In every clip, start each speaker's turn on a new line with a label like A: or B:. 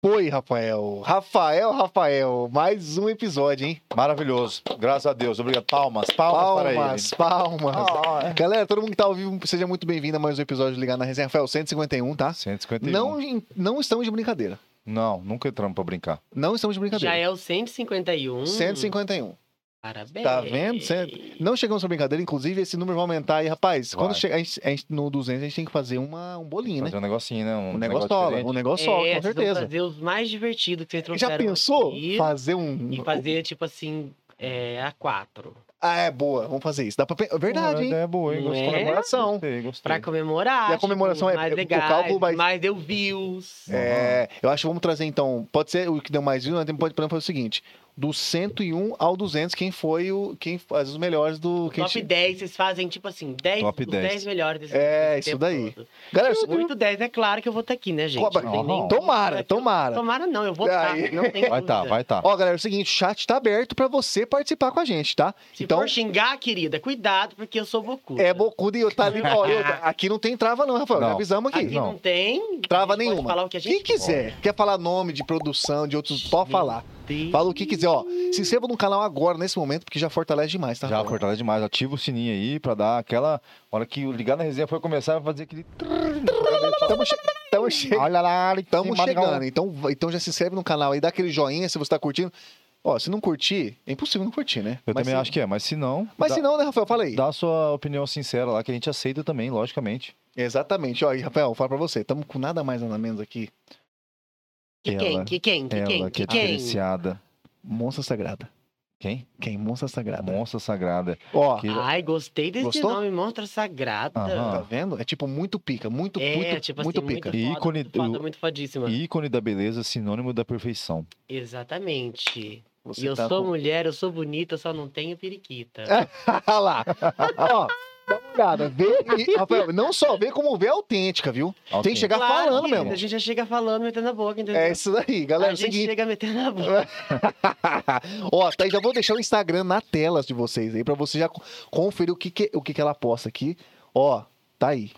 A: Poi, Rafael. Rafael, Rafael, mais um episódio, hein?
B: Maravilhoso. Graças a Deus. Obrigado. Palmas, palmas, Ah,
A: Palmas, palmas.
B: para ele.
A: Galera, todo mundo que tá ao vivo, seja muito bem-vindo a mais um episódio de Ligar na Resenha. Rafael, 151, tá?
B: 151.
A: Não,
B: Não,
A: não estamos de brincadeira.
B: um. não, nunca entramos pra brincar.
A: Não estamos de
C: Já
A: brincadeira.
C: é um. o 151.
A: 151.
C: Parabéns.
A: Tá vendo? Cê- um. Não chegamos a brincadeira, inclusive esse número vai aumentar aí, rapaz.
B: Vai.
A: Quando chegar a gente- a gente- no 200, a gente tem que fazer uma, um bolinho, né?
B: Fazer um negocinho, né? Um,
A: Um negócio tola, um
B: diferente.
A: negócio sola,
C: É,
A: com
C: vocês vão
A: certeza.
C: fazer os mais divertidos que vocês trouxeram
A: Já pensou
C: aqui
A: fazer um.
C: E fazer, tipo assim, é, a quatro.
A: Ah, é boa, vamos fazer isso. Dá pra... pe- é Verdade,
B: Boa,
A: hein?
B: É boa, hein?
C: Não
B: Gostei.
C: é?
A: Comemoração.
B: Gostei, gostei.
C: Pra comemorar.
A: E a comemoração
C: tipo,
A: é-
C: mais
A: o
C: legais,
A: cálculo vai-
C: Mais deu views.
A: É, eu acho que vamos trazer então. Pode ser o que deu mais views, mas também pode fazer o seguinte: do 101 ao 200, quem foi o. Quem faz os melhores do. Quem
C: Top 10, vocês fazem, tipo assim, 10,
B: Top
C: os
B: 10.
C: 10 melhores desse
A: É,
C: desse
A: isso
C: tempo
A: daí.
C: todo.
A: Galera,
C: Se
A: isso-
C: muito 10, é claro que eu vou estar aqui, né, gente?
A: Cobra-
C: Não tem
B: Não,
C: nem-
A: Tomara, tomara.
C: Tomara não, eu vou estar.
A: Aí.
C: Não tem
B: Vai tá,
C: dúvida.
B: vai tá.
A: Ó, galera, é o seguinte: o chat tá aberto pra você participar com a gente, tá?
C: Se
A: então-
C: for né? xingar, querida, cuidado, porque eu sou Boku.
A: É bocudo e eu tá ali. Ó, eu- aqui não tem trava, não, Rafael.
B: Não.
A: Já avisamos aqui.
C: Aqui não,
B: Não.
C: tem.
A: Trava
C: a gente
A: nenhuma.
C: Pode falar o que a
A: Quem
C: gente
A: quiser, quer falar nome de produção, de outros, pode falar.
C: tem.
A: Fala o que quiser, ó. Se inscreva no canal agora, nesse momento, porque já fortalece demais, tá?
B: Já
A: Rafael?
B: fortalece demais. Ativa o sininho aí pra dar aquela. A hora que o ligar na resenha foi começar, vai fazer aquele.
A: Estamos che... tamo che-
B: Olha lá,
A: tamo
B: Maringá.
A: chegando. Então, vai- então já se inscreve no canal aí, dá aquele joinha se você tá curtindo. Ó, se não curtir, é impossível não curtir, né?
B: Eu
A: Mas
B: também
A: se...
B: acho que é, mas se não.
A: Mas
B: dá,
A: se não, né, Rafael? Fala aí.
B: Dá a sua opinião sincera lá, que a gente aceita também, logicamente.
A: Exatamente. Ó, e Rafael, fala pra você. Estamos com nada mais nada menos aqui.
C: Que
B: Ela-
C: quem? Que quem? Que quem?
B: Ela que é
C: Que quem?
B: diferenciada.
A: Monstra Sagrada.
B: Quem?
A: Quem? Monstra Sagrada.
B: Monstra sagrada.
A: Ó,
B: É. Que-
C: Ai, gostei desse
A: Gostou?
C: nome, Monstra Sagrada.
B: Aham.
A: tá vendo? É tipo muito pica, muito,
C: É,
A: muito,
C: tipo assim,
A: muito pica.
C: Muito foda,
B: Ícone
C: muito, foda,
B: do-
C: muito fodíssima.
B: Ícone da beleza, sinônimo da perfeição.
C: Exatamente.
A: Você
C: E eu
A: tá
C: sou
A: com- É,
C: mulher, eu sou bonita, só não tenho periquita.
A: Olha lá. Ó, dá uma olhada. Vê, e, Rafael, não só vê como vê autêntica, viu? Tem que
B: Autêntico.
A: chegar falando
C: querida,
A: mesmo.
C: A gente já chega falando, metendo a boca, entendeu?
A: É isso daí, galera. É
C: Uhum. a
A: o
C: gente
A: seguinte.
C: chega metendo a boca.
A: Ó, tá, já vou deixar o Instagram na tela de vocês aí, pra você já co- conferir o que, que- o que, que ela posta aqui. Ó, tá aí.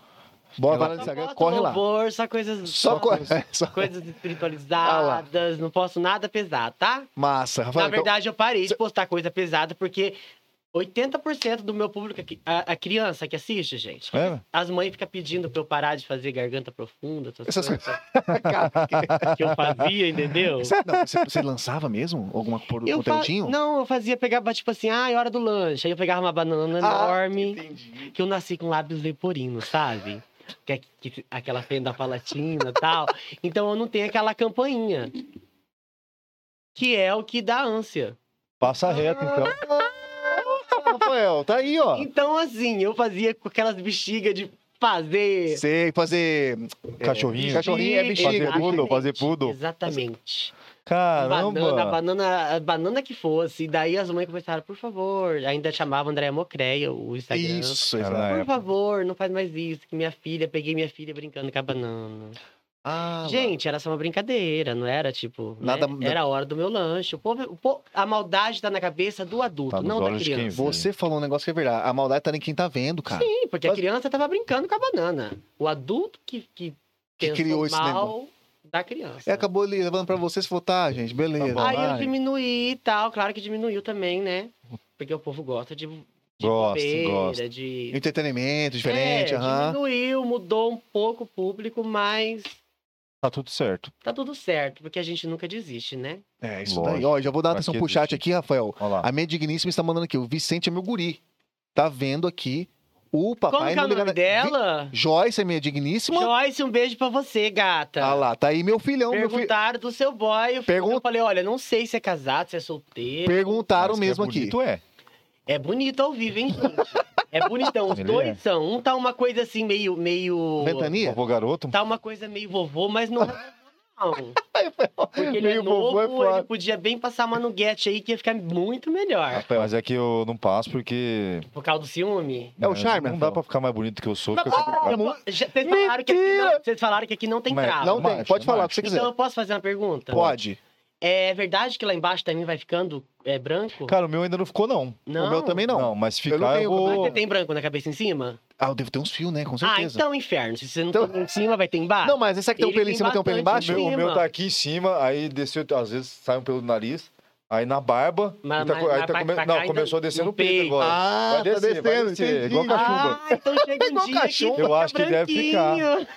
A: Bora
B: Ela-
A: lá no Instagram,
C: Só boto
A: é corre lá.
C: louvor, um só coisas.
A: Só, co... só-
C: Coisas
A: Ah
C: espiritualizadas, não posso nada pesado, tá?
A: Massa, Rafael.
C: Na
A: então-
C: verdade, eu parei de postar coisa pesada, porque 80% do meu público, aqui- a, a criança que assiste, gente,
B: É?
C: as mães ficam pedindo pra eu parar de fazer garganta profunda, essas
A: Essas
C: coisas
A: Cara,
C: que eu fazia, entendeu?
A: você, não, você- você lançava mesmo alguma por
C: Eu fa-
A: conteúdinho?
C: Não, eu fazia, pegava tipo assim, ah, é hora do lanche. Aí eu pegava uma banana
A: Ah,
C: enorme,
A: Entendi.
C: que eu nasci com lábios leporino, sabe? Que, é- que- aquela fenda palatina e tal. Então eu não tenho aquela campainha. Que é o que dá ânsia.
B: Passa reto, então.
A: Rafael, tá aí, ó.
C: Então, assim, eu fazia com aquelas bexigas de fazer.
A: Sei, fazer
B: Cachorrinho.
A: Cachorrinho é bexiga.
B: Fazer
C: Exatamente,
B: poodle, fazer poodle.
C: Exatamente. Banana,
B: Caramba!
C: banana, a banana que fosse. E daí as mães começaram, por favor. Ainda chamava Andréa Mocreia, o é Instagram.
A: Isso,
B: Era
A: exato.
B: na
C: Por
B: época.
C: favor, não faz mais isso. Que minha filha, peguei minha filha brincando com a banana.
A: Ah, lá.
C: Gente, era só uma brincadeira, não era tipo. né?
A: Nada-
C: Era a hora do meu lanche. O povo, o po- a maldade tá na cabeça do adulto,
B: Tá nos
C: não da
B: olhos de quem
C: criança.
A: Você falou um negócio que é verdade. A maldade tá em quem tá vendo, cara.
C: Sim, porque a
A: Mas-
C: criança tava brincando com a banana. O adulto que, que,
A: Que
C: pensou
A: criou esse
C: mal da criança.
A: E acabou ele levando pra vocês e falou, tá, gente, beleza.
B: Tá bom.
C: Aí eu
A: vai.
C: diminuí e tal, claro que diminuiu também, né? Porque o povo gosta de, de
B: Gosta,
C: bobeira,
B: gosta.
C: de.
A: Entretenimento diferente,
C: é,
A: aham.
C: diminuiu, mudou um pouco o público, mas
B: Tá tudo certo.
C: tá tudo certo, porque a gente nunca desiste, né?
A: É, isso
B: Lógico.
A: daí. Ó, já vou dar
B: Pra
A: atenção
B: que
A: pro chat
B: desistir?
A: aqui, Rafael.
B: Olha lá.
A: A minha digníssima está mandando aqui. O Vicente é meu guri. Tá vendo aqui o papai...
C: Como que é o
A: não liga
C: nome
A: na- Vi-
C: dela?
A: Joyce é minha digníssima.
C: Joyce, um beijo pra você, gata.
A: Ah lá, tá aí meu filhão. Meu fi...
C: Perguntaram do seu boy. eu-
A: Pergun-
C: Eu falei, olha, não sei se é casado, se é solteiro.
A: Perguntaram
B: Mas que
A: mesmo
B: é
A: aqui.
B: bonito, é.
C: É bonito ao vivo, hein, gente? É bonitão. Os
B: Ele é.
C: dois são. Um tá uma coisa assim, meio. meio...
A: Ventania?
B: Vovô garoto.
C: Tá uma coisa meio vovô, mas não é vovô, não. Porque ele é
A: Meio
C: novo,
A: vovô é foda.
C: ele podia bem passar manuguete aí, que ia ficar muito melhor.
B: Mas é que eu não passo porque. né,
C: Por causa do ciúme.
A: É o charme,
B: Não dá
A: Rafael. ah,
B: pra ficar mais bonito que eu sou.
C: Não,
B: fica complicado.
C: pô, já- Vocês falaram, que aqui não, vocês falaram que aqui não tem Então
B: Mas-
C: trava.
A: Não tem,
B: Marcha,
A: pode falar o que
B: marcha.
A: você quiser.
C: Então eu posso fazer uma pergunta?
A: Pode.
C: É verdade que lá embaixo também vai ficando é, branco?
B: Cara, o meu ainda não ficou, não.
C: não.
A: O meu também não.
B: Não, mas
A: Eu não
B: ficar eu,
A: tenho
C: Mas
B: vou.
C: você tem branco na cabeça em cima?
A: Ah, eu devo ter uns fios, né? Com
C: Ah,
A: certeza.
C: então inferno. Se você não
A: Então-
C: tem em cima, vai ter embaixo?
A: Não, mas esse aqui tem um
C: Ele
A: pelo em
C: tem
A: cima, tem um pelo
B: O
C: bastante
A: embaixo?
B: meu, o meu
C: cima.
B: tá aqui em cima, aí desceu, às vezes sai um pelo do nariz, aí na barba.
C: Mas-
B: e tá,
C: mas-
B: co- aí tá
C: mas pra-
B: come-
C: pra
B: Não,
C: cá ainda
B: começou a descer
C: no
B: no peito,
C: peito.
B: agora.
A: Ah,
B: vai descer, vai descer,
A: entendi.
B: igual cachorro.
C: Ah, então chega um
A: Igual
C: dia que
A: cachumba.
C: fica
B: Eu acho que deve ficar.
C: branquinho.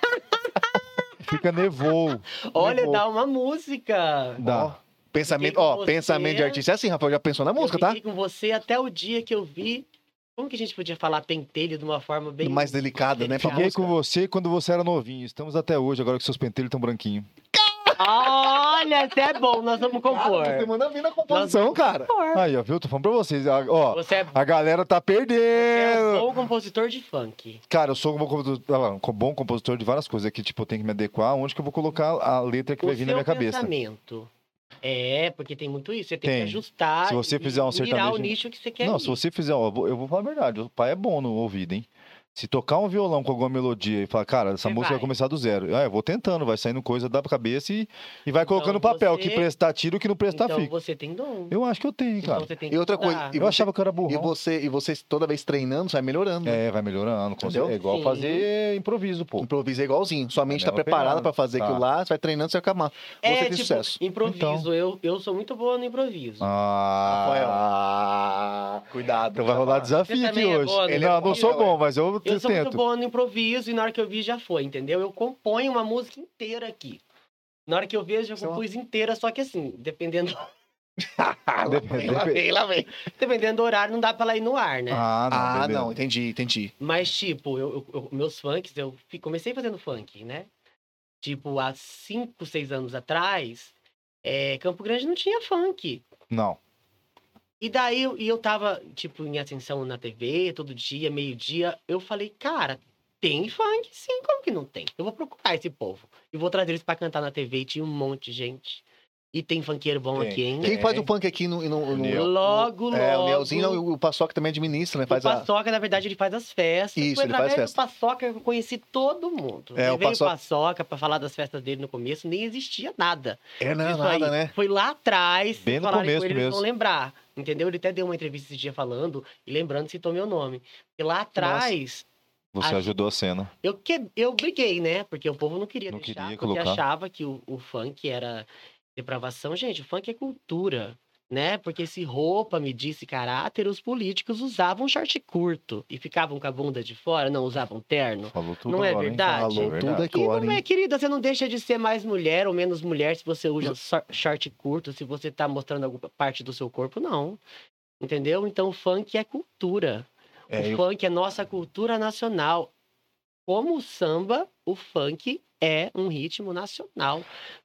B: Fica nevou.
C: Olha,
B: nevou.
C: dá uma música.
B: Dá.
A: Ó, pensamento,
C: Fiquei com
A: ó,
C: você.
A: pensamento de artista é assim, Rafael. Já pensou na música,
C: eu
A: tá?
C: fiquei com você até o dia que eu vi... Como que a gente podia falar pentelho de uma forma bem...
A: Mais delicada, né? Pra
C: Fiquei
B: Fiquei
A: música.
B: com você quando você era novinho. Estamos até hoje, agora que seus pentelhos estão branquinhos.
C: Olha, até bom, nós vamos compor.
B: é
A: Cara, Ah, você manda vir na composição, cara.
B: Aí, ó, viu? Tô falando pra vocês. a- Ó,
C: Você é,
B: a galera tá
C: você é um
B: perdendo.
C: bom compositor de funk.
B: Cara, eu sou um bom compositor, ah, um bom compositor de várias coisas. É que, tipo, eu tenho que me adequar onde que eu vou colocar a letra que
C: o
B: vai vir na
C: seu
B: minha cabeça.
C: é um pensamento. É, porque tem muito isso. Você tem,
B: Tem.
C: que ajustar.
B: Se você
C: e
B: fizer um
C: Mirar
B: sertanejo-
C: o nicho que é você quer
B: Não,
C: ir.
B: se você fizer, ó, eu vou- eu vou falar a verdade, o pai é bom no ouvido, hein? Se tocar um violão com alguma melodia e falar, cara, essa
C: Você
B: música vai.
C: vai.
B: começar do zero. Ah, eu vou tentando, vai saindo coisa da cabeça e, e vai colocando no
C: Então
B: papel.
C: você-
B: Que prestar tiro, que não prestar
C: Então
B: fica.
C: você tem dom.
B: tá Eu acho que eu tenho, cara.
C: Então você tem que
A: E outra coisa,
C: estudar.
A: e
B: Eu
A: você-
B: achava que eu era burro.
A: E você, e você toda vez treinando, você vai melhorando. né?
B: É, vai melhorando. com
A: Entendeu?
B: certeza. É igual
C: Sim.
B: fazer improviso, pô.
A: Improvisa igualzinho. Sua mente tá
B: Panela
A: preparada
B: pegada.
A: pra fazer
B: Tá.
A: aquilo lá, você vai treinando, você vai acabar.
C: É,
A: tem
C: tipo,
A: sucesso.
C: improviso.
B: Então.
C: Eu, eu sou muito boa no improviso.
A: Ah,
B: Ah,
A: Cuidado.
B: então vai rolar
C: Você
B: desafio aqui
C: também é
B: hoje.
C: boa, né?
B: não, eu não sou
C: Então,
B: bom, mas eu,
C: eu sou muito
B: tento.
C: boa no improviso e na hora que eu vi já foi, entendeu? Eu componho uma música inteira aqui. Na hora que eu vejo, eu
A: Isso é uma-
C: compus inteira, só que assim, dependendo,
A: Depende-
B: Ah, Lá vem,
C: dependendo do horário, não dá pra ela ir no ar, né?
A: Ah,
B: beleza.
A: não, entendi, entendi.
C: Mas, tipo, eu, eu- eu- meus funks, eu fi- comecei fazendo funk, né? Tipo, há 5, 6 anos atrás, é, Campo Grande não tinha funk.
B: Não.
C: E daí eu, e eu tava, tipo, em ascensão na TV, todo dia, meio-dia. Eu falei, cara, tem funk? Sim, como que não tem? Eu vou procurar esse povo. E vou trazer eles pra cantar na TV. E tinha um monte de gente. E tem funkeiro bom
B: Tem,
C: aqui, hein?
A: Quem
B: Tem.
A: faz o punk aqui no. no, no-
B: Neo.
C: Logo, logo.
A: É, o Leozinho não, e o Paçoca também administra, né? Faz
C: o
A: a.
C: Paçoca, na verdade, ele faz as festas.
A: Isso,
C: Foi
A: ele faz
C: através do Paçoca que eu conheci todo mundo.
A: É,
C: Ele
A: o
C: veio
A: Paçoca-
C: Paçoca pra falar das festas dele no começo, nem existia nada.
A: É, não é
C: Isso
A: nada,
C: aí
A: né?
C: Foi lá atrás, se
B: Bem no
C: falarem
B: começo
C: com ele, eles vão
B: mesmo.
C: lembrar. Entendeu? Ele até deu uma entrevista esse dia falando e lembrando citou meu nome. E lá atrás,
B: Você
C: Ah,
B: ajudou a cena.
C: eu, que... eu briguei, né? Porque o povo não queria
B: Não
C: deixar,
B: queria
C: porque
B: colocar.
C: achava que o, o funk era depravação. Gente, o funk é cultura. Né? Porque se roupa me disse caráter, os políticos usavam short curto e ficavam com a bunda de fora, não usavam terno.
B: Falou tudo
C: Não é
B: agora, hein?
C: verdade?
B: Falou
A: Falou tudo
B: tudo
A: aqui,
C: E não
A: olha.
C: é, querida, você não deixa de ser mais mulher ou menos mulher se você usa sor- short curto, se você tá mostrando alguma parte do seu corpo, não. Entendeu? Então, o funk é cultura.
B: É,
C: o
B: eu-
C: funk é nossa cultura nacional. Como o samba, o funk é um ritmo nacional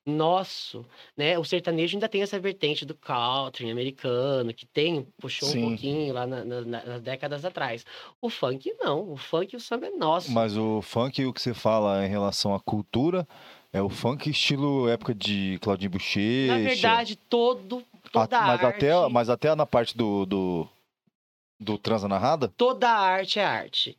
C: nosso, né? O sertanejo ainda tem essa vertente do country americano, que tem, puxou
A: Sim.
C: um pouquinho lá na- na- na- nas décadas atrás. O funk não, o funk e o samba é nosso.
B: Mas o funk, o que você fala em relação à cultura, é o funk estilo época de Claudinho Buchecha.
C: Na verdade, todo, toda
B: A- Ah, mas,
C: arte,
B: até, mas até na parte do, do, do transa narrada,
C: toda arte é arte.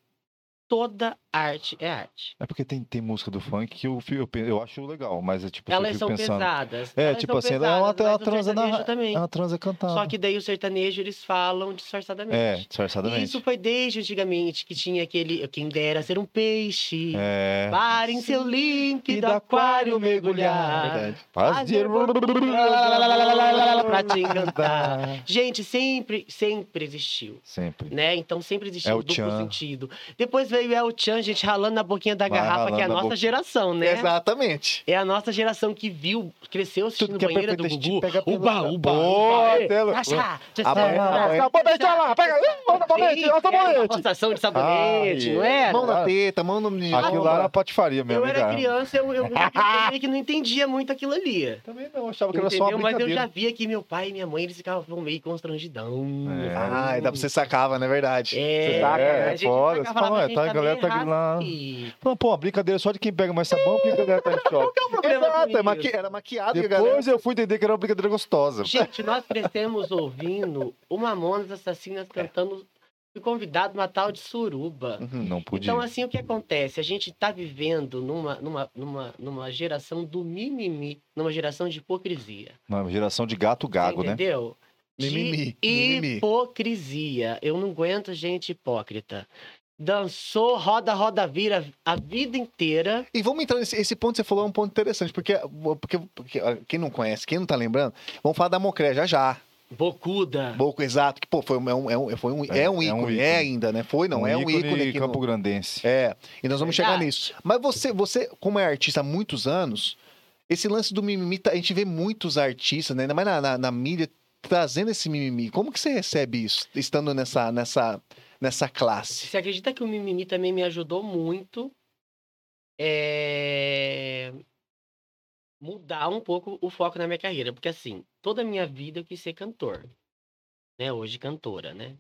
C: Toda arte é arte.
B: é porque tem, tem música do funk que eu, fi- eu, pe- eu acho legal, mas é tipo, eu
C: Elas
B: fico
C: são
B: pensando.
C: pesadas.
B: É,
C: elas
B: tipo
C: são
B: assim, ela é uma-
C: pesadas,
B: ela
C: mas o
B: transa na-
C: sertanejo também.
B: É uma transa cantada.
C: Só que daí o sertanejo eles falam disfarçadamente.
B: É,
C: E
B: disfarçadamente.
C: Isso foi desde antigamente que tinha aquele quem dera ser um peixe.
B: É.
C: Para em seu límpido aquário
B: É
C: mergulhar.
A: Verdade.
B: Faz de...
C: Pra te encantar. Gente, sempre, sempre existiu.
B: Sempre.
C: né? Então sempre existiu
B: El
C: o duplo
B: Chan.
C: sentido. Depois veio El Chan, gente ralando na boquinha da
B: Vai
C: garrafa, que é a
B: ralando na
C: nossa
B: boquinha.
C: geração, né?
A: Exatamente.
C: É a nossa geração que viu, cresceu assistindo
B: Tudo que é
C: banheira do
B: perfeito,
C: Gugu.
B: pega pelo-
C: Uba, uba,
B: Boa,
C: uba. Ei,
B: Telo.
C: Taxa, taxa,
A: A mãe- a mãe-
C: taxa. Ei, era uma Postação de sabonete,
B: Ai,
C: não era?
A: Mão na teta, mão no menino.
B: Aquilo lá era patifaria mesmo,
C: Eu
B: hein,
C: era
B: cara?
C: criança, eu, eu, eu meio que não entendia muito aquilo ali.
B: Também não, achava que era só uma
C: Entendeu? Mas eu já
B: brincadeira.
C: via que meu pai e minha mãe, eles ficavam meio constrangidão.
B: É.
A: Ah, dá pra você sacava, não é verdade?
C: É,
A: Você saca,
B: é,
A: né?
C: a gente
B: foda.
C: saca,
B: Você
C: falava,
B: fala, ué,
C: gente,
B: tá, a
C: tá
B: galera
C: bem
B: tá lá.
C: errado.
B: Não, pô, a brincadeira é só de quem pega mais sabão, porque a galera tá em choque.
C: Qual o problema com
A: Exato, é
C: isso?
A: maqui- era maquiado, e a galera.
B: Depois eu fui entender que era uma brincadeira gostosa.
A: É.
C: Gente, nós crescemos ouvindo o Mamonas Assassinas cantando fui convidado uma tal de suruba.
A: Uhum.
B: Hum, Não podia.
C: Então, assim, o que acontece? A gente tá vivendo numa, numa, numa, numa geração do mimimi, numa geração de hipocrisia.
B: Uma geração de gato
C: Você
B: gago, né?
C: Entendeu? De
A: Mimimi, mimimi.
C: hipocrisia. Eu não aguento gente hipócrita. Dançou, roda, roda, vira a vida inteira.
A: E vamos entrar nesse esse ponto que você falou, é um ponto interessante, porque, porque, porque, ó, quem não conhece, quem não tá lembrando, vamos falar da Mocré já já.
C: Bocuda.
A: Boco exato, que pô, foi um, é um, é um, foi um, é, um ícone, é ainda, né? Foi, não,
B: um
A: é um ícone, aqui no-
B: Campo Grandense.
A: É, e nós vamos chegar
C: Verdade.
A: nisso. Mas você, você, como é artista há muitos anos, esse lance do mimimi, tá- a gente vê muitos artistas, né? ainda mais na, na, na mídia, trazendo esse mimimi. Como que você recebe isso, estando nessa, nessa, nessa classe?
C: Você acredita que o mimimi também me ajudou muito é, mudar um pouco o foco na minha carreira? Porque, assim, toda a minha vida eu quis ser cantor. Né? Hoje, cantora, né?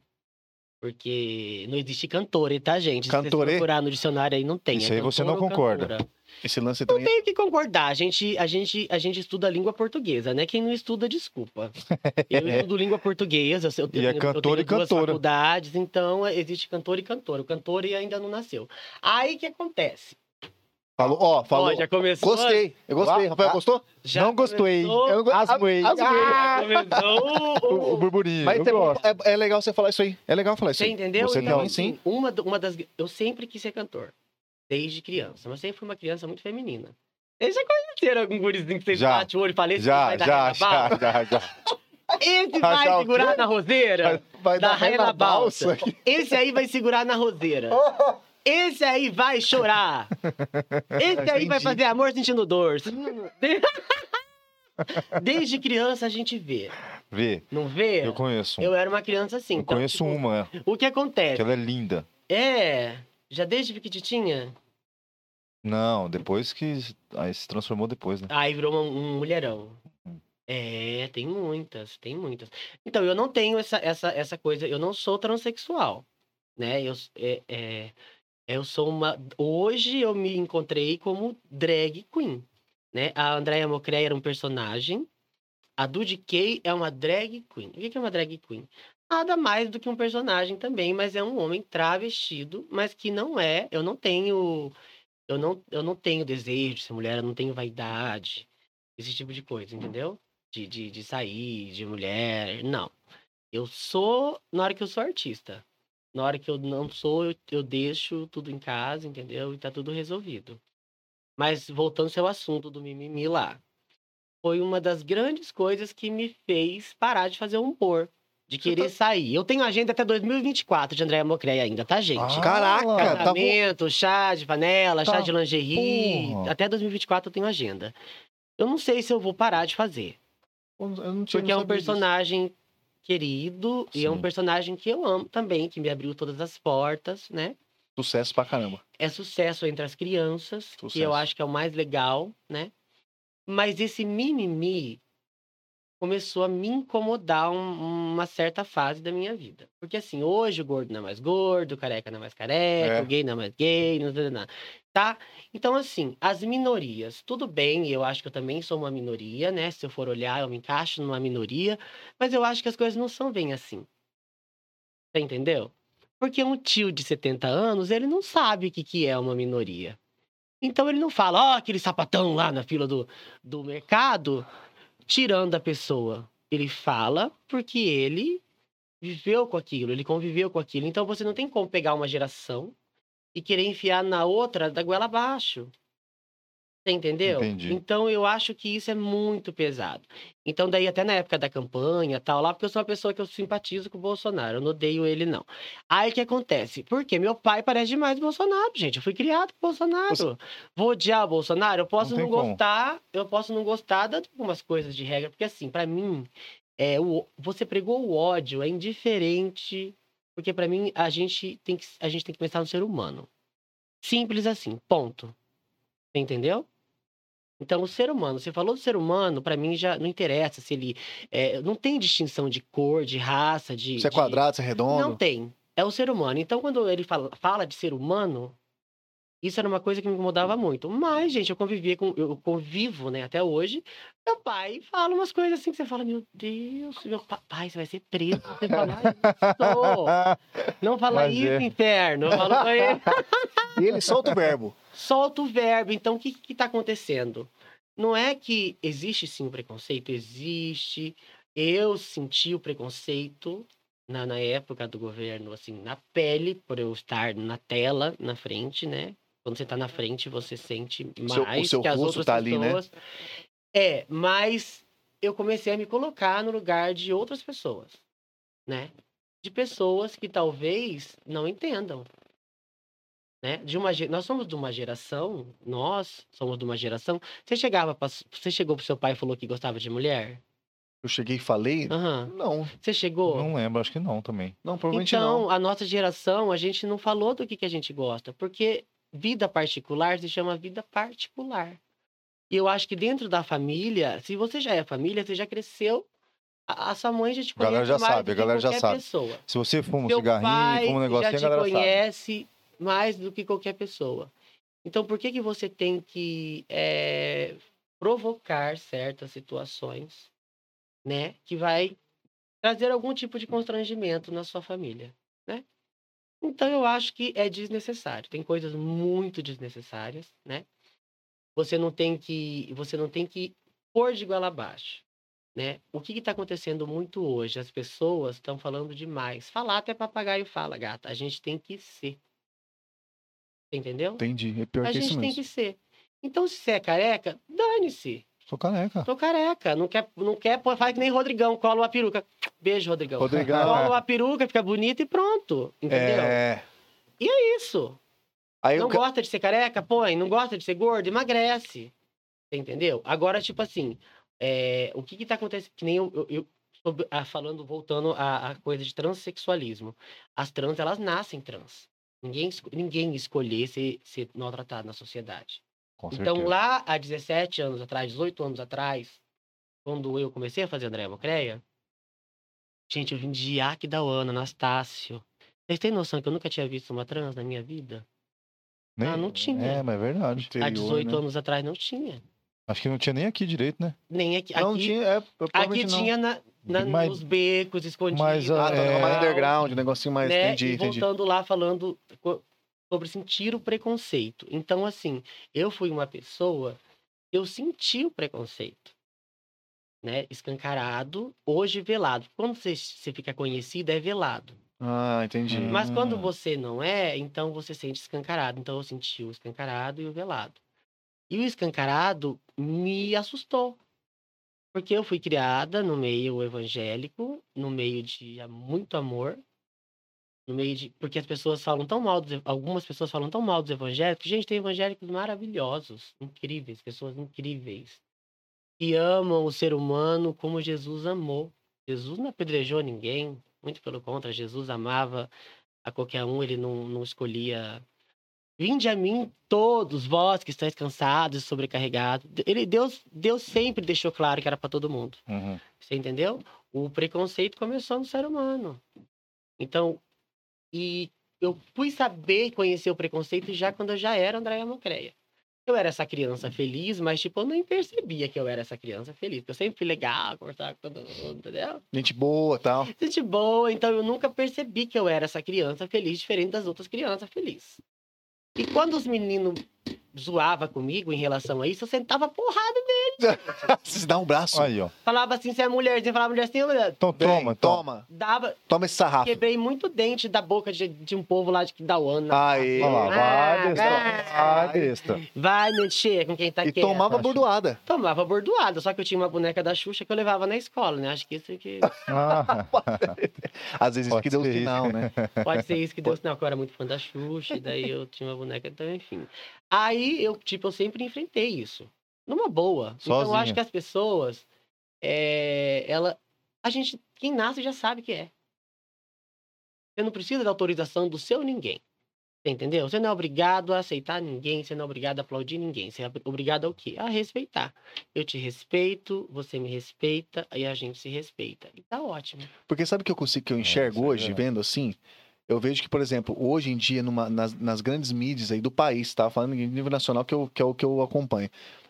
C: Porque não existe cantora, tá, gente?
A: Cantorê?
C: Se você procurar no dicionário aí, não tem.
B: Isso aí você
C: cantora
B: não
C: ou
B: concorda.
C: cantora.
A: Esse lance
C: Não
A: também.
C: tenho que concordar. A gente, a, gente, a gente estuda a língua portuguesa, né? Quem não estuda, desculpa. Eu estudo língua portuguesa. Eu tenho,
B: E é
C: eu
B: cantor e
C: tenho duas
B: cantora.
C: faculdades, então é, existe cantor e cantora. O cantor ainda não nasceu. Aí o que acontece?
A: Falou, ó, falou.
C: Ó, já começou.
A: Gostei, eu gostei.
B: Ah,
A: Rafael,
B: ah.
A: gostou?
C: já
B: não gostei.
C: começou-
B: Eu go- Asmoei.
A: Asmoei.
C: já
A: Ah!
C: começou o-
B: O, o burburinho.
A: Mas
B: eu
A: é, bom-
B: gosto.
A: é- é legal você falar isso aí. É legal falar isso
C: Você
A: aí.
C: entendeu?
B: Você
C: então,
B: também,
C: assim,
A: sim.
C: Uma, do- uma das. Eu sempre quis ser cantor. Desde criança. Mas sempre fui uma criança muito feminina. Vocês já conheceram algum gurizinho que vocês
B: Já.
C: bate o olho e falam, esse
B: Já,
C: vai dar
B: já,
C: renda
B: já,
C: bala?
B: já, já.
C: Esse
B: Já, já,
C: vai
B: o
C: segurar
B: quê?
C: na roseira?
A: Vai
C: da
A: dar ré
C: Raina
A: na
C: Balsa.
A: balsa.
C: Esse aí vai segurar na roseira. Esse aí vai chorar. Esse aí vai
A: Entendi.
C: fazer amor sentindo dor. Desde criança a gente vê,
B: Vê,
C: não vê?
B: eu conheço. um.
C: É. Eu era uma criança assim.
B: eu
C: então,
B: conheço
C: tipo,
B: uma, é,
C: O que
B: que
C: acontece?
B: ela é linda.
C: É, já desde pequititinha,
B: Não, depois que. Aí se transformou depois, né?
C: aí virou uma- um mulherão.
B: Hum.
C: É, tem muitas, tem muitas. Então, eu não tenho essa, essa, essa coisa, eu não sou transexual, né? Eu, s- é- é- eu sou uma... Hoje eu me encontrei como drag queen, né? A Andrea Mocré era um personagem, a Dudy Kay é uma drag queen. O que que é uma drag queen? Nada mais do que um personagem também, mas é um homem travestido, mas que não é... Eu não tenho... Eu não, eu não tenho desejo de ser mulher, eu não tenho vaidade esse tipo de coisa, entendeu? De, de, de sair, de mulher. Não. Eu sou na hora que eu sou artista. Na hora que eu não sou, eu, eu deixo tudo em casa, entendeu? E tá tudo resolvido. Mas voltando ao seu assunto do mimimi lá. Foi uma das grandes coisas que me fez parar de fazer humor. De querer sair. Eu tenho agenda até 2024 de Andréia Mocreia ainda, tá, gente?
B: Ah,
A: Caraca, tá bom.
C: Casamento, chá de panela,
B: Tá,
C: chá de lingerie.
B: porra.
C: Até 2024 eu tenho agenda. Eu não sei se eu vou parar de fazer.
A: Eu não tinha-
C: Porque é
A: não
C: um
A: sabia disso.
C: personagem querido e é um
B: Sim.
C: personagem que eu amo também, que me abriu todas as portas, né?
A: Sucesso pra caramba.
C: É sucesso entre as crianças, que
A: Sucesso.
C: eu acho que é o mais legal, né? Mas esse mimimi começou a me incomodar um- uma certa fase da minha vida. Porque assim, hoje o gordo não é mais gordo, o careca não é mais careca,
B: É.
C: o gay não é mais gay, não, não, não, tá? Então assim, as minorias, tudo bem, eu acho que eu também sou uma minoria, né? Se eu for olhar, eu me encaixo numa minoria, mas eu acho que as coisas não são bem assim. Você entendeu? Porque um tio de 70 anos, ele não sabe o que, que é uma minoria. Então ele não fala, ó, aquele sapatão lá na fila do, do mercado, tirando a pessoa. Ele fala porque ele viveu com aquilo, ele conviveu com aquilo. Então você não tem como pegar uma geração e querer enfiar na outra da goela abaixo. Você entendeu?
B: Entendi.
C: Então eu acho que isso é muito pesado. Então daí até na época da campanha, tal lá, porque eu sou uma pessoa que eu simpatizo com o Bolsonaro, eu não odeio ele não. Aí o que acontece? Porque meu pai parece demais o Bolsonaro, gente. Eu fui criado com o Bolsonaro.
B: Você-
C: Vou odiar o Bolsonaro, eu posso
B: Não
C: não,
B: tem como.
C: gostar, eu posso não gostar de algumas coisas de regra, porque assim, pra mim, é, o, você pregou o ódio, é indiferente, porque pra mim a gente tem que a gente tem que pensar no ser humano. Simples assim, ponto. Você Entendeu? Então, o ser humano, você falou do ser humano, pra mim já não interessa se ele. é, não tem distinção de cor, de raça, de.
A: Você é
C: de-
A: quadrado, você é
C: Não
A: redondo.
C: tem. É o ser humano. Então, quando ele fala, fala de ser humano, Isso era uma coisa que me
B: Hum.
C: incomodava muito. Mas, gente, eu convivia com. Eu convivo, né, até hoje. Meu pai fala umas coisas assim que você fala, meu Deus, meu pa- pai, você vai ser preso. Você fala, "Ai, isso. Não fala
B: Mas
C: isso,
B: é.
C: inferno. Eu falo pra ele.
A: E ele solta o verbo.
C: solta o verbo. Então, o que está acontecendo? Não é que existe sim o preconceito, existe. Eu senti o preconceito na, na época do governo, assim, na pele, por eu estar na tela, na frente, né? Quando você está na frente, você sente mais
A: seu- o seu
C: que as
A: rosto
C: outras
A: tá ali, né?
C: pessoas. É, mas eu comecei a me colocar no lugar de outras pessoas, né? De pessoas que talvez não entendam né? De uma, ge- nós somos de uma geração, nós somos de uma geração. Você chegava, pra, você chegou pro seu pai e falou que gostava de mulher?
A: Eu cheguei e falei?
C: Aham.
A: Não,
C: Você chegou?
B: Não lembro, acho que não também.
A: não, provavelmente
C: então,
A: não.
C: a nossa geração, a gente não falou do que, que a gente gosta, porque vida particular se chama vida particular. E eu acho que dentro da família, se você já é família, você já cresceu, a, a sua mãe já te
B: A
C: conhece
B: galera já
C: mais
B: sabe,
C: do
B: a
C: que
B: galera já
C: qualquer
B: sabe.
C: pessoa.
B: Se você fuma um
C: Seu
B: cigarrinho,
C: pai
B: fuma um negocinho, a
C: já te
B: galera sabe.
C: conhece mais do que qualquer pessoa. Então, por que que você tem que eh, provocar certas situações, né, que vai trazer algum tipo de constrangimento na sua família, né? Então, eu acho que é desnecessário. Tem coisas muito desnecessárias, né? Você não tem que, você não tem que pôr de goela abaixo né? O que está acontecendo muito hoje? As pessoas estão falando demais. Falar até papagaio fala, gata. A gente tem que ser. Entendeu?
A: Entendi. É pior
C: a
A: que isso
C: gente tem
A: mesmo.
C: que ser. Então, se você é careca, dane-se.
B: Sou careca.
C: Tô careca. Não quer, não quer, pô, faz que nem Rodrigão, cola uma peruca. Beijo, Rodrigão.
A: Rodrigão.
C: Cola uma peruca, fica bonita e pronto. Entendeu? É
A: É.
C: isso.
A: Aí
C: Não
A: eu... ca-
C: gosta de ser careca? Põe. Não gosta de ser gordo? Emagrece. Você entendeu? Agora, tipo assim, é, o que que tá acontecendo? Que nem eu, eu- eu tô ah, falando, voltando à, à coisa de transexualismo. As trans, elas nascem trans. Ninguém, esco- ninguém escolher ser, ser maltratado na sociedade.
B: Com certeza.
C: Então, lá há 17 anos atrás, 18 anos atrás, quando eu comecei a fazer André Mocreia, gente, eu vim de Aquidauana, Anastácio. Vocês têm noção que eu nunca tinha visto uma trans na minha vida?
B: Nem-
C: Ah, não tinha.
B: É, mas é verdade.
A: Interior,
C: Há 18
A: né?
C: anos atrás não tinha.
B: Acho que não tinha nem aqui direito, né?
C: Nem aqui.
A: Não
C: aqui
A: tinha, é, provavelmente
C: aqui
A: não.
C: tinha né, na, na-
B: Mas-
C: nos becos escondidos.
B: mas,
A: Ah, tá um negócio mais
B: É.
A: underground, um negocinho mais...
C: né?
A: Entendi,
C: e
A: entendi.
C: voltando lá falando co- sobre sentir o preconceito. Então, assim, eu fui uma pessoa, eu senti o preconceito. Né? Escancarado, hoje velado. Quando você, você fica conhecido, é velado.
A: Ah, entendi.
B: Hum.
C: Mas quando
B: Ah.
C: você não é, então você sente escancarado. Então eu senti o escancarado e o velado. E o escancarado me assustou. Porque eu fui criada no meio evangélico, no meio de muito amor, no meio de. Porque as pessoas falam tão mal, dos, ev- algumas pessoas falam tão mal dos evangélicos. Gente, tem evangélicos maravilhosos, incríveis, pessoas incríveis, que amam o ser humano como Jesus amou. Jesus não apedrejou ninguém, muito pelo contra, Jesus amava a qualquer um, ele não, não escolhia. Vinde a mim todos vós que estáis cansados e sobrecarregados. Ele, Deus, Deus sempre deixou claro que era para todo mundo.
B: Uhum.
C: Você entendeu? O preconceito começou no ser humano. Então, e eu fui saber e conhecer o preconceito já quando eu já era Andréia Mocreia. Eu era essa criança feliz, mas, tipo, eu nem percebia que eu era essa criança feliz. porque Eu sempre fui legal, conversava com todo mundo, entendeu?
A: Gente boa e tal.
C: Gente boa, então eu nunca percebi que eu era essa criança feliz, diferente das outras crianças felizes. E quando os meninos zoavam comigo em relação a isso, eu sentava porrada.
A: Se dá um braço.
B: Aí, ó.
C: Falava assim, você é mulherzinha, falava mulherzinha, mulher.
B: Então
A: Vem,
B: toma, toma.
A: toma.
C: Dava,
A: Toma esse sarrafo.
C: Quebrei muito dente da boca de, de um povo lá de Kidawana.
A: Aí.
B: Olha lá, vai,
C: Ah,
B: besta.
A: vai.
B: Vai, besta.
C: Vai mexer com quem tá
A: Ah. E
C: quieto.
A: tomava
B: acho.
A: bordoada.
C: Tomava bordoada, só que eu tinha uma boneca da Xuxa que eu levava na escola, né? Acho que isso que
B: Ah,
A: Às vezes
B: Pode
A: que deu o
B: ser isso.
A: final, né?
C: pode ser isso que deu sinal que eu era muito fã da Xuxa, e daí eu tinha uma boneca, então enfim. Aí eu, tipo, eu sempre enfrentei isso. Numa boa. Então eu
B: Sozinha.
C: acho que as pessoas, é, ela, a gente, quem nasce já sabe que é. Você não precisa da autorização do seu ninguém. Você entendeu? Você não é obrigado a aceitar ninguém, você não é obrigado a aplaudir ninguém. Você é ob- obrigado ao quê? A respeitar. Eu te respeito, você me respeita, aí a gente se respeita. E tá ótimo.
A: Porque sabe o que eu consigo, que eu
B: É,
A: enxergo
B: isso é
A: hoje,
B: verdade.
A: vendo assim? Eu vejo que, por exemplo, hoje em dia, numa- nas, nas grandes mídias aí do país, tá? Falando em nível nacional, que, eu, que é o que eu acompanho.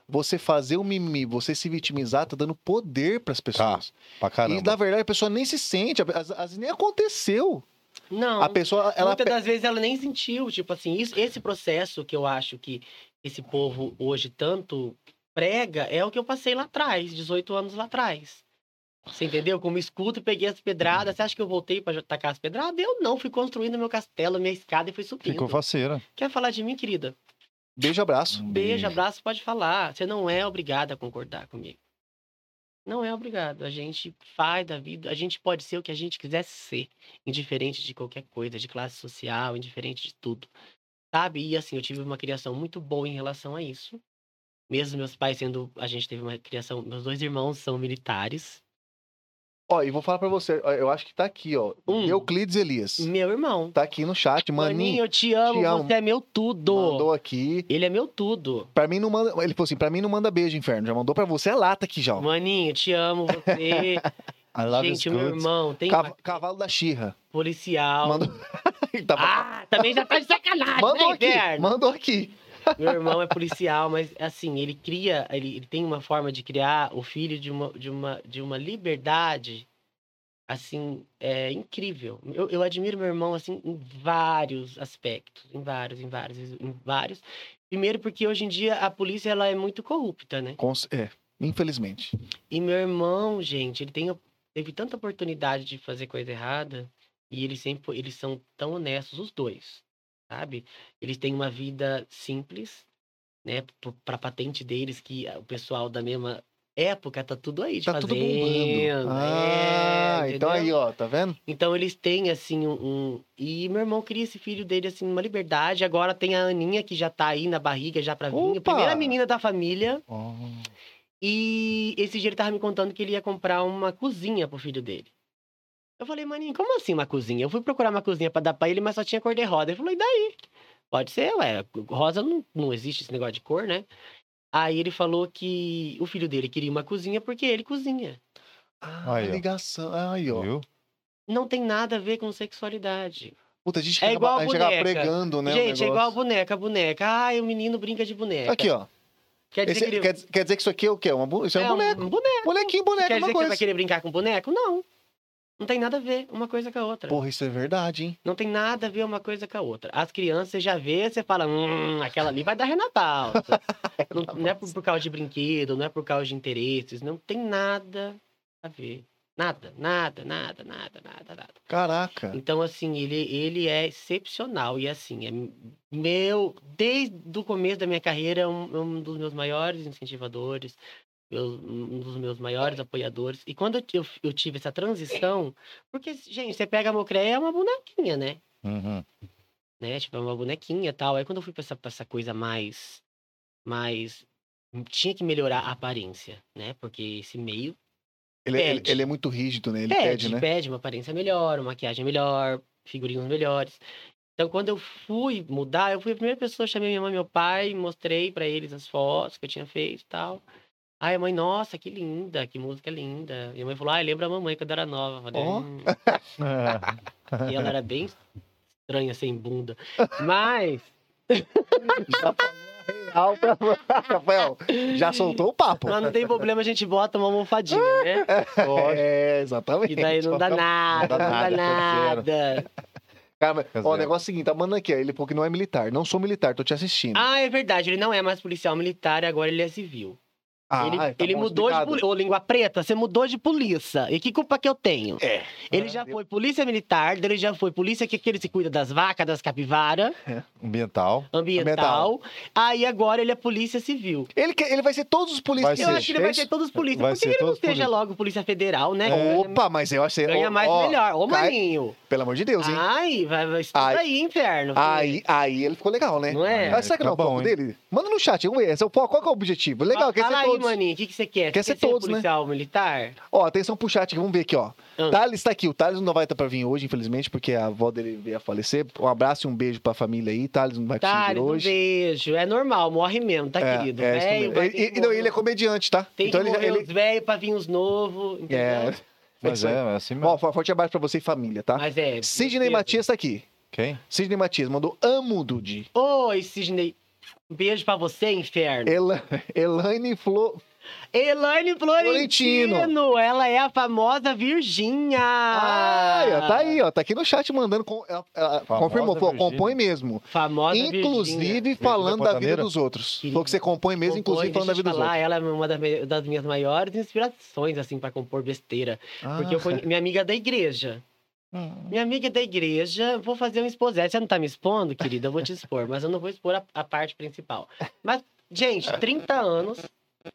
A: Você fazer o mimimi, você se vitimizar, tá dando poder pras pessoas.
B: Pra
A: e,
B: caramba.
A: na verdade, a pessoa nem se sente, às às vezes nem aconteceu.
C: Não.
A: A pessoa, ela...
C: Muitas das vezes ela nem sentiu, tipo assim, isso- esse processo que eu acho que esse povo hoje tanto prega é o que eu passei lá atrás, 18 anos lá atrás. Você entendeu? Como escudo, peguei as pedradas. Você acha que eu voltei pra tacar as pedradas? Eu não, fui construindo meu castelo, minha escada e fui subindo.
B: Ficou faceira.
C: Quer falar de mim, querida?
A: Beijo, abraço.
C: Beijo, abraço, pode falar. Você não é obrigada a concordar comigo. Não é obrigado. A gente faz da vida, a gente pode ser o que a gente quiser ser, indiferente de qualquer coisa, de classe social, indiferente de tudo. Sabe? E assim, eu tive uma criação muito boa em relação a isso. Mesmo meus pais sendo, a gente teve uma criação, meus dois irmãos são militares.
A: Ó, e vou falar pra você, ó, eu acho que tá aqui, ó.
C: Um.
A: Euclides Elias.
C: Meu irmão.
A: Tá aqui no chat, maninho.
C: Maninho, eu te amo,
A: te amo.
C: você é meu tudo.
A: Mandou aqui.
C: Ele é meu tudo.
A: Pra mim não manda. Ele falou assim: pra mim não manda beijo, inferno. Já mandou pra você a lata aqui já. ó.
C: Maninho, te amo, você.
B: I love
C: gente,
B: you,
C: meu
B: good.
C: irmão, tem
A: Cava- Cavalo da Xirra.
C: policial.
A: Mandou. Ele tava-
C: Ah, também já tá de sacanagem,
A: mandou
C: né,
A: aqui.
C: inferno?
A: Mandou aqui.
C: Meu irmão é policial, mas assim, ele cria, ele, ele tem uma forma de criar o filho de uma, de uma, de uma liberdade, assim, é incrível. Eu, eu admiro meu irmão, assim, em vários aspectos, em vários, em vários, em vários. Primeiro porque hoje em dia a polícia, ela é muito corrupta, né?
A: Cons- É, infelizmente.
C: E meu irmão, gente, ele tem, teve tanta oportunidade de fazer coisa errada e eles sempre eles são tão honestos os dois, sabe? Eles têm uma vida simples, né? Pro- Pra patente deles que o pessoal da mesma época tá tudo aí de
A: Tá tudo bombando.
C: fazenda,
A: Ah,
C: é,
A: então aí,
C: entendeu?
A: ó, tá vendo?
C: Então eles têm, assim, um, um- E meu irmão cria esse filho dele, assim, numa liberdade. Agora tem a Aninha, que já tá aí na barriga, já pra vir. A
A: Opa!
C: primeira menina da família.
B: Oh.
C: E esse dia ele tava me contando que ele ia comprar uma cozinha pro filho dele. Eu falei, maninho, como assim uma cozinha? Eu fui procurar uma cozinha pra dar pra ele, mas só tinha cor de rosa. Ele falou, e daí? Pode ser, ué. Rosa não, não existe esse negócio de cor, né? Aí ele falou que o filho dele queria uma cozinha porque ele cozinha.
A: Ah,
B: Aí, ó.
A: ligação. Aí, ó.
B: Viu?
C: Não tem nada a ver com sexualidade.
A: Puta, a gente,
C: É
A: acaba-
C: igual a
A: a gente acaba
C: boneca.
A: pregando, né? o
C: Gente, é igual a
A: negócio.
C: boneca, a boneca. Ai, o menino brinca de boneca. É
A: Aqui, ó.
C: Quer dizer
A: Esse-
C: que ele...
A: quer, dizer- quer dizer que isso aqui é o quê? Uma, bu- isso é, um boneco.
C: um boneco.
A: Bonequinho, boneco, uma
C: Quer dizer que ele vai
A: coisa.
C: querer brincar com boneco? Não. Não tem nada a ver uma coisa com a outra.
A: Porra, isso é verdade, hein?
C: Não tem nada a ver uma coisa com a outra. As crianças você já vê, você fala, hum, aquela ali vai dar Renatalta. não, não é por, por causa de brinquedo, não é por causa de interesses, não tem nada a ver. Nada, nada, nada, nada, nada, nada.
A: Caraca.
C: Então, assim, ele, ele é excepcional. E, assim, é meu. Desde o começo da minha carreira, é um, é um dos meus maiores incentivadores, meu- um dos meus maiores apoiadores. E quando eu, ti- eu, eu tive essa transição. Porque, gente, você pega a Mocreia, é uma bonequinha, né?
B: Uhum.
C: né? Tipo, é uma bonequinha e tal. Aí quando eu fui pra essa, pra essa coisa mais. mais. hum, Tinha que melhorar a aparência, né? Porque esse meio
A: Ele, ele-
C: pede.
A: ele é muito rígido, né? Ele
C: pede,
A: pede,
C: pede,
A: né?
C: uma aparência melhor, uma maquiagem melhor, figurinhos melhores. Então, quando eu fui mudar, eu fui a primeira pessoa, chamei minha mãe e meu pai, mostrei pra eles as fotos que eu tinha feito e tal. Aí a mãe, nossa, que linda, que música linda. Minha mãe falou, ai, lembra a mamãe quando era nova. Eu Falei,
A: Ó.
C: "Hum." E ela era bem estranha, sem bunda. Mas,
A: Já falou a real pra Rafael. Já soltou o papo.
C: Mas não tem problema, a gente bota uma almofadinha, né?
A: É, exatamente.
C: E daí não dá nada, não dá nada.
A: Cara, mas- ó,
B: Quer
A: o
B: dizer-
A: negócio é o seguinte, tá mandando aqui, ó, ele falou que não é militar. Não sou militar, tô te assistindo.
C: Ah, é verdade, ele não é mais policial militar e agora ele é civil.
A: Ah,
C: ele
A: tá
C: ele
A: bom,
C: mudou de
A: explicado.
C: polícia. Ô, língua preta, você mudou de polícia. E que culpa que eu tenho?
A: É.
C: Ele
A: Ah,
C: já
A: deu-
C: foi polícia militar, ele já foi polícia que, que ele se cuida das vacas, das capivaras,
B: Ambiental.
C: ambiental. Aí agora ele é polícia civil.
A: Ele, quer- ele vai ser todos os policiais.
B: Vai
C: eu
B: ser.
C: acho que ele vai
A: Esse-
C: ser todos os polícias.
B: Vai
C: Por que
B: ser
C: ele não
B: todos
C: seja
B: polícia.
C: logo polícia federal, né?
A: Opa, mas eu achei...
C: Ganha
A: ó,
C: mais
A: ó,
C: melhor. Ô,
A: cai-
C: maninho.
A: Pelo amor de Deus, hein?
C: Ai, vai, vai estuda
A: Ai.
C: aí, inferno.
A: Aí, aí ele ficou legal, né?
C: Ah, Não é?
A: Mas será que não é o
B: Tá bom,
A: foco dele? Manda no chat, vamos ver. Esse é o foco. Qual que é o objetivo? Legal,
C: Fala-
A: quer ser
C: Ah, Fala aí,
A: todos.
C: maninho, o que, que você quer?
A: Quer
C: Você
A: ser todos, né?
C: policial militar?
A: Ó, atenção pro chat aqui, vamos ver aqui, ó.
C: Ah.
A: Thales tá aqui. O Thales não vai estar pra vir hoje, infelizmente, porque a avó dele veio a falecer. Um abraço e um beijo pra família aí. Thales não vai
C: Tá,
A: conseguir vir
C: ele um
A: hoje.
C: beijo. É normal, morre mesmo, tá,
A: É,
C: querido?
A: é, isso
C: Velho,
A: mesmo.
C: vai
A: Ele-
C: ter que
A: e- não,
C: morrer-
A: ele é comediante, tá?
C: Tem
A: então
C: que
A: ele,
C: morrer
A: ele-
C: os velhos pra vir os novos, entendeu?
A: É.
B: Mas
A: isso
C: né?
A: aí.
B: é, é assim mesmo.
A: Ó, forte abraço pra você e família, tá?
C: Mas é.
A: Sidney
C: beleza.
A: Matias tá aqui.
B: Quem?
A: Sidney Matias mandou amo Dude.
C: Oi, Sidney. Um beijo pra você, inferno.
A: Ela, Elaine Flo.
C: Elaine Florentino. Ela é a famosa Virgínia. Ah!
A: Ai, ó, tá aí, ó. Tá aqui no chat mandando. com- ela- ela
B: Famosa
A: confirmou, falou,
B: Virgínia.
A: compõe mesmo.
C: Famosa
A: inclusive
C: Virgínia.
A: falando da vida
B: Pantaneira?
A: dos outros.
C: Querida.
A: Falou que você compõe mesmo, inclusive
C: Compõe,
A: falando da
C: deixa
A: vida
C: eu te
A: dos
C: falar,
A: outros.
C: Ela é uma das me- das minhas maiores inspirações, assim, pra compor besteira.
A: Ah,
C: Porque eu fui minha amiga é da igreja.
A: Hum.
C: Minha amiga é da igreja, vou fazer um exposé. Você não tá me expondo, querida? Eu vou te expor, mas eu não vou expor a, a parte principal. Mas, gente, 30 anos.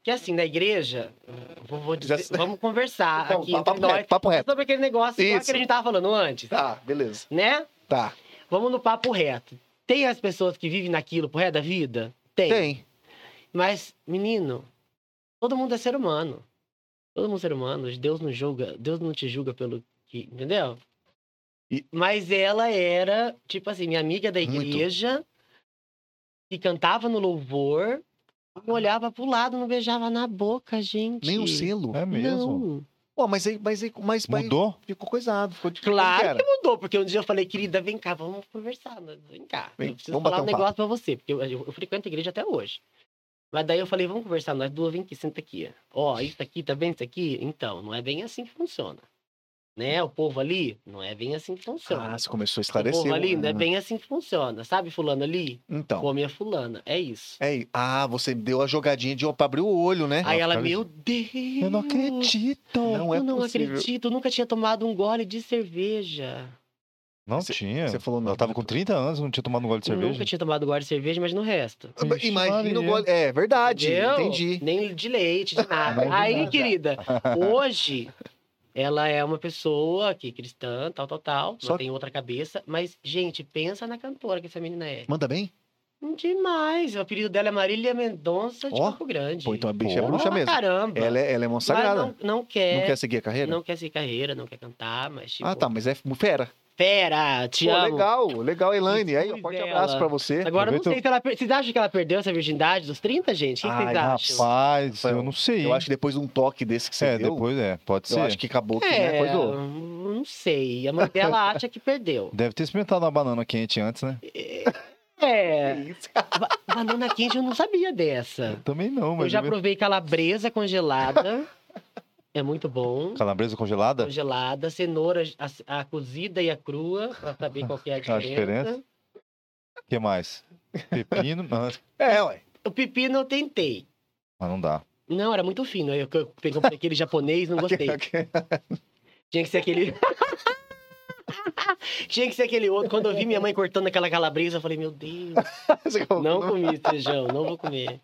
C: Que assim, na igreja, vou, vou dizer-
A: Já-
C: vamos conversar
A: Então,
C: aqui
A: pa-
C: entre
A: papo
C: nós
A: reto, papo reto.
C: sobre aquele negócio lá
A: Isso.
C: que a gente tava falando antes,
A: Tá, beleza.
C: né?
A: Tá.
C: Vamos no papo reto. Tem as pessoas que vivem naquilo pro resto da vida?
A: Tem.
C: Mas, menino, todo mundo é ser humano. Todo mundo é ser humano. Deus não julga, Deus não te julga pelo que. Entendeu?
A: E-
C: Mas ela era, tipo assim, minha amiga da
A: Muito.
C: igreja, que cantava no louvor, não olhava pro lado, não beijava na boca, gente.
A: Nem um selo.
B: É mesmo?
C: Não.
A: Pô, mas aí, mas aí, mas, mas
B: Mudou?
A: ficou coisado. Ficou de
C: Claro
A: Como que era?
C: Mudou, porque um dia eu falei, querida, vem cá, vamos conversar. né? Vem cá.
A: Vem,
C: eu preciso
A: vamos
C: falar
A: bater
C: um
A: um papo.
C: negócio pra você, porque eu, eu- eu frequento a igreja até hoje. Mas daí eu falei, vamos conversar, nós duas, vem aqui, senta aqui. Ó, isso aqui, tá vendo isso aqui? Então, não é bem assim que funciona. Né? O povo ali, não é bem assim que funciona.
A: Ah, você começou a
C: o
A: esclarecer.
C: povo ali, não é
A: Ah,
C: bem assim que funciona. Sabe, fulano ali?
A: Então.
C: Come a fulana, é isso.
A: É, aí. ah, você deu a jogadinha de ó, pra abrir o olho, né?
C: Aí ela,
B: cara,
C: meu Deus!
B: Eu não acredito.
A: Não é
C: eu não
A: possível.
C: acredito, eu nunca tinha tomado um gole de cerveja.
B: Não
A: Você-
B: tinha.
A: você falou não.
B: Ela tava com 30 anos, não tinha tomado um gole de
C: Eu
B: cerveja.
C: Nunca tinha tomado gole de cerveja, mas no resto.
B: Vixe,
A: Ah, Imagina o
B: Maria.
A: gole. É verdade,
C: Entendeu?
A: entendi.
C: Nem de leite, de nada.
B: Nem de
C: Aí,
A: nada.
C: querida, hoje ela é uma pessoa que é cristã, tal, tal, tal.
A: Só
C: Só tem outra cabeça. Mas, gente, pensa na cantora que essa menina é.
A: Manda bem?
C: Demais. O apelido dela é Marília Mendonça de
A: Ó,
C: Campo Grande.
A: Pô, então a bicha é
B: Porra.
A: bruxa
C: Pra
A: mesmo.
C: Caramba.
A: Ela é, ela é
C: Mas
A: monsagrada. Não,
C: Não, não quer.
A: quer seguir a carreira?
C: não quer seguir carreira, não quer cantar, mas tipo,
A: Ah, tá, mas é fera.
C: fera, te
A: Pô,
C: amo.
A: legal, legal, Elaine. Aí, ó,
C: Fui
A: forte
C: dela.
A: abraço pra você.
C: Agora eu não
B: Aproveita-
C: sei se ela. per- Vocês acham que ela perdeu essa virgindade dos 30, gente? O que, que
B: Ai,
C: vocês acham?
B: rapaz, eu não sei.
A: Eu acho que depois de um toque desse que você
B: é,
A: deu,
B: depois é, pode
A: eu
B: ser.
A: acho que acabou que né,
C: É,
A: coisou.
C: eu não sei. A mãe dela acha que perdeu.
B: Deve ter experimentado uma banana quente antes, né?
A: Que
C: É.
A: isso?
C: ba- Banana quente eu não sabia
A: É.
C: dessa.
B: Também não, mas.
C: Eu já provei calabresa congelada. É muito bom.
B: Calabresa congelada?
C: Congelada, cenoura, a, a cozida e a crua, pra saber qual que é a
B: A
C: diferença.
B: diferença. O que mais? Pepino? mas
A: É, ué.
C: O pepino eu tentei.
B: mas não dá.
C: Não, era muito fino. Eu, eu peguei aquele japonês, não gostei. Tinha que ser aquele. Tinha que ser aquele outro. Quando eu vi minha mãe cortando aquela calabresa, eu falei, meu Deus,
A: Você acabou-
C: não comi esse feijão, não vou comer.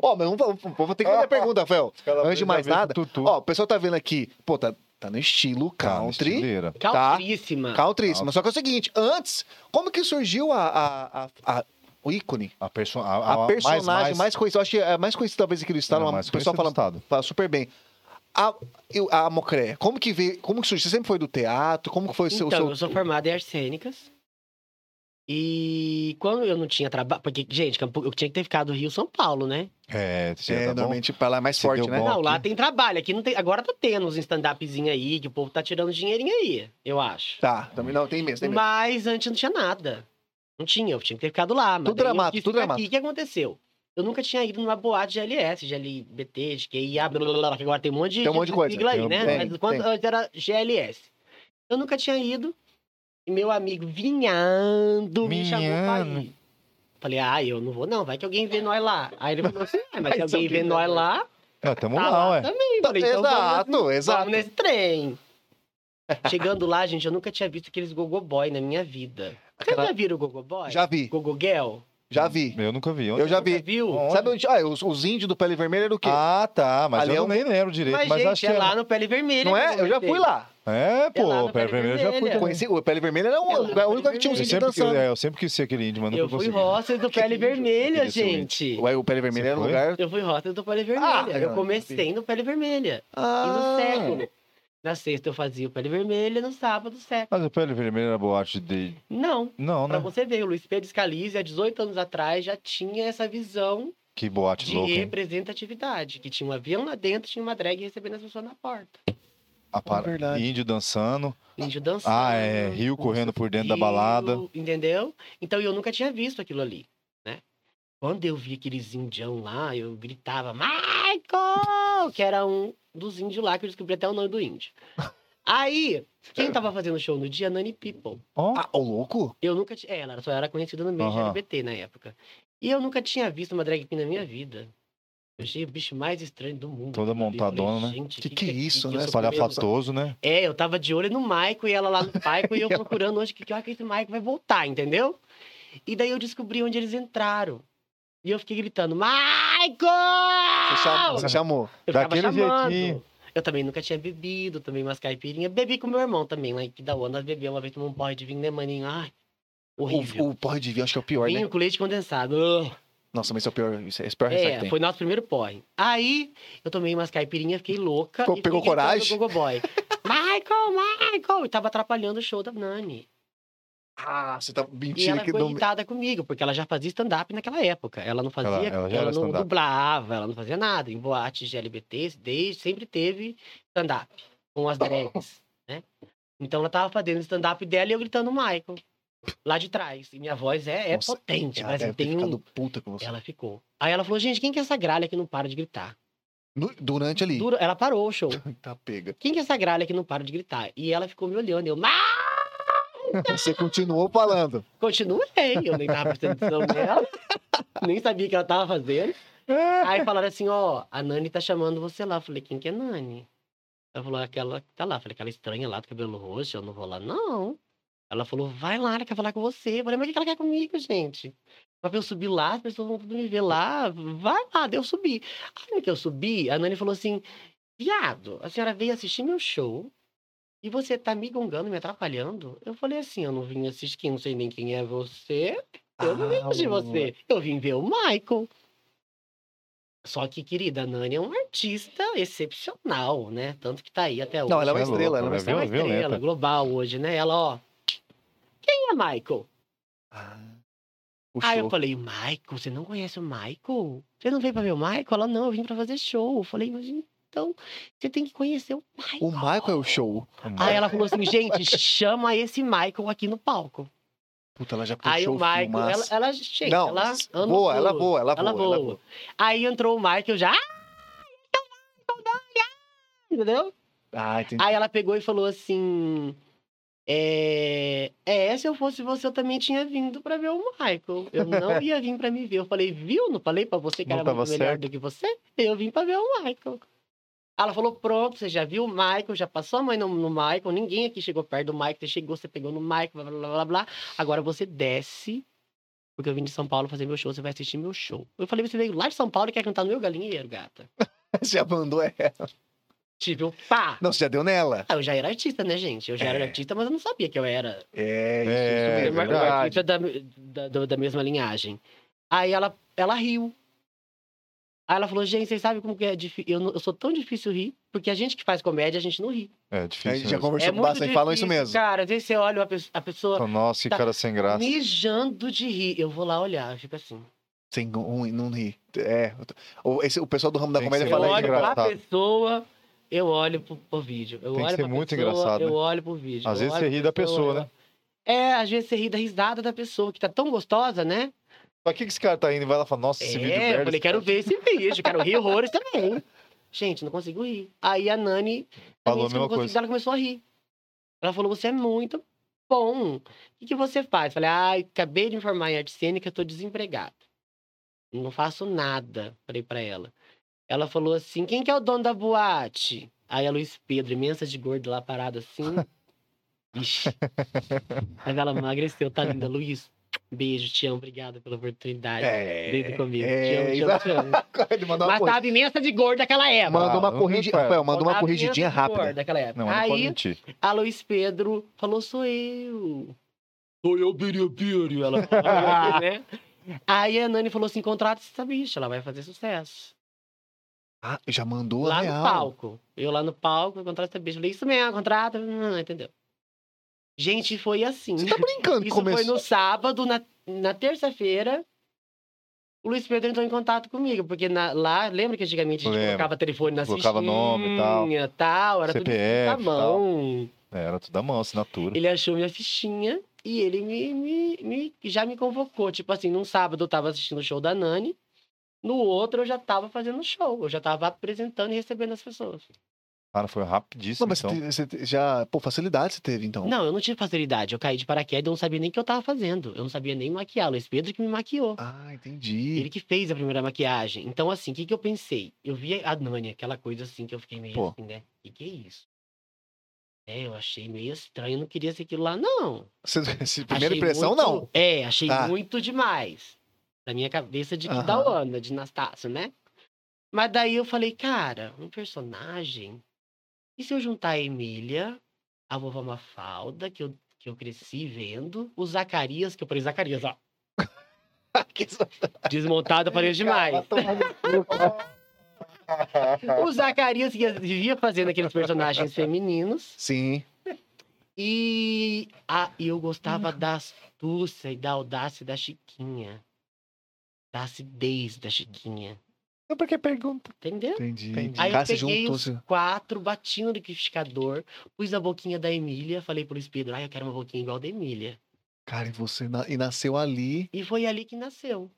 A: Ó, mas vamos, vamos, vamos ter que fazer a pergunta, Rafael. Antes de mais nada,
B: tutu.
A: ó, o pessoal tá vendo aqui, pô, tá, tá no estilo
B: Cara,
A: country.
B: estileira.
C: Caltríssima.
A: Caltríssima. Só que é o seguinte, antes, como que surgiu a, a- a- a- o ícone?
B: A, perso...
A: A personagem mais,
B: mais
A: conhecida, eu acho que é a mais conhecida talvez aqui do estado,
B: É,
A: mas
B: mais
A: o pessoal fala,
B: conhecida do
A: fala super bem. A, eu- a Mocré, como que veio, como que surgiu? Você sempre foi do teatro? Como que foi o seu...
C: Então,
A: seu-
C: eu sou formado em arsênicas. E quando eu não tinha trabalho. Porque, gente, Campo- eu tinha que ter ficado Rio São Paulo, né?
B: É, você
A: É,
B: tá bom?
A: normalmente pra lá é mais
B: Se
A: forte,
B: deu
A: né?
B: bom.
C: não, lá
B: aqui.
C: tem trabalho. Aqui não tem. Agora tá tendo uns stand-upzinhos aí, que o povo tá tirando dinheirinho aí, eu acho.
A: Tá, também não, tem mesmo, tem mesmo.
C: Mas antes não tinha nada. Não tinha, eu tinha que ter ficado lá. Mas
A: Tudo
C: daí eu
A: dramato,
C: quis
A: tudo
C: ficar
A: dramato.
C: aqui. O que aconteceu? Eu nunca tinha ido numa boate de LS, GLBT, de QIA, blá, blá, blá, blá, que agora tem um monte de,
A: Tem um monte de coisa.
C: sigla aí,
B: Tem,
C: né?
A: tem,
C: Mas quando,
A: tem.
C: antes era GLS. Eu nunca tinha ido. E meu amigo vinhando me chamou pra
B: Vinhando.
C: ir. Falei, ah, eu não vou não, vai que alguém vê nós lá. Aí ele falou assim, ah, mas
A: Mas
C: se alguém
A: alguém vê
C: vê nós
A: nós.
C: lá,
B: Ah, tamo
C: tá
B: lá,
C: lá
B: ué.
C: também. Falei, então vamos
A: exato, exato.
C: Vamos nesse trem. Chegando lá, gente, eu nunca tinha visto aqueles gogoboy na minha vida. Vocês
A: Aquela-
C: já viram o gogoboy?
A: Já vi,
C: Gogogel?
A: já vi.
B: Eu nunca vi. Onde-
A: Eu já vi.
C: viu?
B: Onde?
A: Sabe onde? Ah, os, os índios do Pele Vermelha era o quê?
B: Ah, tá. Mas
A: Ali é
B: eu
A: um-
B: nem lembro direito.
C: Mas,
B: Mas,
C: gente,
B: acho que
C: é lá no Pele Vermelha.
A: não
C: que
A: é? Eu já
C: comecei.
A: fui lá.
B: É,
C: É lá
B: pô,
C: no
B: Pera Vermelho eu já fui.
C: Vermelho.
B: também.
A: Conheci, o Pele Vermelho era
C: É
A: um
C: lá no
A: lugar, o único que tinha uns
B: Eu
C: Pele
A: índios
B: sempre, que-
A: dançando.
B: é, eu sempre quis ser aquele índio, mas nunca
C: Eu fui
B: consegui.
C: roça do Pele Vermelha,
B: queria ser um
C: gente.
A: Ué, o Pele Vermelho
B: Você
A: era um
B: foi?
A: lugar.
C: Eu fui roça do Pele Vermelha.
A: Ah,
C: eu comecei no Pele Vermelha. E no século. Na sexta eu fazia o Pele Vermelha, no sábado o século.
B: Mas o Pele Vermelho era boate de...
C: Não.
B: Não,
C: Pra
B: né?
C: você ver, o Luiz Pedro Scalise, há 18 anos atrás, já tinha essa visão
B: Que boate
C: de
B: louca, hein?
C: representatividade. Que tinha um avião lá dentro, tinha uma drag recebendo as pessoas na porta.
B: A par-
A: verdade.
B: Índio dançando.
C: Índio dançando.
B: Ah, é. Rio correndo por dentro da
C: Rio,
B: balada.
C: Entendeu? Então eu nunca tinha visto aquilo ali, né? Quando eu vi aqueles indião lá, eu gritava, Michael! Que era um dos índios lá, que eu descobri até o nome do índio. Aí, quem tava fazendo show no dia? Nani People.
B: Ó,
A: Ah, ô louco?
C: Eu nunca tinha. é, Ela só era conhecida no meio
B: Aham.
C: LGBT na época. E eu nunca tinha visto uma drag queen na minha vida. Eu achei o bicho mais estranho do mundo.
B: Toda
C: Aquilo ali. Eu falei,
B: montadona, né?
C: "Gente,
A: Que que é
C: aqui?
A: isso,
C: eu
A: né?
C: sou primeiro-
B: palhafatoso, né?
C: é, eu tava de olho no Maico e ela lá no Paico e eu procurando onde que, que hora que esse Maico vai voltar, entendeu? E daí eu descobri onde eles entraram. E eu fiquei gritando, Maico!
A: Você chamou. Você chamou.
C: Eu ficava
B: Daquele
C: chamando.
B: jeitinho.
C: Eu também nunca tinha bebido, também umas caipirinhas. Bebi com meu irmão também, lá em Kidaúna. Nós bebemos uma vez, tomamos um porre de vinho, né, maninho? Ai, horrível.
A: O, o porre de vinho acho que é o pior,
C: vinho
A: né?
C: com leite condensado. Ugh.
A: Nossa, mas esse é o pior. Esse é esse é o pior receita que
C: É,
A: tem.
C: foi nosso primeiro porre. Aí eu tomei umas caipirinhas, fiquei louca.
A: Ficou-
C: e
A: pegou
C: fiquei gritando
A: coragem?
C: no Gogo Boy. Michael, Michael! E tava atrapalhando o show da Nani.
A: Ah, você tá
C: E
A: mentindo
C: ela
A: que
C: foi
A: não.
C: irritada comigo, porque ela já fazia stand-up naquela época. Ela não fazia,
B: Ela-
C: ela,
B: ela já era
C: não
B: stand-up.
C: dublava, ela não fazia nada. Em boates de LBT, desde sempre teve stand-up com as drags, né? Então ela tava fazendo o stand-up dela e eu gritando Michael. Lá de trás. E minha voz é, é
A: Nossa,
C: potente,
A: Ela
C: mas
A: deve
C: eu
A: ter
C: tenho. um
A: ficado puta com você.
C: Ela ficou. Aí ela falou, gente, quem que é essa gralha que não para de gritar?
A: No- Durante ali.
C: Dura- Ela parou o show.
A: Tá, pega.
C: Quem que é essa gralha que não para de gritar? E ela ficou me olhando. Eu, mas
A: Você continuou falando.
C: continuei. Eu nem tava prestando atenção nela. Nem sabia o que ela tava fazendo. Aí falaram assim, ó, a Nani tá chamando você lá. Eu falei, quem que é Nani? Ela falou, aquela que tá lá. Eu falei, aquela estranha lá do cabelo roxo, eu não vou lá, não. Ela falou, vai lá, ela quer falar com você. Eu falei, mas o que que ela quer comigo, gente? Pra eu subir lá, as pessoas vão tudo me ver lá. Vai lá, daí eu subi. Aí que eu subi, a Nani falou assim, viado, a senhora veio assistir meu show e você tá me gongando, me atrapalhando. Eu falei assim, eu não vim assistir, eu não sei nem quem é você. Eu não vim
A: Ah,
C: assistir você. Eu vim ver o Michael. Só que, querida, a Nani é uma artista excepcional, né? Tanto que tá aí até hoje.
A: Não, ela é uma
B: É
A: estrela.
B: louco,
A: Ela é uma
B: né?
A: estrela.
C: uma
B: viol-
C: estrela
B: violenta.
C: global hoje, né? Ela, ó. Quem é Michael?
A: Ah,
C: Aí eu
A: puxou.
C: falei, Michael, você não conhece o Michael? Você não veio pra ver o Michael? Ela, não, eu vim pra fazer show. Eu falei, mas então, você tem que conhecer o Michael.
A: O Michael é o show.
B: Hum,
C: Aí ela falou assim, gente, chama esse Michael aqui no palco.
A: Puta, ela já puxou
C: Aí o
A: o
C: Michael, ela,
A: filmaço.
C: ela, gente,
A: Não,
C: ela ama
A: boa, ela
C: tudo.
A: voa, ela voa,
C: Ela voa.
A: ela é voa.
C: Aí entrou o Michael já, ah, então vai, então vai, ah", entendeu?
A: Ah, entendi.
C: Aí ela pegou e falou assim, é, é, se eu fosse você, eu também tinha vindo pra ver o Michael. Eu não ia vir pra me ver. Eu falei, viu? Não falei pra você que
B: Não
C: era
B: tava
C: muito melhor
B: certo.
C: do que você? Eu vim pra ver o Michael. Ela falou, pronto, você já viu o Michael, já passou a mãe no, no Michael, ninguém aqui chegou perto do Michael, você chegou, você pegou no Michael, blá, blá, blá, blá, blá. Agora você desce, porque eu vim de São Paulo fazer meu show, você vai assistir meu show. Eu falei, você veio lá de São Paulo e quer cantar no meu galinheiro, gata.
A: Você já mandou é.
C: Tive um pá!
A: Não, você já deu nela.
C: Ah, eu já era artista, né, gente? Eu já era
A: É.
C: artista, mas eu não sabia que eu era
A: É, isso,
B: É,
A: isso
C: Eu
A: mesmo.
C: era
A: É
C: um
A: verdade.
C: artista da, da, do- da mesma linhagem. Aí ela, ela riu. Aí ela falou, gente, vocês sabem como que é difícil. Eu, não- eu sou tão difícil rir, porque a gente que faz comédia, a gente não ri.
B: É
A: A gente
B: difícil.
A: já
B: mesmo.
A: conversou
C: é muito
A: bastante, falam isso
C: difícil,
A: mesmo.
C: Cara, às vezes você olha uma pe- a pessoa
B: Nossa, que
C: Tá.
B: cara sem graça.
C: mijando de rir. Eu vou lá olhar, eu fico assim.
A: Sem ruim, não ri. É. O, esse- o pessoal do ramo da
B: Tem que
A: comédia
B: ser
C: Eu
A: fala isso.
C: olho
A: cara.
B: engraçado.
C: pra pessoa, eu olho pro, pro vídeo. Eu
B: Tem que
C: olho
B: ser
C: pra
B: muito
C: pessoa,
B: engraçado,
C: Eu
B: né?
C: olho pro vídeo.
B: Às
C: eu
B: vezes
C: olho
B: você
C: pra
B: ri da pessoa,
C: eu-
B: né?
C: É, às vezes você ri da risada da pessoa, que tá tão gostosa, né?
B: Pra que, que esse cara tá indo e vai lá e fala, nossa, esse vídeo
C: é,
B: merda.
C: eu falei,
B: esse
C: quero
B: cara
C: ver esse vídeo, quero rir horrores também. Gente, não consigo rir. Aí a
B: Falou
C: Nani
B: a
C: disse que eu não
B: mesma
C: consigo,
B: coisa.
C: ela começou a rir. Ela falou, você é muito bom. O que, que você faz? Falei, ai, acabei de me formar em arte cênica, tô desempregada. Não faço nada, falei pra ela. Ela falou assim, quem que é o dono da boate? Aí a Luiz Pedro, imensa de gordo lá parada assim. Ixi. Mas ela emagreceu, tá linda. Luiz, beijo, te amo, obrigada pela oportunidade.
A: É.
C: Desde o começo. Te amo,
A: É,
C: te amo,
A: exato.
C: te amo.
A: Ele mandou uma
C: Mas tá,
A: corrigida.
C: tava imensa de gordo daquela época.
A: Mandou
B: Ah,
A: uma
B: não
A: corrigi-
B: deu pra ela.
A: Rafael, mandou uma
C: Tava imensa
A: corrigidinha
C: de
A: rápida.
C: tá assim, gordo Daquela época.
B: Não, mas não pode
C: Aí,
B: mentir.
C: a Luiz Pedro falou, sou eu. Sou eu, Biri, Biri. Ela falou, né? Aí a Nani falou assim, contrata essa bicha, ela vai fazer sucesso.
A: Ah, já mandou a
C: lá
A: real.
C: no palco. Eu lá no palco, contrata essa bicha. Falei, isso mesmo, contrata. Hum, entendeu? Gente, foi assim.
A: Você tá brincando que
C: Isso foi
A: começou.
C: no sábado, na, na terça-feira. o Luiz Pedro entrou em contato comigo, porque na- lá, lembra que antigamente a gente
B: Lembro.
C: colocava telefone na
B: Colocava nome e tal.
C: fichinha, tal, era
B: CPF e
C: tudo na
B: tal.
C: mão.
B: É, era tudo à mão, assinatura.
C: Ele achou minha fichinha e ele me, me- me- já me convocou. Tipo assim, num sábado eu tava assistindo o show da Nani, no outro eu já tava fazendo show, eu já tava apresentando e recebendo as pessoas.
B: Cara, foi rapidíssimo.
A: Não, mas
B: então.
A: te- você te- já. Pô, facilidade você teve, então.
C: Não, eu não tive facilidade, eu caí de paraquedas, eu não sabia nem o que eu tava fazendo, eu não sabia nem maquiar. Luiz Pedro que me maquiou.
A: Ah, entendi.
C: Ele que fez a primeira maquiagem. Então, assim, o que, que eu pensei? Eu vi a Nani, aquela coisa assim que eu fiquei meio
A: Pô.
C: assim, né? O que, que é isso? É, eu achei meio estranho, eu não queria ser aquilo lá, não.
A: Você- se- primeira
C: Achei
A: impressão,
C: muito-
A: não.
C: É, achei
A: Tá.
C: muito demais. Da minha cabeça de
A: Aham.
C: Kidawana, de Nastácio, né? Mas daí eu falei, cara, um personagem. E se eu juntar a Emília, a vovó Mafalda, que eu, que eu cresci vendo, o Zacarias, que eu falei, Zacarias, ó, desmontado, eu falei demais. O Zacarias que vivia fazendo aqueles personagens femininos.
A: Sim.
C: E a, e eu gostava da astúcia e da audácia da Chiquinha. Da acidez da Chiquinha.
B: Não, porque pergunta.
C: Entendeu?
A: Entendi.
B: Entendi.
C: Aí
A: Cara,
C: eu
A: você
C: peguei
A: juntou.
C: os
A: você-
C: quatro, bati no liquidificador, pus a boquinha da Emília, falei pro Luiz Pedro, ah, eu quero uma boquinha igual a da Emília.
A: Cara, e você na- e nasceu ali.
C: E foi ali que nasceu.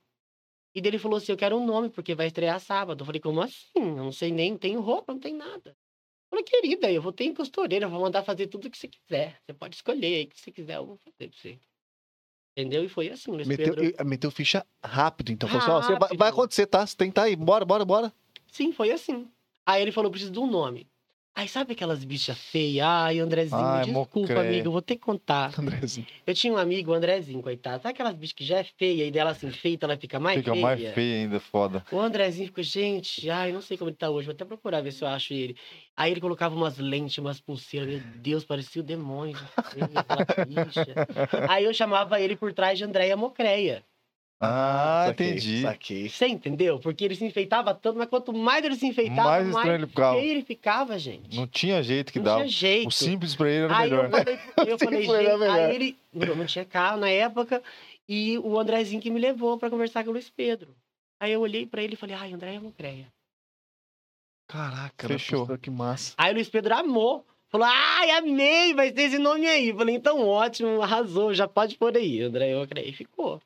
C: E dele falou assim, eu quero um nome, porque vai estrear sábado. Eu falei, como assim? Eu não sei nem, não tenho roupa, não tenho nada. Eu falei, querida, eu vou ter em costureira, eu vou mandar fazer tudo o que você quiser. Você pode escolher aí, o que você quiser, eu vou fazer pra você. Entendeu? E foi assim, Luiz
A: Meteu,
C: Pedro.
A: e- meteu ficha rápido, então. Falou assim, ó, você vai,
C: Rápido.
A: vai acontecer, tá? Você tentar aí. Bora, bora, bora.
C: Sim, foi assim. Aí ele falou, preciso de um nome. Aí sabe aquelas bichas feias? Ai, Andrezinho,
B: Ai,
C: desculpa,
B: mocré.
C: amigo, eu vou ter que contar.
A: Andrezinho.
C: Eu tinha um amigo, o Andrezinho, coitado. Sabe aquelas bichas que já é feia e dela assim, feita, ela fica mais
B: Fica
C: feia?
B: mais feio ainda, foda.
C: O Andrezinho ficou, gente, ai, não sei como ele tá hoje, vou até procurar ver se eu acho ele. Aí ele colocava umas lentes, umas pulseiras, meu Deus, parecia o demônio. aquela bicha. Aí eu chamava ele por trás de Andréia Mocreia.
B: Ah,
A: Saquei,
B: entendi.
A: Saquei.
C: Você entendeu? Porque ele se enfeitava tanto, mas quanto mais ele se enfeitava,
B: Mais
C: mais,
B: estranho ele ficava.
C: feio ele ficava, gente.
B: Não tinha jeito que
C: não
B: dava.
C: tinha jeito.
B: O simples pra ele era o
C: Aí
B: melhor.
C: eu falei, eu falei,
A: Sim, foi
C: gente,
A: melhor.
C: aí ele não, não tinha carro na época e o Andrezinho que me levou pra conversar com o Luiz Pedro. Aí eu olhei pra ele e falei, ai, André é Mocreia.
A: Caraca,
B: Fechou.
A: Fechou. que massa.
C: Aí o Luiz Pedro amou. Falou, ai, amei, vai ter esse nome aí. Eu Falei, então ótimo, arrasou, já pode pôr aí, André Mocreia. E ficou.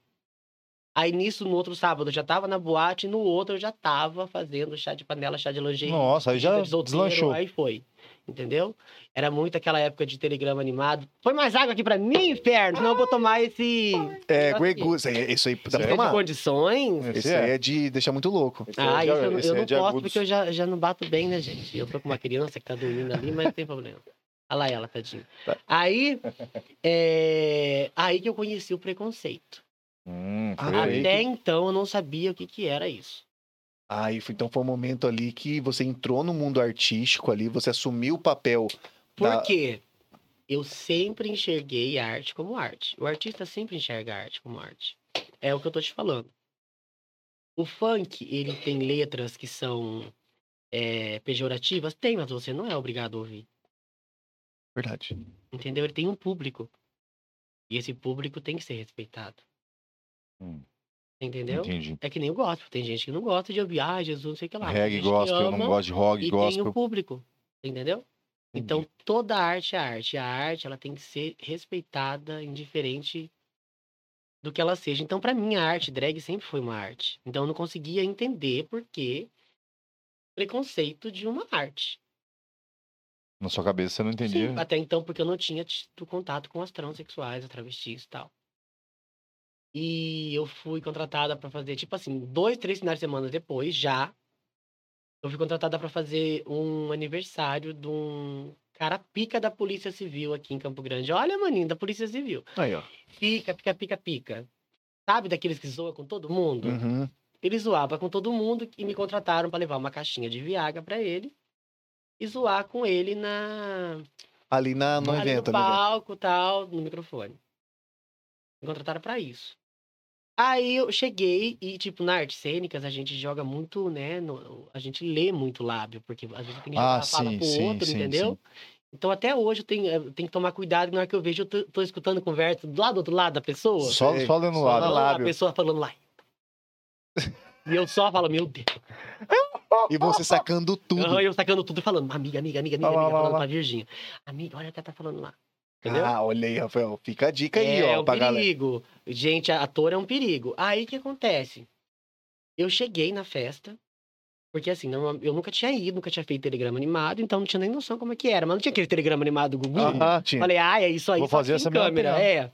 C: Aí nisso, no outro sábado, eu já tava na boate, no outro eu já tava fazendo chá de panela, chá de lingerie.
B: Nossa, aí já
C: Vida de solteiro,
B: deslanchou.
C: Aí foi. Entendeu? Era muito aquela época de telegrama animado. Põe mais água aqui pra mim, inferno! Senão eu vou tomar esse.
A: É,
C: Nossa,
A: Grey
C: que-
A: Goose. é- Isso aí dá
C: esse
A: pra
C: de
A: tomar.
C: condições.
A: Esse aí é de deixar muito louco.
B: Esse
C: Ah,
B: é de-
C: isso eu, não-
B: esse
C: eu
B: é
C: não
B: de
C: posso
B: agudos.
C: porque eu já, já não bato bem, né, gente? Eu tô com uma criança que tá dormindo ali, mas não tem problema. Olha lá ela, tadinha.
B: Tá.
C: Aí, é, aí que eu conheci o preconceito.
B: Hum, foi
A: Ah,
B: aí.
A: é.
C: Até então eu não sabia o que, que era isso.
A: Aí, foi- então foi um momento ali que você entrou no mundo artístico ali, você assumiu o papel. da-
B: Tá.
C: Por quê? Eu sempre enxerguei a arte como arte. O artista sempre enxerga a arte como arte. É o que eu tô te falando. O funk, ele tem letras que são é, pejorativas? Tem, mas você não é obrigado a ouvir.
A: Verdade.
C: Entendeu? Ele tem um público. E esse público tem que ser respeitado.
B: Hum.
C: Entendeu?
B: Entendi.
C: É que nem o gospel. Tem gente que não gosta de ouvir, ah, Jesus, não sei o que lá. Tem
B: Reggae
C: gente que
B: gospel, eu não
C: ama.
B: gosto de rock
C: e tem o
B: gospel.
C: público, entendeu? Então toda arte é arte, a arte ela tem que ser respeitada, indiferente do que ela seja. Então para mim a arte drag sempre foi uma arte. Então eu não conseguia entender por que preconceito de uma arte.
B: Na sua cabeça você não entendia.
C: Sim, até então porque eu não tinha tido contato com as transexuais, as travestis e tal. E eu fui contratada para fazer, tipo assim, dois, três finais de semana depois, já. Eu fui contratada para fazer um aniversário de um cara pica da Polícia Civil aqui em Campo Grande. Olha, maninho, da Polícia Civil.
A: Aí, ó.
C: Pica, pica, pica, pica. Sabe daqueles que zoam com todo mundo?
A: Uhum.
C: Ele zoava com todo mundo e me contrataram para levar uma caixinha de Viagra para ele e zoar com ele na
A: Ali na, né, no
C: ali
A: evento.
C: no
A: ali no evento.
C: palco, tal, no microfone. Me contrataram pra isso. Aí eu cheguei e, tipo, na artes cênicas a gente joga muito, né? no- a gente lê muito lábio, porque às vezes tem que jogar
B: Ah,
C: a fala
B: sim,
C: pro
B: sim,
C: outro,
B: sim,
C: entendeu?
B: sim.
C: Então até hoje eu tenho, eu tenho que tomar cuidado, que na hora que eu vejo eu tô, tô escutando conversa do lado do outro lado da pessoa.
B: Só,
A: Sei.
B: só lendo
A: Só
B: lá.
A: no
C: Olha
B: né?
C: lá, a
A: lábio.
C: pessoa falando lá. E eu só falo, meu Deus.
A: E você sacando tudo.
C: Aham, Eu sacando tudo e falando, amiga, amiga, amiga, amiga,
A: Lá, lá,
C: amiga,
A: lá,
C: falando
A: lá.
C: pra Virgínia. Amiga, olha o que ela tá falando lá. Entendeu?
A: Ah, olha aí, Rafael. Fica a dica aí,
C: é
A: ó,
C: um
A: pra galera.
C: perigo. Gente, ator é um perigo. Aí o que acontece? Eu cheguei na festa, porque assim, não- eu nunca tinha ido, nunca tinha feito telegrama animado, então não tinha nem noção como é que era. Mas não tinha aquele telegrama animado do Gugu.
A: Aham, tinha.
C: Falei, ah, é isso aí.
B: Vou
C: só
B: fazer
C: que em
B: essa mesma
C: câmera.
B: piada.
C: É.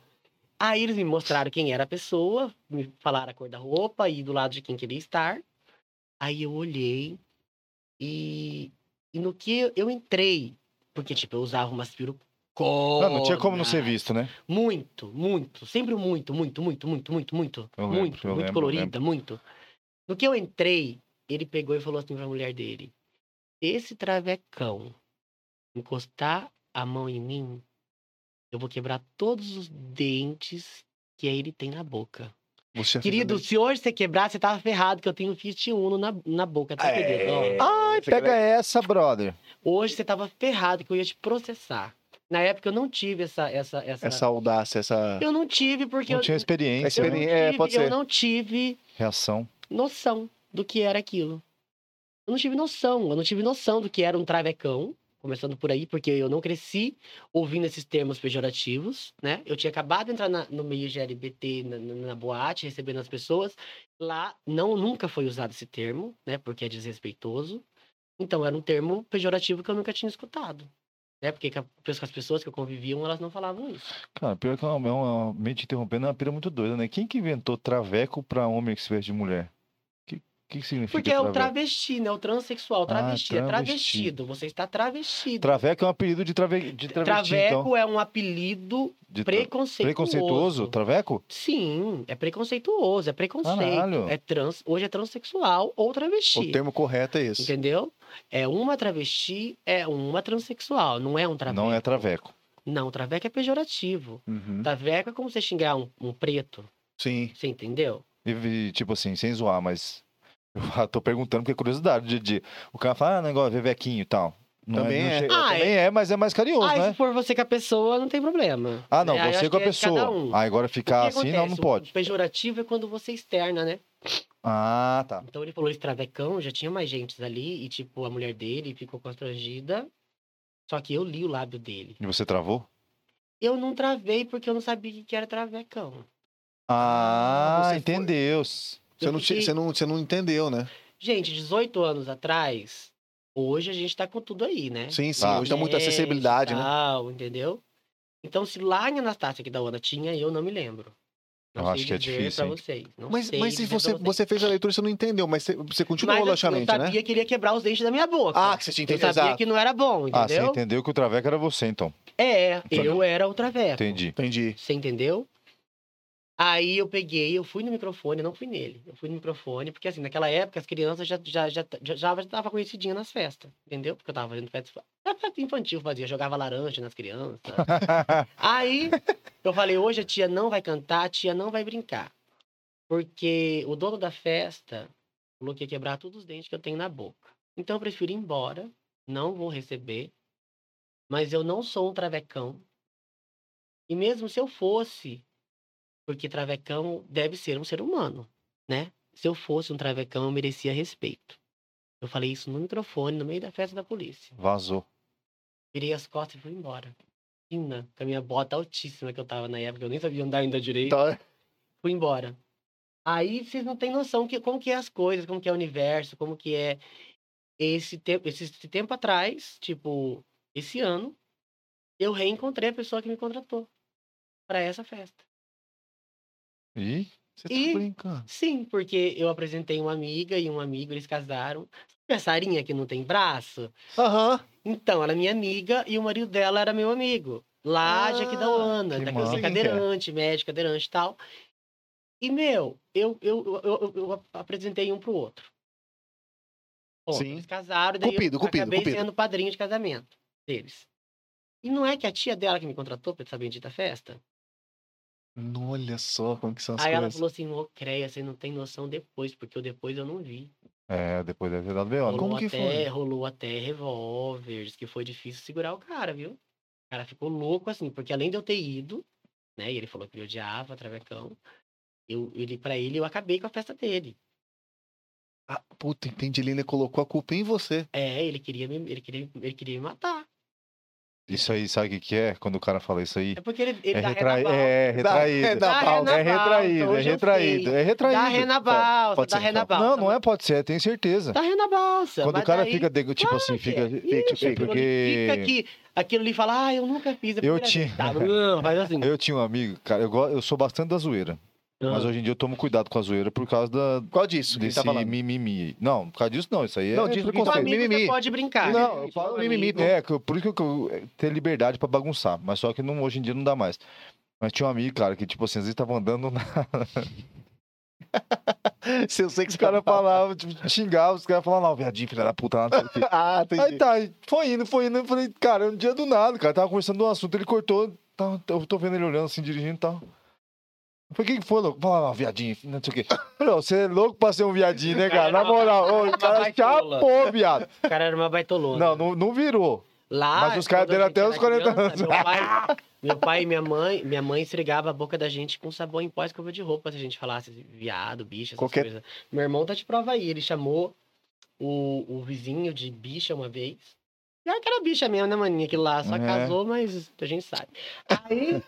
C: Aí eles me mostraram quem era a pessoa, me falaram a cor da roupa e do lado de quem queria estar. Aí eu olhei e, e no que eu entrei, porque tipo, eu usava umas perucas.
B: Não, não tinha como não ser visto, né?
C: Muito, muito. Sempre muito, muito, muito, muito, muito, muito.
B: Eu lembro,
C: muito,
B: eu
C: muito
B: lembro, eu
C: colorida, muito. No que eu entrei, ele pegou e falou assim pra mulher dele: Esse travecão encostar a mão em mim, eu vou quebrar todos os dentes que ele tem na boca.
A: Você já fez
C: Querido, se hoje você quebrar, você tava ferrado, que eu tenho um Fiat Uno na, na boca.
B: É.
C: Tá
A: É.
C: entendendo? Ó,
B: Ai,
A: Você quer-
B: pega essa, brother.
C: Hoje você tava ferrado, que eu ia te processar. Na época eu não tive essa. essa, essa...
A: essa audácia, essa.
C: Eu não tive, porque
B: Não
C: eu,
B: tinha experiência,
C: eu não
A: Experi-
B: né?
A: é,
C: tive-
A: pode
C: eu
A: ser.
C: não tive
B: reação.
C: noção do que era aquilo. Eu não tive noção, eu não tive noção do que era um travecão, começando por aí, porque eu não cresci ouvindo esses termos pejorativos, né? Eu tinha acabado de entrar na- no meio de LGBT, na, na- na boate, recebendo as pessoas. Lá não nunca foi usado esse termo, né? Porque é desrespeitoso. Então era um termo pejorativo que eu nunca tinha escutado. Né? Porque com a- com as pessoas que eu conviviam, elas não falavam isso.
B: Cara, pior que é uma, é uma mente interrompendo, é uma pira muito doida, né? Quem que inventou traveco pra homem que se veste de mulher? O que, que que significa
C: Porque é o
B: traveco?
C: travesti, né? O transexual, o
B: Ah,
C: travesti, é
B: travesti.
C: travestido. Você está travestido.
B: Traveco é um apelido de, trave... de travesti,
C: Traveco
B: então.
C: é um apelido
B: De tra-
C: preconceituoso.
B: Preconceituoso? Traveco?
C: Sim, é preconceituoso, é preconceito.
B: Caralho.
C: É trans, hoje é transexual ou
A: O
C: travesti.
A: termo correto é esse.
C: Entendeu? É uma travesti, é uma transexual, não é um traveco.
B: Não é Hum. traveco.
C: Não, traveco é pejorativo.
A: Uhum.
C: Traveco é como você xingar um, um preto,
A: Sim.
C: você entendeu?
B: E, e, tipo assim, sem zoar, mas. Eu tô perguntando porque é curiosidade, Didi. O cara fala, ah, negócio, vevequinho e tal. Não
A: Também
B: não
A: é.
B: chega-
C: Ah,
B: também é, mas é mais carinhoso,
C: ah,
B: né?
C: se for você com a pessoa, não tem problema.
B: Ah, não,
C: É, aí eu
B: você
C: acho
B: com a
C: que é de cada
B: pessoa.
C: um.
B: Ah, agora ficar
C: O que
B: assim, não, não
C: acontece?
B: pode.
C: O pejorativo é quando você externa, né?
B: Ah, tá.
C: Então ele falou esse travecão, já tinha mais gente ali, e tipo, a mulher dele ficou constrangida. Só que eu li o lábio dele.
B: E você travou?
C: Eu não travei porque eu não sabia o que que era travecão.
A: Ah,
B: Ah,
A: você foi.
B: entendeu.
A: Você
C: Eu
A: não, ti-
C: fiquei-
A: você, não, você não entendeu, né?
C: Gente, 18 anos atrás, hoje a gente tá com tudo aí, né?
A: Sim, sim.
B: Tá.
A: Hoje tá muita
C: Internet,
A: acessibilidade, né?
C: tal, entendeu? Então, se lá em Anastácia, que da Ana tinha, eu não me lembro. Não
B: Eu
C: sei
B: acho que é
C: dizer
B: difícil,
C: Pra
B: hein?
C: vocês. Não
A: Mas,
C: sei
A: mas se
C: dizer pra
A: você,
C: vocês.
A: você fez a leitura, você não entendeu, mas você, você continuou,
C: Mas, assim,
A: logicamente,
C: Eu
A: né?
C: sabia que ele ia quebrar os dentes da minha boca.
A: Ah, que você tinha
C: Então, eu
A: entendido.
C: sabia
A: Exato.
C: que não era bom,
B: Ah, você
C: entendeu?
B: entendeu que o traveco era você, então.
C: É,
B: Entendi.
C: eu era o Traveco.
B: Entendi.
A: Entendi.
C: Você entendeu? Aí eu peguei, eu fui no microfone, não fui nele. Eu fui no microfone, porque assim, naquela época as crianças já já já já, já tava conhecidinha nas festas, entendeu? Porque eu tava fazendo festa, festa infantil, fazia, jogava laranja nas crianças. Aí eu falei, hoje a tia não vai cantar, a tia não vai brincar. Porque o dono da festa falou que ia quebrar todos os dentes que eu tenho na boca. Então eu prefiro ir embora, não vou receber. Mas eu não sou um travecão. E mesmo se eu fosse, porque travecão deve ser um ser humano, né? Se eu fosse um travecão, eu merecia respeito. Eu falei isso no microfone, no meio da festa da polícia.
B: Vazou.
C: Virei as costas e fui embora. Fina, com a minha bota altíssima que eu tava na época, eu nem sabia andar ainda direito.
A: Tá.
C: Fui embora. Aí vocês não têm noção que, como que é as coisas, como que é o universo, como que é esse tempo, esse, esse tempo atrás, tipo, esse ano, eu reencontrei a pessoa que me contratou para essa festa.
B: Ih, você tá
C: E-
B: brincando.
C: Sim, porque eu apresentei uma amiga e um amigo, eles casaram. Sabe a Sarinha que não tem braço?
A: Aham.
C: Então, ela é minha amiga e o marido dela era meu amigo. Lá
A: Ah,
C: de Aquidauana,
B: que
C: da né,
B: massa.
C: da cadeirante, é médico, cadeirante e tal. E, meu, eu, eu, eu, eu, eu apresentei um pro outro. Bom,
A: Sim.
C: Eles casaram, daí
A: Cupido,
C: eu
A: cupido,
C: acabei
A: cupido.
C: sendo padrinho de casamento deles. E não é que a tia dela que me contratou pra essa bendita festa?
A: Olha só como que são as
C: Aí ela
A: coisas.
C: falou assim, ô, creia, você não tem noção depois, porque o depois eu não vi.
B: É, depois deve ter dado B.O. né?
C: Rolou
A: como que
C: até,
A: foi?
C: Rolou até revólver, diz que foi difícil segurar o cara, viu? O cara ficou louco assim, porque além de eu ter ido, né? E ele falou que me odiava, travecão. Eu, ele, pra ele, eu acabei com a festa dele.
A: Ah, puta, entendi. Ele ainda colocou a culpa em você.
C: É, ele queria me, ele queria, ele queria me matar.
B: Isso aí, sabe o que que é quando o cara fala isso aí?
C: É porque ele, ele
B: É,
C: dá
B: retrai-
C: renaval.
B: é retraído.
A: é da
C: Dá
A: pausa.
B: É
C: renaval,
B: retraído, é
C: hoje eu
B: retraído,
C: sei.
B: é retraído.
C: Dá renaval,
A: Pode
C: dá
A: ser, então.
C: renaval.
B: Não,
C: Tá,
B: não é pode ser, é, tenho certeza.
C: Dá renaval,
B: Quando o cara fica, de- tipo assim, fica.
A: fica-
C: é, Ixi, aquilo
B: porque-
C: ali fica aqui, aquilo ali fala, ah, eu nunca fiz. a
B: Eu
C: primeira
B: tinha-
C: vez. Tá, não, faz assim.
B: Eu tinha um amigo, cara, eu, go- eu sou bastante da zoeira.
C: Ah.
B: Mas hoje em dia eu tomo cuidado com a zoeira por causa da,
A: Qual disso que ele
B: desse
A: tá falando?
B: mimimi. aí. Não, por causa disso não, isso aí
A: Não,
B: é
A: diz do que
C: com
A: você-
B: preconceito.
C: amigo
A: mimimi.
C: você pode brincar. né?
B: Não, eu
C: Com
B: falo
C: amigo,
B: mimimi. É, que eu- por isso que eu- que eu é, ter liberdade pra bagunçar, mas só que não, hoje em dia não dá mais. Mas tinha um amigo, cara, que tipo assim, às vezes tava andando, na-
A: Se eu sei que
B: os
A: você
B: caras
A: fala-
B: falavam, tipo, xingavam, os caras falavam, não, viadinho, filha da puta, não sei o quê.
A: Ah, entendi.
B: Aí tá, foi indo, foi indo. Eu falei, cara, um dia do nada, cara. Tava conversando do assunto, ele cortou. Tá, eu tô vendo ele olhando assim, dirigindo e tal. Eu falei, o que que foi, louco? Fala, não, viadinho, não sei o quê. Eu Falei, "Ô, você é louco pra ser um viadinho, né, cara? Na moral, ô, o cara
C: baitola.
B: chapou, viado.
C: O cara era uma baitolona.
B: Não, não, não virou.
C: Lá,
B: Mas os caras
C: quando
B: deram
C: a gente
B: até
C: era
B: os 40
C: criança,
B: anos.
C: Meu pai, meu pai e minha mãe, minha mãe esfregava a boca da gente com sabão em pó e escova de roupa se a gente falasse viado, bicho, essas
A: Qualquer-
C: coisas. Meu irmão tá de prova aí. Ele chamou o, o vizinho de bicha uma vez. Pior que era bicha mesmo, né, maninha? Aquilo lá só
B: É.
C: casou, mas a gente sabe. Aí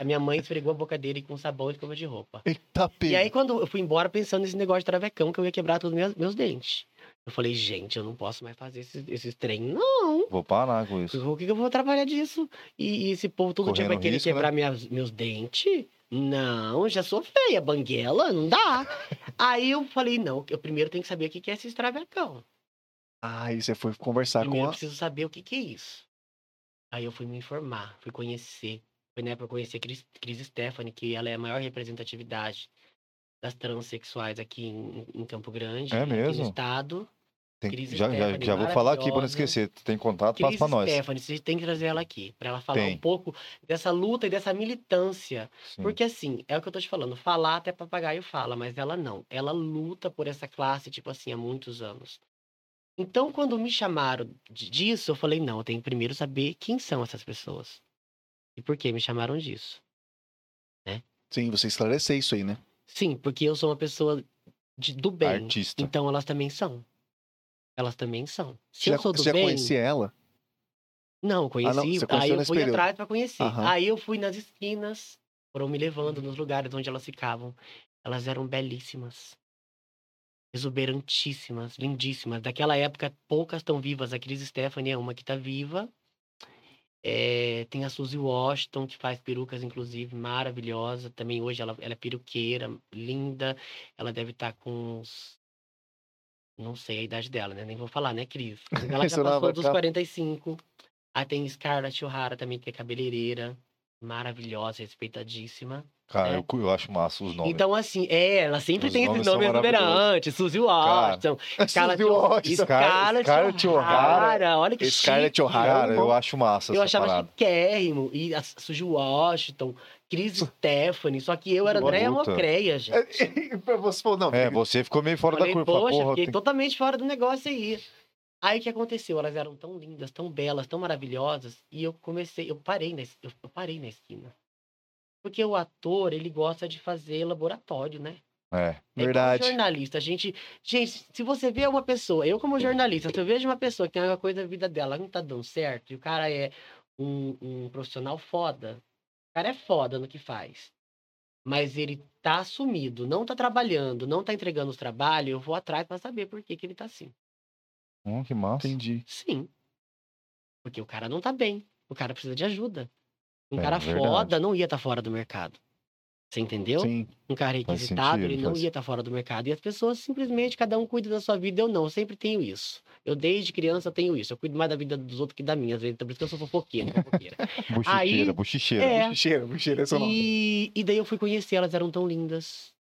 C: a minha mãe esfregou a boca dele com sabão e escova de roupa.
A: Eita,
C: E
A: pega.
C: aí, quando eu fui embora pensando nesse negócio de travecão, que eu ia quebrar todos meus, meus dentes. Eu falem gente, eu não posso mais fazer esses, esses trem, não.
B: Vou parar com isso.
C: O que, que eu vou trabalhar disso? E, e esse povo todo dia
B: Correndo
C: vai querer
B: risco, né?
C: quebrar minhas- meus dentes? Não, já sou feia, banguela, não dá. aí eu falei, não, eu primeiro tenho que saber o que que é esse travecão.
A: Ah, e você foi
B: Tá
A: conversar
C: Primeiro
A: com a...
C: eu preciso saber o que que é isso. Aí eu fui me informar, fui conhecer. Foi na época que eu conheci a Cris, Cris Stephanie, que ela é a maior representatividade das transexuais aqui em, em Campo Grande. né,
B: É
C: aqui
B: mesmo?
C: no estado.
B: Tem-
C: Cris
B: já, já,
C: Stephanie,
B: já vou falar aqui pra não
C: maravilhosa.
B: esquecer. Tem contato, passa
C: Cris
B: pra nós.
C: Stephanie, você tem que trazer ela aqui, para ela falar
B: Tem.
C: um pouco dessa luta e dessa militância
B: Sim.
C: porque assim, é o que eu tô te falando, falar até papagaio fala, mas ela não. Ela luta por essa classe, tipo assim, há muitos anos. Então, quando me chamaram de- disso, eu falei, não, eu tenho que primeiro saber quem são essas pessoas. E por que me chamaram disso.
A: Sim, você esclarecer isso aí, né?
C: Sim, porque eu sou uma pessoa de- do bem.
B: Artista.
C: Então elas também são. Elas também são. Se
A: Você
C: eu
A: já-
C: sou do
A: você já
C: bem.
A: conhecia ela?
C: Não, conheci.
A: Ah, você
C: aí
A: conheceu
C: eu
A: nesse
C: fui
A: período.
C: atrás pra conhecer.
A: Aham.
C: Aí eu fui nas esquinas, foram me levando nos lugares onde elas ficavam. Elas eram belíssimas, exuberantíssimas, lindíssimas. Daquela época, poucas estão vivas. A Cris Stephanie é uma que tá viva. É, tem a Suzy Washington, que faz perucas, inclusive, maravilhosa. Também hoje ela, ela é peruqueira, linda. Ela deve estar com uns. Não sei a idade dela, né? Nem vou falar, né, Cris? Mas Ela já
A: Senão ela vai
C: passou dos
A: ficar-
C: 45. Aí tem Scarlett O'Hara também, que é cabeleireira. Maravilhosa, respeitadíssima.
B: Cara,
C: É.
B: eu, cu- eu acho massa os nomes.
C: Então, assim, é, ela sempre
B: Os
C: tem esses
B: nomes são
C: nomes exuberantes. Suzy Washington, Scarlett
A: Suzy Washington.
C: Scarlett
B: Scarlett O'Hara.
C: O'Hara. Olha que um chique.
A: Scarlett O'Hara.
B: um cara,
A: é um
B: eu
A: nome-
B: acho massa
C: Eu
B: essa
C: achava
B: parada.
C: chiquérrimo. E a Suzy Washington, Cris Stephanie. Só que eu era
B: Uma
C: Andréia
B: luta.
C: Mocreia, gente.
A: Pra você falou, não,
B: É, você ficou meio fora
C: Falei,
B: da curva.
C: poxa,
B: porra,
C: fiquei
B: tem-
C: totalmente fora do negócio aí. Aí o que aconteceu? Elas eram tão lindas, tão belas, tão maravilhosas, e eu comecei, eu parei na, es- eu eu parei na esquina. Porque o ator, ele gosta de fazer laboratório, né?
B: É.
C: É igual
A: Verdade.
C: jornalista, a gente. Gente, se você vê uma pessoa, eu como jornalista, se eu vejo uma pessoa que tem alguma coisa na vida dela, não tá dando certo, e o cara é um, um profissional foda, o cara é foda no que faz. Mas ele tá sumido, não tá trabalhando, não tá entregando os trabalhos, eu vou atrás pra saber por que, que ele tá assim.
B: Hum, que massa.
A: entendi.
C: Sim. Porque o cara não tá bem. O cara precisa de ajuda. Um
B: É,
C: cara
B: verdade.
C: foda não ia estar tá fora do mercado. Você entendeu?
A: Sim.
C: um cara
B: Faz
C: requisitado,
B: sentido,
C: ele não
B: faz-
C: ia estar fora do mercado. E as pessoas simplesmente, cada um cuida da sua vida, eu não, eu sempre tenho isso. Eu desde criança eu tenho isso, eu cuido mais da vida dos outros que da minha, às vezes, então por isso que eu sou fofoqueira. fofoqueira.
B: Bochicheira,
C: Aí-
B: bochicheira.
C: é,
A: Cheiro, cheiro, é seu nome.
C: e, e daí eu fui conhecer, elas eram tão lindas.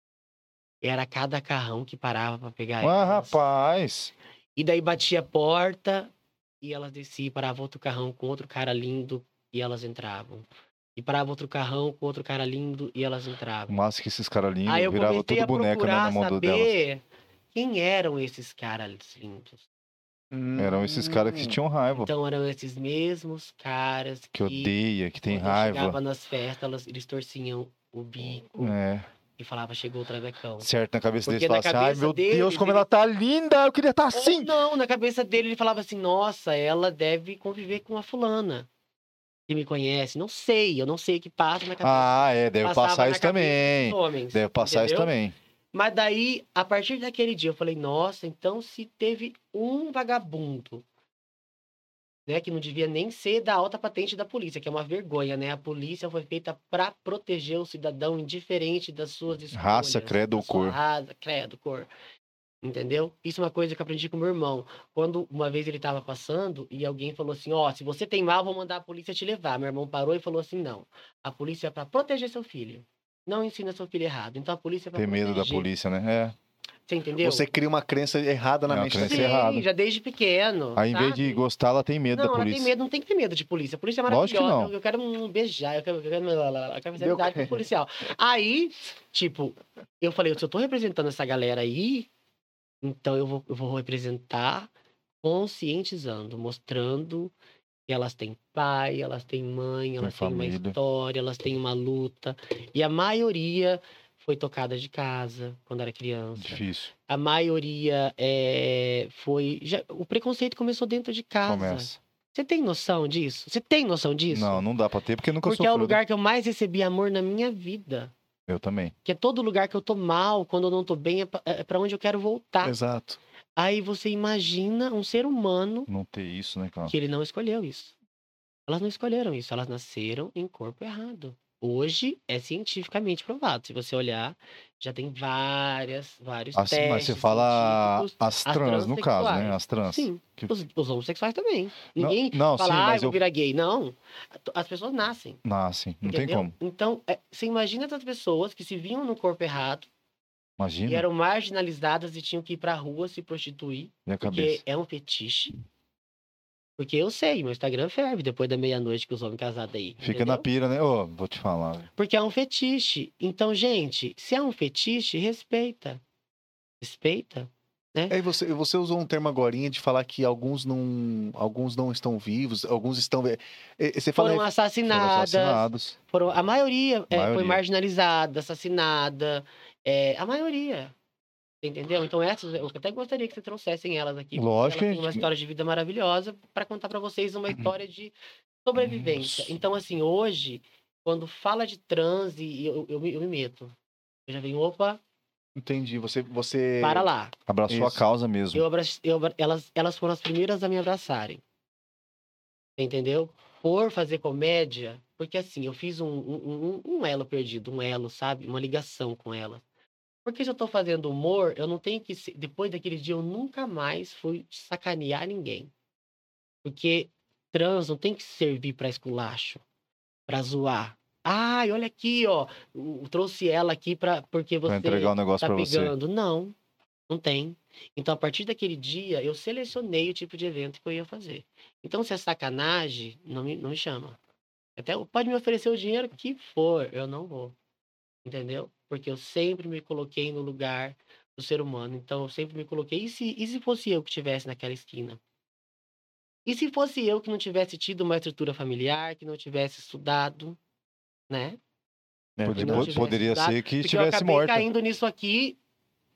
C: Era cada carrão que parava pra pegar
B: Ah,
C: elas.
B: rapaz.
C: E daí batia a porta e elas desciam e parava outro carrão com outro cara lindo e elas entravam. E parava outro carrão com outro cara lindo e elas entravam.
B: Massa que esses caras lindos
C: Aí eu
B: virava
C: comecei
B: tudo
C: a
B: boneca né,
C: procurar
B: na mão do assim. delas.
C: saber quem eram esses caras lindos.
B: Eram esses caras que tinham raiva,
C: Então eram esses mesmos caras que,
B: que odeia, que tem
C: quando eu
B: raiva.
C: Hum. chegava nas festas, elas- eles torciam o bico,
B: É.
C: e falava, chegou o Travecão.
B: Certo, na cabeça
C: Porque
B: dele,
C: na
B: fala assim, ai
C: cabeça
B: meu
C: dele,
B: Deus, como
C: ele-
B: ela tá linda, eu queria estar
C: Ou
B: assim.
C: não, na cabeça dele ele falava assim: nossa, ela deve conviver com a fulana que me conhece. Não sei, eu não sei o que passa na cabeça
B: Ah, é, deve
C: Passava
B: passar
C: na
B: isso
C: cabeça
B: também.
C: dos homens.
B: Deve passar isso
C: entendeu?
B: também.
C: Mas daí, a partir daquele dia, eu falei, nossa, então se teve um vagabundo, né, que não devia nem ser da alta patente da polícia, que é uma vergonha, né? A polícia foi feita para proteger o cidadão indiferente das suas escolhas.
B: Raça, credo
C: da
B: ou
C: sua
B: cor.
C: Raça, credo, cor. Entendeu? Isso é uma coisa que eu aprendi com meu irmão. Quando uma vez ele estava passando e alguém falou assim: Ó, se você tem mal, vou mandar a polícia te levar. Meu irmão parou e falou assim: Não, a polícia é para proteger seu filho. Não ensina seu filho errado. Então a polícia é pra
B: Ter medo da
C: proteger.
B: polícia, né?
C: Você entendeu?
A: Você cria uma crença errada na
B: É uma
A: mente né?
B: crença
A: da criança.
B: errada.
C: já desde pequeno.
B: É. Aí, em vez de
C: sabe?
B: gostar, ela tem medo
C: não,
B: da
C: ela tem
B: polícia.
C: medo, não tem que ter medo de polícia. A polícia é
B: Lógico que
C: maravilhosa.
B: não.
C: Eu, eu quero um beijar, eu quero, eu quero, eu quero, eu quero fazer
A: Deu-
C: amizade com o policial. Aí, tipo, eu falei, se eu tô representando essa galera aí, então eu vou, eu vou representar conscientizando, mostrando que elas têm pai, elas têm mãe, elas têm uma
B: família.
C: história, elas têm uma luta. E a maioria foi tocada de casa quando era criança
B: Difícil.
C: a maioria é, foi. já- o preconceito começou dentro de casa.
B: Começa.
C: Você tem noção disso? Você tem noção disso?
B: Não, não dá pra ter, porque nunca
C: Porque é
B: sofreu.
C: o
B: né?
C: lugar que eu mais recebi amor na minha vida.
B: Eu também.
C: Que é todo lugar que eu tô mal, quando eu não tô bem, é pra- é pra onde eu quero voltar.
A: Exato.
C: Aí você imagina um ser humano
B: Não ter isso, né, cara?
C: que ele não escolheu isso. Elas não escolheram isso, elas nasceram em corpo errado. Hoje é cientificamente provado. Se você olhar, já tem várias, vários
B: Assim, mas você
C: testes
B: fala
C: científicos.
B: as trans, no caso, né? As trans.
C: Sim.
B: Que-
C: Os, os homossexuais também.
B: Não-
C: Ninguém
B: não,
C: fala,
B: sim,
C: ah,
B: mas
C: eu
B: eu-
C: vou virar gay. Não. As pessoas nascem.
B: Nascem. Não tem
C: entendeu?
B: como.
C: Então, é, você imagina essas pessoas que se vinham no corpo errado e
B: Imagina.
C: eram marginalizadas e tinham que ir pra rua se prostituir,
B: Minha
C: porque
B: cabeça.
C: é um fetiche. Porque eu sei, meu Instagram ferve depois da meia-noite que os homens casados aí.
B: Fica na
C: entendeu?
B: pira, né? Ô, vou te falar. velho.
C: Porque é um fetiche. Então, gente, se é um fetiche, respeita. Respeita.
A: Aí você, você usou um termo agorinha de falar que alguns não, alguns não estão vivos, alguns estão. é, é, Você fala
C: Foram
B: Foram
C: assassinadas.
B: assassinados.
C: Foram, a maioria, é,
B: Maioria.
C: foi marginalizada, assassinada. é, a maioria. Entendeu? Então, essas eu até gostaria que vocês trouxessem elas aqui. porque
B: Lógico, Uhum.
C: Elas têm uma
B: gente.
C: história de vida maravilhosa para contar para vocês uma história de sobrevivência.
B: Nossa.
C: Então, assim, hoje, quando fala de trans, e eu, eu, me- eu me meto. Eu já venho, opa,
A: Entendi. Você. você...
C: para lá.
B: Abraçou a
A: Isso.
B: causa mesmo.
C: Eu abra... eu abra- elas, elas foram as primeiras a me abraçarem. Entendeu? Por fazer comédia, porque assim, eu fiz um, um, um- um elo perdido, um elo, sabe? Uma ligação com elas. Porque se eu tô fazendo humor, eu não tenho que. ser- Depois daquele dia, eu nunca mais fui sacanear ninguém. Porque trans não tem que servir pra esculacho, pra zoar. Ai, olha aqui, ó. o- Trouxe ela aqui pra, porque você
B: Pra entregar o negócio
C: tá
B: pra você.
C: pegando. Não, não tem. Então, a partir daquele dia, eu selecionei o tipo de evento que eu ia fazer. Então, se é sacanagem, não me, não me chama. Até pode me oferecer o dinheiro que for, eu não vou. Entendeu? Porque eu sempre me coloquei no lugar do ser humano. Então, eu sempre me coloquei. E se, e se fosse eu que estivesse naquela esquina? E se fosse eu que não tivesse tido uma estrutura familiar, que não tivesse estudado, né?
A: É,
B: Pode-
C: não
A: verdade.
C: tivesse
B: poderia
C: dado,
B: ser que
C: Porque eu
B: estivesse
C: acabei
B: morta.
C: caindo nisso aqui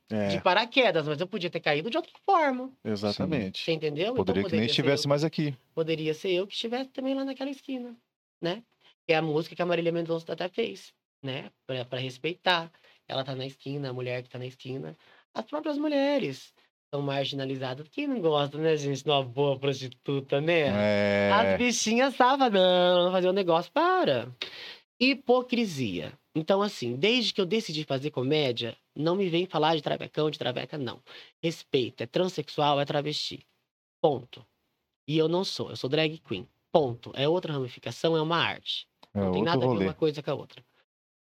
C: de
A: É,
C: paraquedas, mas eu podia ter caído de outra forma.
A: exatamente.
C: Você entendeu? Então,
B: Poderia que nem
C: ser
B: estivesse
C: eu-
B: mais aqui.
C: Poderia ser eu que estivesse também lá naquela esquina, né? Que é a música que a Marília Mendonça até fez, né? Pra, pra respeitar. Ela tá na esquina, a mulher que tá na esquina. As próprias mulheres são marginalizadas. Quem não gosta, né, gente, de uma boa prostituta, né?
B: É.
C: As bichinhas estavam, não, fazer um negócio, para. Hipocrisia. Então, assim, desde que eu decidi fazer comédia, não me vem falar de travecão, de traveca, não. Respeita, é transexual, é travesti. Ponto. E eu não sou, eu sou drag queen. Ponto. É outra ramificação, é uma arte.
B: É
C: não tem
B: outro
C: nada a ver
B: rolê.
C: uma coisa com a outra.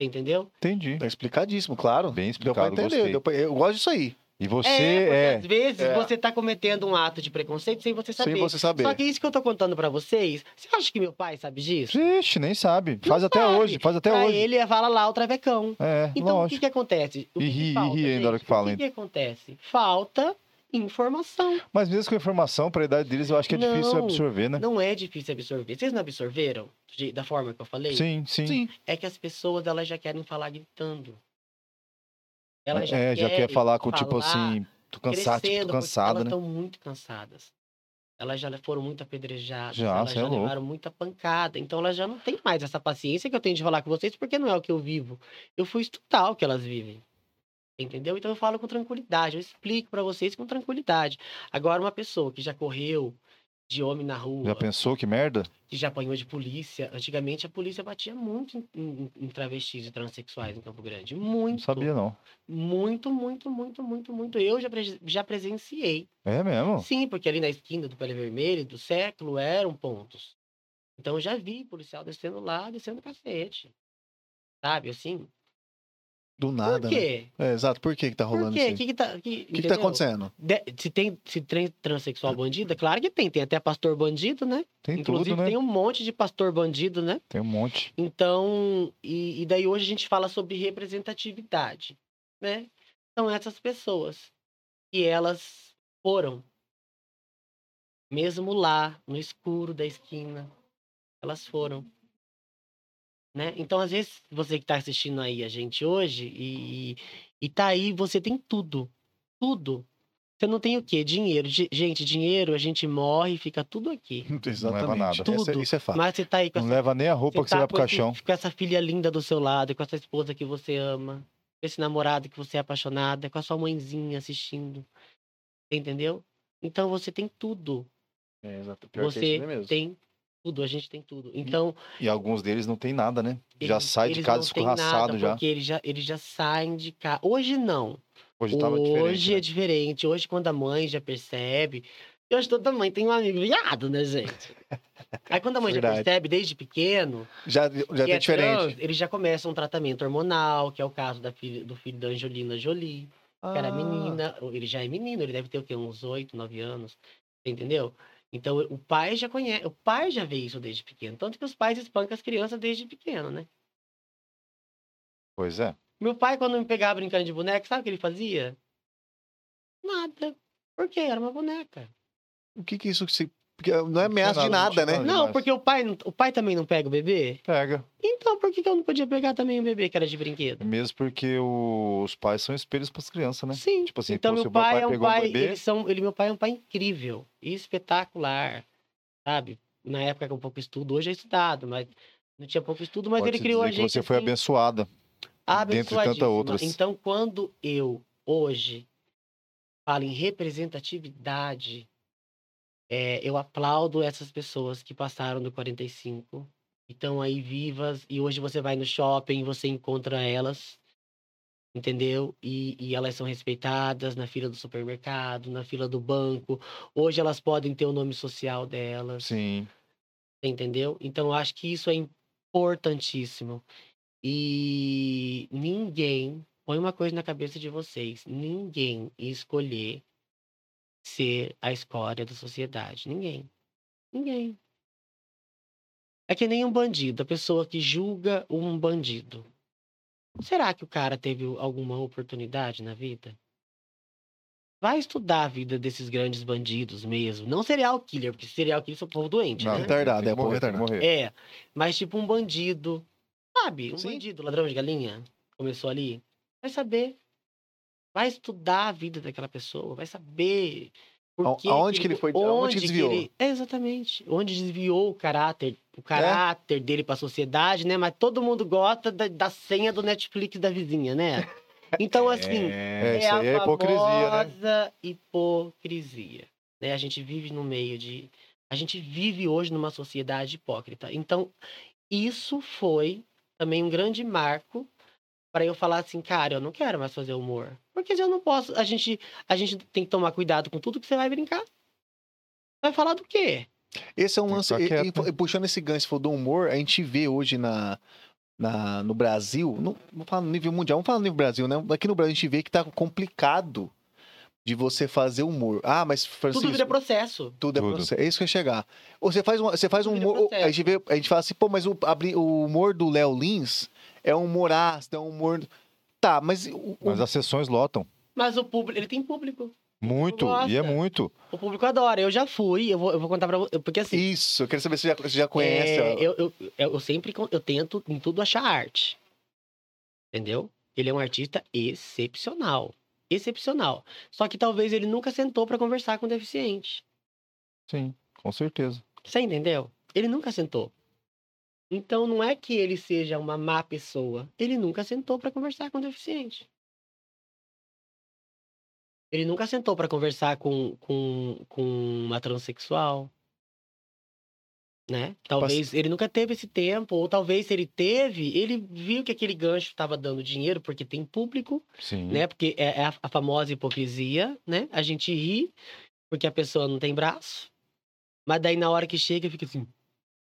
C: Entendeu?
B: Entendi.
A: Tá explicadíssimo, claro.
B: Bem
A: Deu pra
B: explicado,
A: entender.
B: gostei.
A: deu pra- Eu gosto disso aí.
B: E você
C: porque
B: é,
C: às vezes
A: é.
C: você tá cometendo um ato de preconceito sem você saber.
A: Sem você saber.
C: Só que isso que eu tô contando pra vocês, você acha que meu pai sabe disso?
B: Vixe, nem sabe. Faz até
C: sabe.
B: hoje, faz até
C: pra
B: hoje.
C: ele, fala lá o travecão.
B: É,
C: Então, o que,
B: lógico.
C: que acontece? O
B: E
C: que que
B: ri, e
C: falta,
B: ri ainda
C: gente?
B: na hora que fala,
C: O que,
B: hein?
C: que acontece? Falta informação.
B: Mas mesmo com informação, pra idade deles, eu acho que é difícil
C: Não,
B: absorver, né?
C: Não é difícil absorver. Vocês não absorveram de- da forma que eu falei?
B: Sim, sim.
A: Sim.
C: É que as pessoas elas já querem falar gritando. Elas já,
B: é, já quer
C: querem
B: falar com, tipo assim, tô cansado, tipo, tô
C: crescendo, porque tá
B: cansada,
C: Elas
B: né?
C: estão muito cansadas. Elas já foram muito apedrejadas,
B: Já,
C: elas
B: cê é
C: já
B: louco.
C: levaram muita pancada. Então elas já não têm mais essa paciência que eu tenho de falar com vocês, porque não é o que eu vivo. Eu fui estudar o que elas vivem. Entendeu? Então eu falo com tranquilidade, eu explico pra vocês com tranquilidade. Agora, uma pessoa que já correu de homem na rua,
B: Já pensou que merda?
C: que já apanhou de polícia. Antigamente a polícia batia muito em, em- em travestis e transexuais em Campo Grande. Muito.
B: Não sabia, não.
C: Muito, muito, muito, muito, muito. Eu já, pre- já presenciei.
B: É mesmo?
C: Sim, porque ali na esquina do Pele Vermelho e do século eram pontos. Então eu já vi policial descendo lá, descendo cacete. Sabe, assim?
A: Do nada,
C: Por
A: né?
C: quê?
A: É, exato. Por que que tá
C: Por
A: rolando
C: quê?
A: isso?
C: O
A: aí?
C: que, que tá. O
A: O que, que tá acontecendo? É.
C: Se tem se tem transexual bandido? é Claro que tem. Tem até pastor bandido, né?
B: Tem
C: Inclusive
B: tudo, né?
C: tem um monte de pastor bandido, né?
B: Tem um monte.
C: Então, e, e daí hoje a gente fala sobre representatividade, né? São essas pessoas que elas foram, mesmo lá, no escuro da esquina, elas foram, né? Então, às vezes, você que está assistindo aí a gente hoje e, e, e tá aí, você tem tudo, tudo. Você não tem o quê? Dinheiro. Di- Gente, dinheiro, a gente morre, fica tudo aqui.
A: Exatamente.
B: nada.
A: Essa-
C: Tudo.
A: isso é fato.
C: Mas você tá aí com
B: Ah, Não
C: essa
B: leva nem a roupa que você
C: tá
B: vai pro
C: com esse-
B: caixão.
C: Com essa filha linda do seu lado, com essa esposa que você ama, com esse namorado que você é apaixonada, com a sua mãezinha assistindo. Entendeu? Então você tem tudo.
A: É, exato.
C: você tem tudo, a gente tem tudo. Então,
B: E alguns deles não tem nada, né? Já
C: eles-
B: sai de
C: eles
B: casa
C: não têm
B: escorraçado
C: nada,
B: já.
C: Porque eles já, eles já saem de casa. Hoje não.
B: Hoje
C: Hoje,
B: tava diferente. né?
C: é diferente. Hoje, quando a mãe já percebe. E hoje toda mãe tem um amigo viado, né, gente? Aí quando a mãe
A: Verdade.
C: já percebe desde pequeno,
B: né?
A: Já, já
C: que
A: tem
C: é
A: diferente.
C: trans, eles já começam um tratamento hormonal, que é o caso da filha- do filho da Angelina Jolie, que era
A: Ah,
C: menina, ele já é menino, ele deve ter o quê? Uns 8, 9 anos, entendeu? Então o pai já conhece, o pai já vê isso desde pequeno, tanto que os pais espancam as crianças desde pequeno, né?
B: Pois é.
C: Meu pai, quando me pegava brincando de boneca, sabe o que ele fazia? Nada. Por quê? Era uma boneca.
A: O que que isso que se... porque Não é
B: Não tinha
A: ameaça de nada,
B: nada, não tinha
A: né?
B: nada.
C: Não,
B: demais.
C: porque o pai, não- o pai também não pega o bebê?
B: Pega. É
C: Então por que que eu não podia pegar também o bebê que era de brinquedo?
B: Mesmo porque o- os pais são espelhos pras crianças, né?
C: Sim.
B: Tipo assim,
C: então
B: pô, se
C: meu
B: o meu
C: pai
B: pai
C: é um
B: pegou um
C: pai,
B: bebê-
C: eles são, ele meu pai é um pai incrível e espetacular, sabe? Na época com pouco estudo, hoje é estudado, mas não tinha pouco estudo, mas
B: Pode-se
C: ele criou a
B: dizer
C: gente
B: que você foi
C: assim,
B: abençoada. dentre tantas
C: abençoadíssima.
B: outras.
C: Então quando eu hoje falo em representatividade, é, eu aplaudo essas pessoas que passaram do 45 e estão aí vivas e hoje você vai no shopping, você encontra elas entendeu? E, e elas são respeitadas na fila do supermercado, na fila do banco. Hoje elas podem ter o nome social delas,
B: Sim.
C: entendeu? Então eu acho que isso é importantíssimo. E ninguém, põe uma coisa na cabeça de vocês, ninguém ia escolher ser a escória da sociedade, ninguém. Ninguém. É que nem um bandido, a pessoa que julga um bandido. Será que o cara teve alguma oportunidade na vida? Vai estudar a vida desses grandes bandidos mesmo. Não serial killer, porque serial killer é um povo doente,
B: Não,
C: né?
A: Retardado,
B: tem que
A: é, pô,
B: morrer, tem que
A: retardado.
B: morrer.
C: É, mas tipo um bandido. Sabe? Um
A: Sim.
C: bandido, ladrão de galinha. Começou ali. Vai saber. Vai estudar a vida daquela pessoa. Vai saber.
A: A-
C: Por que
A: aonde que ele foi- aonde que desviou. É.
C: ele- é, exatamente. Onde desviou o caráter. O caráter dele pra sociedade, né? Mas todo mundo gosta da, da senha do Netflix da vizinha, né? Então, assim.
B: É,
C: É,
B: isso
C: a
B: aí é hipocrisia, né?
C: famosa hipocrisia. Né? A gente vive no meio de. A gente vive hoje numa sociedade hipócrita. Então, isso foi também um grande marco para eu falar assim, cara, eu não quero mais fazer humor. Porque eu não posso. A gente, a gente tem que tomar cuidado com tudo que você vai brincar. Vai falar do quê?
A: Esse é um
B: Tem que
A: lance.
B: ficar
A: e- e
B: quieto, né?
A: pu- puxando esse gancho, se for do humor, a gente vê hoje na, na- no Brasil, não, vamos falar no nível mundial, vamos falar no nível Brasil, né? Aqui no Brasil a gente vê que tá complicado de você fazer humor. Ah, mas Francisco,
C: Tudo vira processo.
A: tudo é
B: Tudo.
A: processo. É isso que eu ia chegar. Ou Você faz, uma, você faz um
C: Tudo vira
A: humor.
C: processo.
A: A gente, vê, a gente fala assim, pô, mas o, a brin- o humor do Léo Lins é um humor ácido, é um humor. Tá, mas. O,
B: Mas
A: o-
B: as sessões lotam.
C: Mas o público. Ele tem público.
B: Muito,
C: gosta.
B: e é muito.
C: O público adora. Eu já fui. Eu vou, eu vou contar pra você. Porque
B: é
C: assim.
A: Isso, eu quero saber se você já, se já conhece.
C: É,
A: ó.
C: eu, eu, eu sempre con- eu tento em tudo achar arte. Entendeu? Ele é um artista excepcional. Excepcional. Só que talvez ele nunca sentou pra conversar com o deficiente.
B: Sim, com certeza.
C: Você entendeu? Ele nunca sentou. Então não é que ele seja uma má pessoa. Ele nunca sentou pra conversar com o deficiente. Ele nunca sentou pra conversar com, com, com uma transexual. Né? Talvez ele nunca teve esse tempo, ou talvez se ele teve, ele viu que aquele gancho estava dando dinheiro porque tem público,
B: Sim.
C: né? Porque é é a, a famosa hipocrisia, né? A gente ri porque a pessoa não tem braço, mas daí na hora que chega fica assim,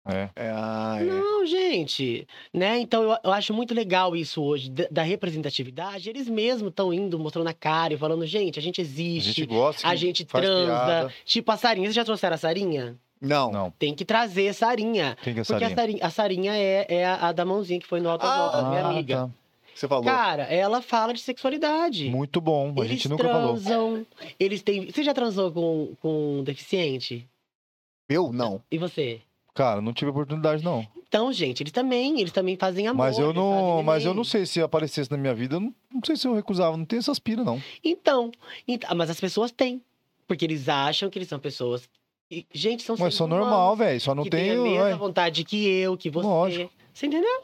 B: É.
A: É, ah, é.
C: não, gente, né? Então eu, eu acho muito legal isso hoje da, da representatividade. Eles mesmos estão indo mostrando a cara e falando, gente, a gente
B: A gente
C: existe,
B: gosta.
C: a gente,
B: que faz
C: transa.
B: piada.
C: Tipo a Sarinha, vocês já trouxeram a Sarinha?
A: Não.
B: Não,
C: Tem que trazer a Sarinha.
B: quem que é
C: Porque assim, a
B: Sarinha?
C: Sarinha, a Sarinha é, é a, a da mãozinha que foi no automóvel,
A: Ah,
C: minha amiga.
B: tá.
A: Você falou.
C: Cara, ela fala de sexualidade.
B: Muito bom, a
C: eles
B: gente nunca falou.
C: transam, eles têm... Você já transou com, com um deficiente?
A: Eu? Não.
C: E você?
B: Cara, não tive oportunidade, não.
C: Então, gente, eles também, eles também fazem amor.
B: mas eu
C: eles
B: não,
C: fazem
B: mas eu
C: neném.
B: não sei se aparecesse na minha vida, eu não, não sei se eu recusava, não tem essas piras, não.
C: Então, ent- ah, mas as pessoas têm. Porque eles acham que eles são pessoas... que- gente, são
B: Mas
C: seres
B: só
C: humanos,
B: normal, velho, só não
C: que
B: tem,
C: a
B: ué.
C: mesma vontade que eu, que você.
B: Lógico.
C: Você entendeu?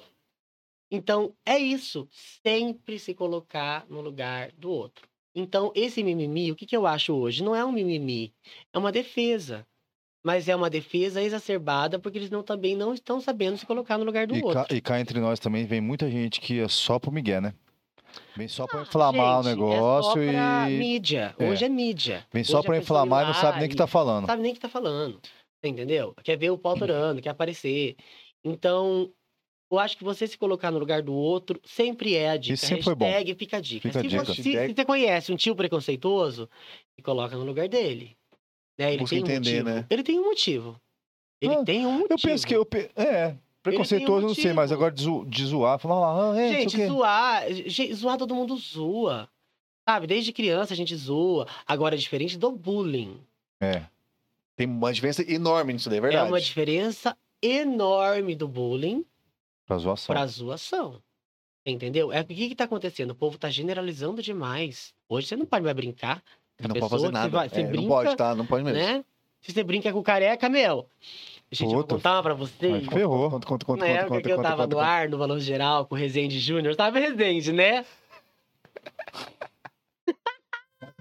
C: Então, é isso. Sempre se colocar no lugar do outro. Então, esse mimimi, o que, que eu acho hoje? Não é um mimimi, é uma defesa. Mas é uma defesa exacerbada porque eles não, também não estão sabendo se colocar no lugar do
B: E
C: outro.
B: cá, e cá entre nós também vem muita gente que é só pro Miguel, né? Vem só pra
C: Ah,
B: inflamar
C: gente,
B: o negócio
C: é só pra
B: e.
C: mídia.
B: É.
C: Hoje é mídia.
B: Vem só
C: Hoje a
B: pra
C: pessoa
B: inflamar
C: ir
B: e não
C: lá
B: sabe nem o que tá
C: Não
B: falando.
C: sabe nem o que tá falando. Você entendeu? Quer ver o pau torando, quer aparecer. Então, eu acho que você se colocar no lugar do outro sempre é a dica.
B: Isso sempre foi bom.
C: Hashtag fica a dica.
B: Fica a
C: se,
B: dica.
C: Você, se-
A: Hashtag-
C: se você conhece um tio preconceituoso, se coloca no lugar dele. Né? Ele
A: Busca
C: tem um
A: entender,
C: motivo.
A: né?
C: Ele tem um motivo. Ele
B: Não,
C: tem um motivo. um
B: Eu penso que eu. pe- É, preconceituoso, eu não sei,
C: motivo.
B: mas agora de, zo- de zoar, falar lá, ah, é, não
C: Gente,
B: sei o quê.
C: zoar, gente, zoar todo mundo zoa. Sabe, desde criança a gente zoa. Agora é diferente do bullying.
B: É.
A: Tem uma diferença enorme nisso daí, é verdade.
C: É uma diferença enorme do bullying
B: Pra zoação.
C: para zoação. Entendeu? É o que que tá acontecendo? O povo tá generalizando demais. Hoje você não pode mais brincar. com
A: Não
C: a
A: pode
C: pessoa
A: fazer
C: que
A: nada.
C: vai- você
A: É,
C: brinca,
A: não pode, tá? Não pode mesmo.
C: né? Se você brinca com o careca, meu. Gente, eu vou
B: Puta,
C: contar uma pra vocês.
B: mas Ferrou.
A: Conta, conta, conta, conta,
C: Na época
A: conta,
C: é que eu
A: conta,
C: tava
A: conta,
C: no ar, no Balanço Geral, com o Resende Júnior, tava Resende, né?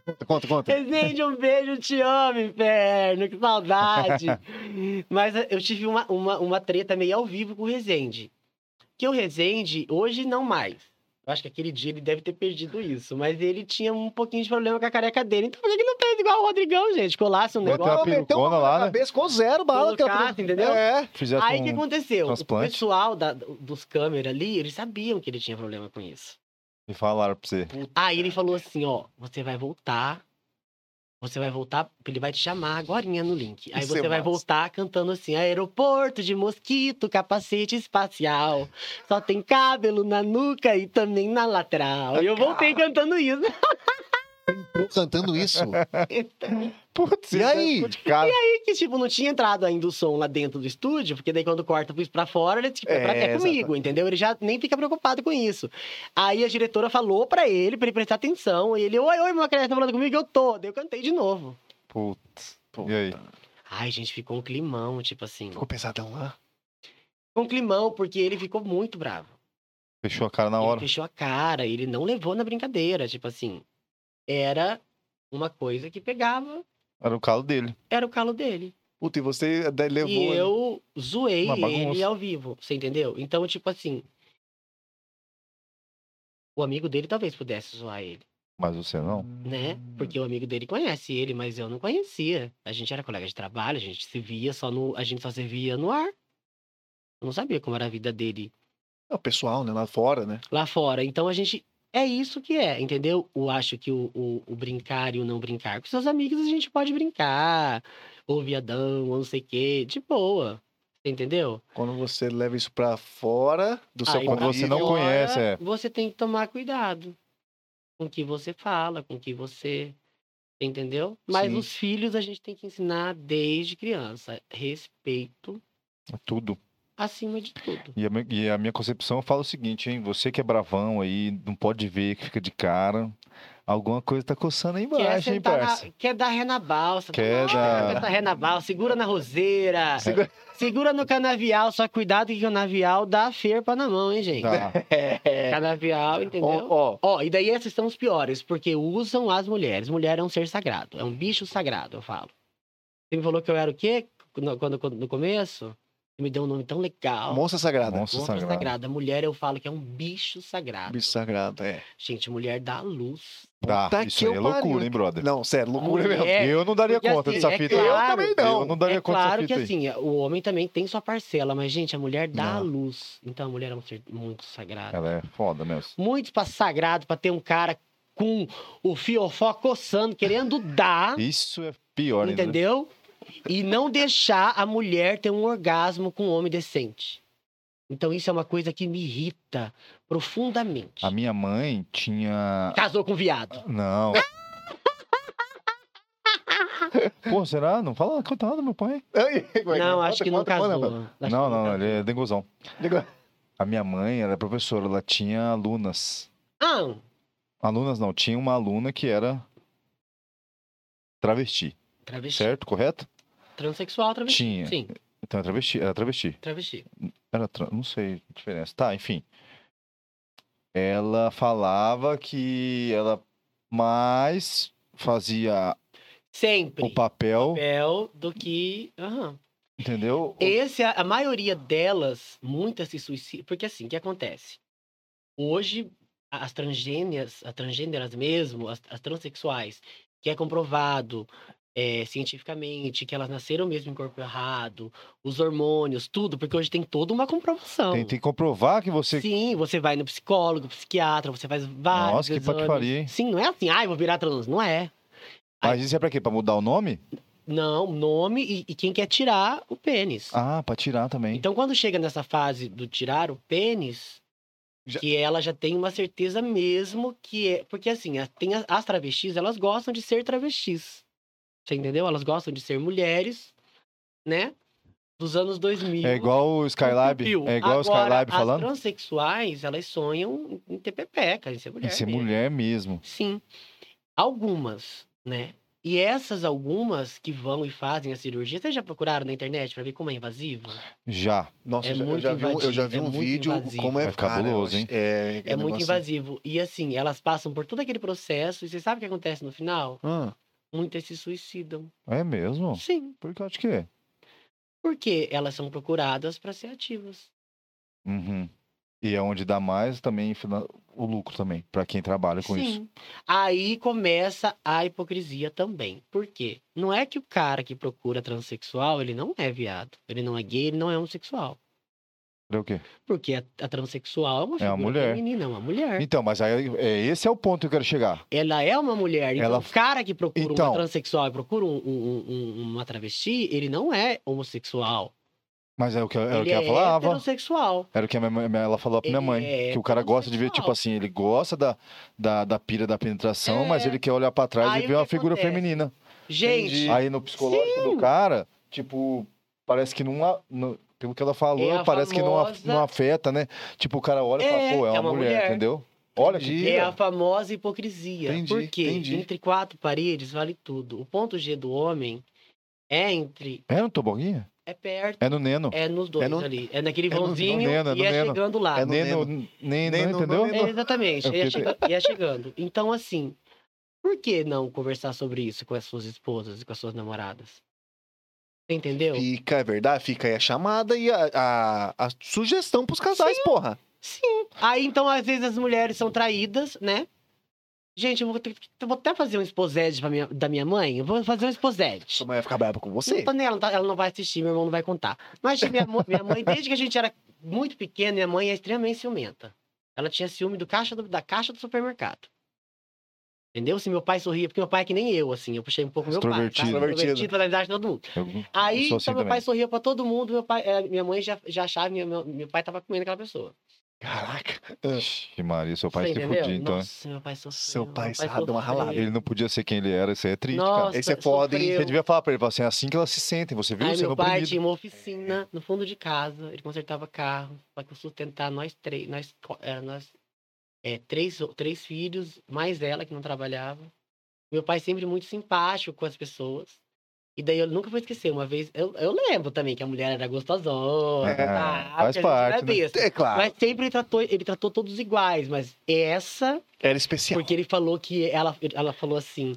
A: conta, conta, conta.
C: Resende, um beijo, te amo, inferno, que saudade. Mas eu tive uma, uma, uma treta meio ao vivo com o Resende. Que o Resende, hoje não mais. Eu acho que aquele dia ele deve ter perdido isso, mas ele tinha um pouquinho de problema com a careca dele. Então por que ele não fez igual o Rodrigão, gente? Colasse um
B: Vai ter
C: negócio.
B: uma
A: meteu uma
B: perucona
A: bala
B: lá,
A: na
B: né?
A: cabeça com zero bala.
C: Colocado,
A: aquela peru-
C: entendeu?
A: É.
B: Fizesse
C: Aí o que
B: um
C: aconteceu?
B: transplante.
C: O pessoal da- dos câmeras ali, eles sabiam que ele tinha problema com isso.
B: e falaram pra você.
C: Aí ele falou assim, ó, você vai voltar. Você vai voltar, ele vai te chamar agorinha no link. Aí
A: Isso é
C: você vai
A: massa.
C: voltar cantando assim: aeroporto de mosquito, capacete espacial. Só tem cabelo na nuca e também na lateral. E eu voltei cantando isso.
A: Cantando isso.
B: Putz,
A: E
B: você
A: aí?
B: ficou de cara.
C: E que, tipo, não tinha entrado ainda o som lá dentro do estúdio, porque daí quando corta isso pra fora, ele tipo, é, pra-
A: É,
C: é comigo, entendeu? Ele já nem fica preocupado com isso. Aí a diretora falou pra ele, pra ele prestar atenção. E ele, oi, oi, meu criança, tá falando comigo? Eu tô. Daí eu cantei de novo.
B: Putz. E aí?
C: Ai, gente, ficou um climão, tipo assim. Ficou
A: Ficou pesadão lá.
C: um climão, porque ele ficou muito bravo.
B: Fechou a cara na
C: ele
B: hora.
C: fechou a cara, ele não levou na brincadeira, tipo assim. Era uma coisa que pegava,
B: Era o calo dele.
C: era o calo dele.
A: Puta, e você daí levou.
C: e
A: né?
C: eu zoei
B: Uma bagunça.
C: ele ao vivo, você entendeu? Então, tipo assim. O amigo dele talvez pudesse zoar ele,
B: Mas você não.
C: né? Porque o amigo dele conhece ele, mas eu não conhecia. A gente era colega de trabalho, a gente se via só no. A gente só se via no ar. Eu não sabia como era a vida dele
A: É o pessoal, né? Lá fora, né?
C: lá fora. Então a gente. É isso que é, entendeu? Eu acho que o, o- o brincar e o não brincar. Com seus amigos a gente pode brincar, ou viadão, ou não sei o quê, de boa. Entendeu?
A: Quando você leva isso pra fora do seu
C: Aí,
B: quando
C: pra
B: você não
C: fora,
A: convívio,
B: conhece, é.
C: Você tem que tomar cuidado com o que você fala, com o que você. Entendeu? Mas
A: Sim.
C: os filhos a gente tem que ensinar desde criança. Respeito
B: É Tudo.
C: acima de tudo.
B: E a, mi- e a minha concepção fala o seguinte, hein? Você que é bravão aí, não pode ver, que fica de cara. Alguma coisa tá coçando aí
C: Quer,
B: embaixo, hein,
C: é sentar na-
B: parça?
C: quer dar ré na balsa. tá
B: Quer dar-
C: Quer dar ré na balsa, segura na roseira.
B: Segura-
C: Segura, no canavial, só cuidado que o canavial dá ferpa na mão, hein, gente? É.
B: Tá.
C: Canavial, entendeu?
A: Ó, ó,
C: Ó, e daí esses são os piores, porque usam as mulheres. Mulher é um ser sagrado, é um bicho sagrado, eu falo. Você me falou que eu era o quê no, quando, quando- no começo? Você me deu um nome tão legal.
A: Monstro Sagrado.
B: Monstro
C: Monstro
B: sagrado.
C: sagrado. A mulher, eu falo que é um bicho sagrado.
A: Bicho Sagrado, é.
C: Gente, mulher dá luz.
B: Tá,
A: Puta
B: isso
A: que
B: aí é
A: eu
B: loucura,
A: pariu.
B: hein, brother?
A: Não, sério, loucura
C: Mulher.
A: mesmo.
C: É,
B: eu não daria
C: porque
B: conta
C: assim,
B: dessa
C: é
B: fita.
C: claro.
B: Eu também não. Eu não daria
C: é
B: conta
C: claro que
B: dessa fita aí.
C: assim, o homem também tem sua parcela, mas, gente, a mulher dá
B: Não.
C: a luz. Então a mulher é um ser muito sagrado.
B: Ela é foda mesmo.
C: Muito pra sagrado pra ter um cara com o fiofó coçando, querendo dar,
B: Isso é pior, ainda, né?
C: entendeu? E não deixar a mulher ter um orgasmo com um homem decente. Então isso é uma coisa que me irrita profundamente.
B: A minha mãe tinha.
C: Casou com viado.
B: Não. Pô, será? Não fala, conta nada, meu pai.
C: Não, acho que não casou. Acho que
B: não, não,
C: casou.
B: ele é dengozão. A minha mãe, ela é professora, ela tinha alunas.
C: Ah,
B: Alunas não, tinha uma aluna que era travesti,
C: travesti.
B: certo? Correto?
C: Transsexual, travesti.
B: Tinha.
C: Sim,
B: Então é travesti, era travesti.
C: travesti.
B: Era trans, não sei a diferença. Tá, enfim. Ela falava que ela mais fazia
C: Sempre.
B: o papel,
C: papel do que. Aham.
B: entendeu?
C: Esse, a, a maioria delas, muitas se suicidam. Porque assim, o que acontece? Hoje, a- as transgênias, as transgêneras mesmo, as, as transexuais, que é comprovado é, cientificamente que elas nasceram mesmo em corpo errado, os hormônios, tudo, porque hoje tem toda uma comprovação.
B: Tem, tem que comprovar que você.
C: Sim, você vai no psicólogo, psiquiatra, você faz vários
B: Nossa, que
C: exames.
B: patifaria, hein?
C: Sim, não é assim, ai, vou virar trans. Não é.
B: Mas isso é pra quê? Pra mudar o nome?
C: Não, nome e, e quem quer tirar o pênis.
B: Ah, pra tirar também.
C: Então, quando chega nessa fase do tirar o pênis,
A: Já-
C: que ela já tem uma certeza mesmo que é. Porque assim, a- tem as, as travestis, elas gostam de ser travestis. Você entendeu? Elas gostam de ser mulheres, né? Dos anos 2000.
B: é igual o Skylab.
C: Piu-piu.
B: É igual o
C: Agora,
B: Skylab falando.
C: As transexuais, elas sonham em ter pepeca, em ser mulher.
B: Tem que ser
C: mesmo.
B: é mulher mesmo.
C: Sim. Algumas, né? E essas algumas que vão e fazem a cirurgia, vocês já procuraram na internet pra ver como é invasivo?
B: Já.
A: Nossa,
C: É
A: eu já- eu
C: muito
A: já vi um, eu já vi
C: invadido, é
A: um
C: muito
A: vídeo
C: invasivo.
A: como é,
B: É
A: cara,
B: cabuloso,
A: eu
B: hein?
A: acho- É,
C: É muito
A: negócio-
C: invasivo. E assim, elas passam por todo aquele processo e você sabe o que acontece no final?
A: Ah,
C: Muitas se suicidam.
B: É mesmo?
C: Sim,
B: Porque eu acho que é.
C: porque elas são procuradas para ser ativas.
B: Uhum. E é onde dá mais também fina- o lucro também, pra quem trabalha É com isso.
C: Sim. Aí começa a hipocrisia também. Por quê? Não é que o cara que procura transexual, ele não é viado, ele não é gay, ele não é homossexual.
B: É o quê?
C: Porque a, a transexual é uma figura
B: mulher.
C: feminina, é uma mulher.
B: Então, mas aí é, esse é o ponto que eu quero chegar.
C: Ela é uma mulher. Então,
B: Ela-
C: o cara que procura
B: Então.
C: uma transexual e procura um- um- um- uma travesti, ele não é homossexual.
B: Mas é o que, eu- é o
C: ele
B: que ela
C: é
B: falava.
C: heterossexual.
B: Era o que a minha mãe- minha- ela falou pra minha
C: Ele
B: mãe.
C: é
B: que o cara gosta de ver,
C: homossexual.
B: tipo assim, ele gosta da, da, da pira da penetração,
C: É.
B: mas ele quer olhar pra trás
C: Aí
B: e
C: o
B: ver
C: que
B: uma figura
C: acontece?
B: feminina.
C: Gente,
B: Aí no psicológico do cara, tipo, parece que não. a- não- pelo que ela falou,
C: É a
B: parece que não, a-
C: famosa-
B: não afeta, né? Tipo, o cara olha e
C: É,
B: fala, pô, é uma, mulher, entendeu? Olha que
A: Entendi.
C: é
B: pira.
C: a famosa hipocrisia.
A: Entendi,
C: Por quê?
A: entendi.
C: Entre quatro paredes vale tudo. O ponto G do homem é entre.
B: É no toboguinha?
C: É perto.
B: É no neno.
C: É nos dois
A: É no-
C: ali. É naquele
A: no- no
C: vãozinho
B: neno, é no
C: e é
B: neno.
C: chegando lá.
A: É
B: É
A: no
B: neno, neno,
A: Neno,
B: entendeu?
A: no
C: É, exatamente.
B: É
C: E é,
B: porque-
C: chega- e é chegando. Então, assim, por que não conversar sobre isso com as suas esposas e com as suas namoradas? Você entendeu?
A: Fica, é verdade, fica aí a chamada e a, a, a sugestão pros casais, porra.
C: Sim. Aí, então, às vezes as mulheres são traídas, né? Gente, eu vou, ter- eu vou até fazer um exposed pra minha- da minha mãe. Eu vou fazer um exposed.
A: Sua mãe vai ficar brava com
C: Não
A: você.
C: tô nela, não tá- ela não vai assistir, meu irmão não vai contar. Mas minha, mo- minha mãe, desde que a gente era muito pequena, minha mãe é extremamente ciumenta. Ela tinha ciúme do caixa do- da caixa do supermercado. Entendeu? Se meu pai sorria, porque meu pai é que nem eu, assim, eu puxei um pouco meu pai. Tá?
B: Extrovertido.
C: Extrovertido, personalidade de todo mundo.
B: Eu- eu
C: Aí,
B: sou
C: então,
B: assim
C: meu
B: também.
C: pai sorria pra todo mundo, meu pai, eh, minha mãe já, já achava, meu, meu, meu pai tava comendo aquela pessoa.
A: Caraca. É.
B: Ixi, Maria, seu pai
C: Você
B: se
C: entendeu?
B: fudia, então. né?
C: Nossa, meu pai sofreu.
A: Seu pai
C: meu
A: sarra, deu uma
C: sofreu.
A: ralada.
B: Ele não podia ser quem ele era, isso aí é triste, cara.
C: Nossa,
A: Esse é foda, hein?
C: sofreu.
B: Você devia falar pra ele, falar assim, é assim que elas se sentem, você viu?
C: Aí
B: Você é
C: meu pai
B: oprimido.
C: tinha uma oficina no fundo de casa, ele consertava carro, para sustentar nós três, nós, co- era nós é, três, três filhos, mais ela que não trabalhava. Meu pai sempre muito simpático com as pessoas. E daí eu nunca vou esquecer, uma vez, eu, eu lembro também que a mulher era gostosona,
B: É,
C: tá?
B: faz
C: Porque a gente era
B: parte, né?
C: besta.
A: É claro.
C: Mas sempre ele tratou, ele tratou todos iguais, mas essa
A: Era especial.
C: porque ele falou que ela, ela falou assim.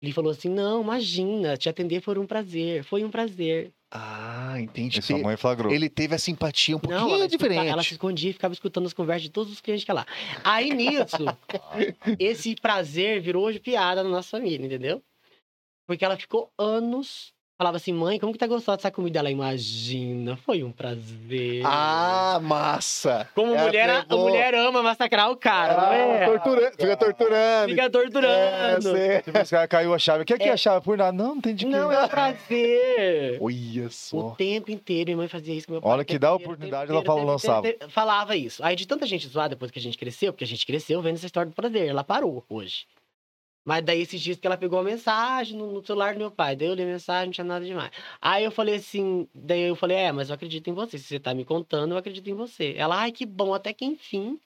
C: Ele falou assim: não, imagina, te atender foi um prazer. Foi um prazer.
A: Ah, entendi.
B: E sua mãe é flagrou.
A: Ele teve a simpatia um pouquinho
C: não, ela, escuta-
A: diferente.
C: ela se escondia e ficava escutando as conversas de todos os clientes que é lá. Aí nisso, esse prazer virou hoje piada na nossa família, entendeu? Porque ela ficou anos. Falava assim, mãe, como que tá gostando dessa comida? Ela imagina, foi um prazer.
A: Ah, massa.
C: como
A: ela
C: mulher, a
A: pegou.
C: mulher ama massacrar o cara, não é?
A: torturando, fica torturando.
C: Fica torturando.
A: É,
B: Tipo, esse cara caiu a chave. O que é que é a chave? Por nada. Não, não tem de que.
C: não, é um prazer.
A: você- Olha
C: O
A: só.
C: tempo inteiro, minha mãe fazia isso com meu pai.
B: Hora
C: o
B: que
C: tempo
B: dá a
C: inteiro, o tempo
B: oportunidade, ela
C: inteiro,
B: fala,
C: o tempo
B: lançava.
C: inteiro, Falava isso. Aí de tanta gente zoar depois que a gente cresceu, porque a gente cresceu vendo essa história do prazer, ela parou hoje. Mas daí esses dias que ela pegou a mensagem no, no celular do meu pai, daí eu li a mensagem, não tinha nada demais. Aí eu falei assim, daí eu falei, é, mas eu acredito em você, se você tá me contando, eu acredito em você. Ela, ai que bom, até que enfim,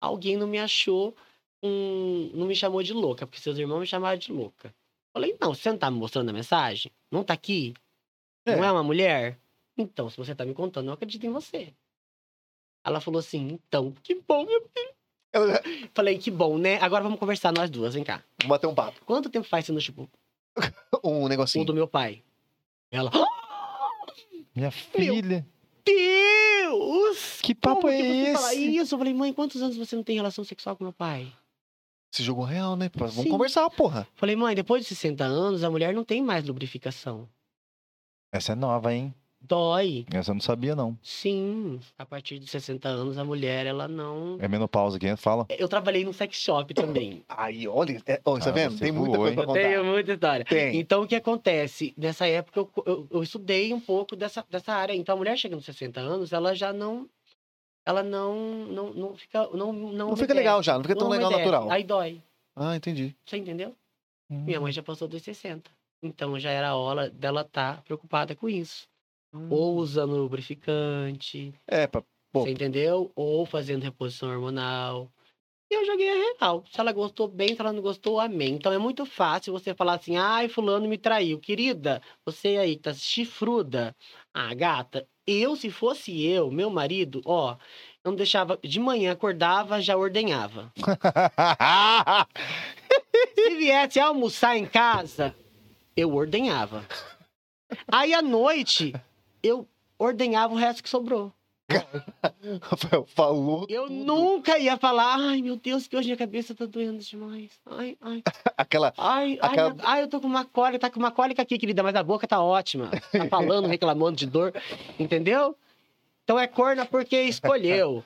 C: alguém não me achou, um, não me chamou de louca, porque seus irmãos me chamaram de louca. Falei, não, você não tá me mostrando a mensagem? Não tá aqui? Não
A: É.
C: é uma mulher? Então, se você tá me contando, eu acredito em você. Ela falou assim, então, que bom, meu filho. Falei, que bom, né? Agora vamos conversar nós duas, vem cá.
A: Vou bater um papo.
C: Quanto tempo faz sendo tipo
A: Um negocinho.
C: o do meu pai? Ela, "Oh,
B: Minha filha.
C: Deus!
B: Que papo
C: como
B: é
C: que você fala
B: esse?
C: Isso, eu falei, mãe, quantos anos você não tem relação sexual com meu pai?
A: Se jogou real, né? Vamos
C: Sim.
A: conversar, porra.
C: Falei, mãe, depois de 60 anos, a mulher não tem mais lubrificação.
B: Essa é nova, hein?
C: Dói.
B: Essa eu não sabia, não.
C: Sim, a partir de 60 anos, a mulher, ela não.
B: É menopausa aqui, fala.
C: Eu trabalhei num sex shop também.
A: Aí, olha, é, ó, tá
B: Ah,
A: vendo?
B: você
A: Tem muita
B: voou,
A: coisa pra
C: Eu
A: contar.
C: tenho muita história.
A: Tem.
C: Então, o que acontece? Nessa época, eu, eu, eu estudei um pouco dessa, dessa área. Então, a mulher chega nos 60 anos, ela já não. Ela não. Não, não fica. Não, não,
A: Não fica
C: obedece.
A: legal já, não fica tão
C: Não
A: legal
C: obedece.
A: natural.
C: Aí dói.
A: Ah, entendi.
C: Você entendeu?
B: Hum.
C: Minha
A: Uhum.
C: mãe já passou dos 60. Então já era hora dela estar preocupada com isso.
A: Uhum.
C: Ou usando lubrificante,
A: É, pra... Pô.
C: você entendeu? Ou fazendo reposição hormonal. E eu joguei a real. Se ela gostou bem, se ela não gostou, amém. Então é muito fácil você falar assim: ai, Fulano me traiu. Querida, você aí que tá chifruda. Ah, gata, eu, se fosse eu, meu marido, ó, não deixava. De manhã acordava, já ordenhava. Se viesse almoçar em casa, eu ordenhava. Aí à noite, eu ordenhava o resto que sobrou.
A: Rafael falou.
C: Eu
A: tudo.
C: nunca ia falar, ai meu Deus, que hoje minha cabeça tá doendo demais. Ai, ai,
A: Aquela.
C: ai, ai,
A: Aquela-
C: minha- ai, eu tô com uma cólica, tá com uma cólica aqui, querida, mas a boca tá ótima. Tá falando, reclamando de dor, entendeu? Então é corna porque escolheu.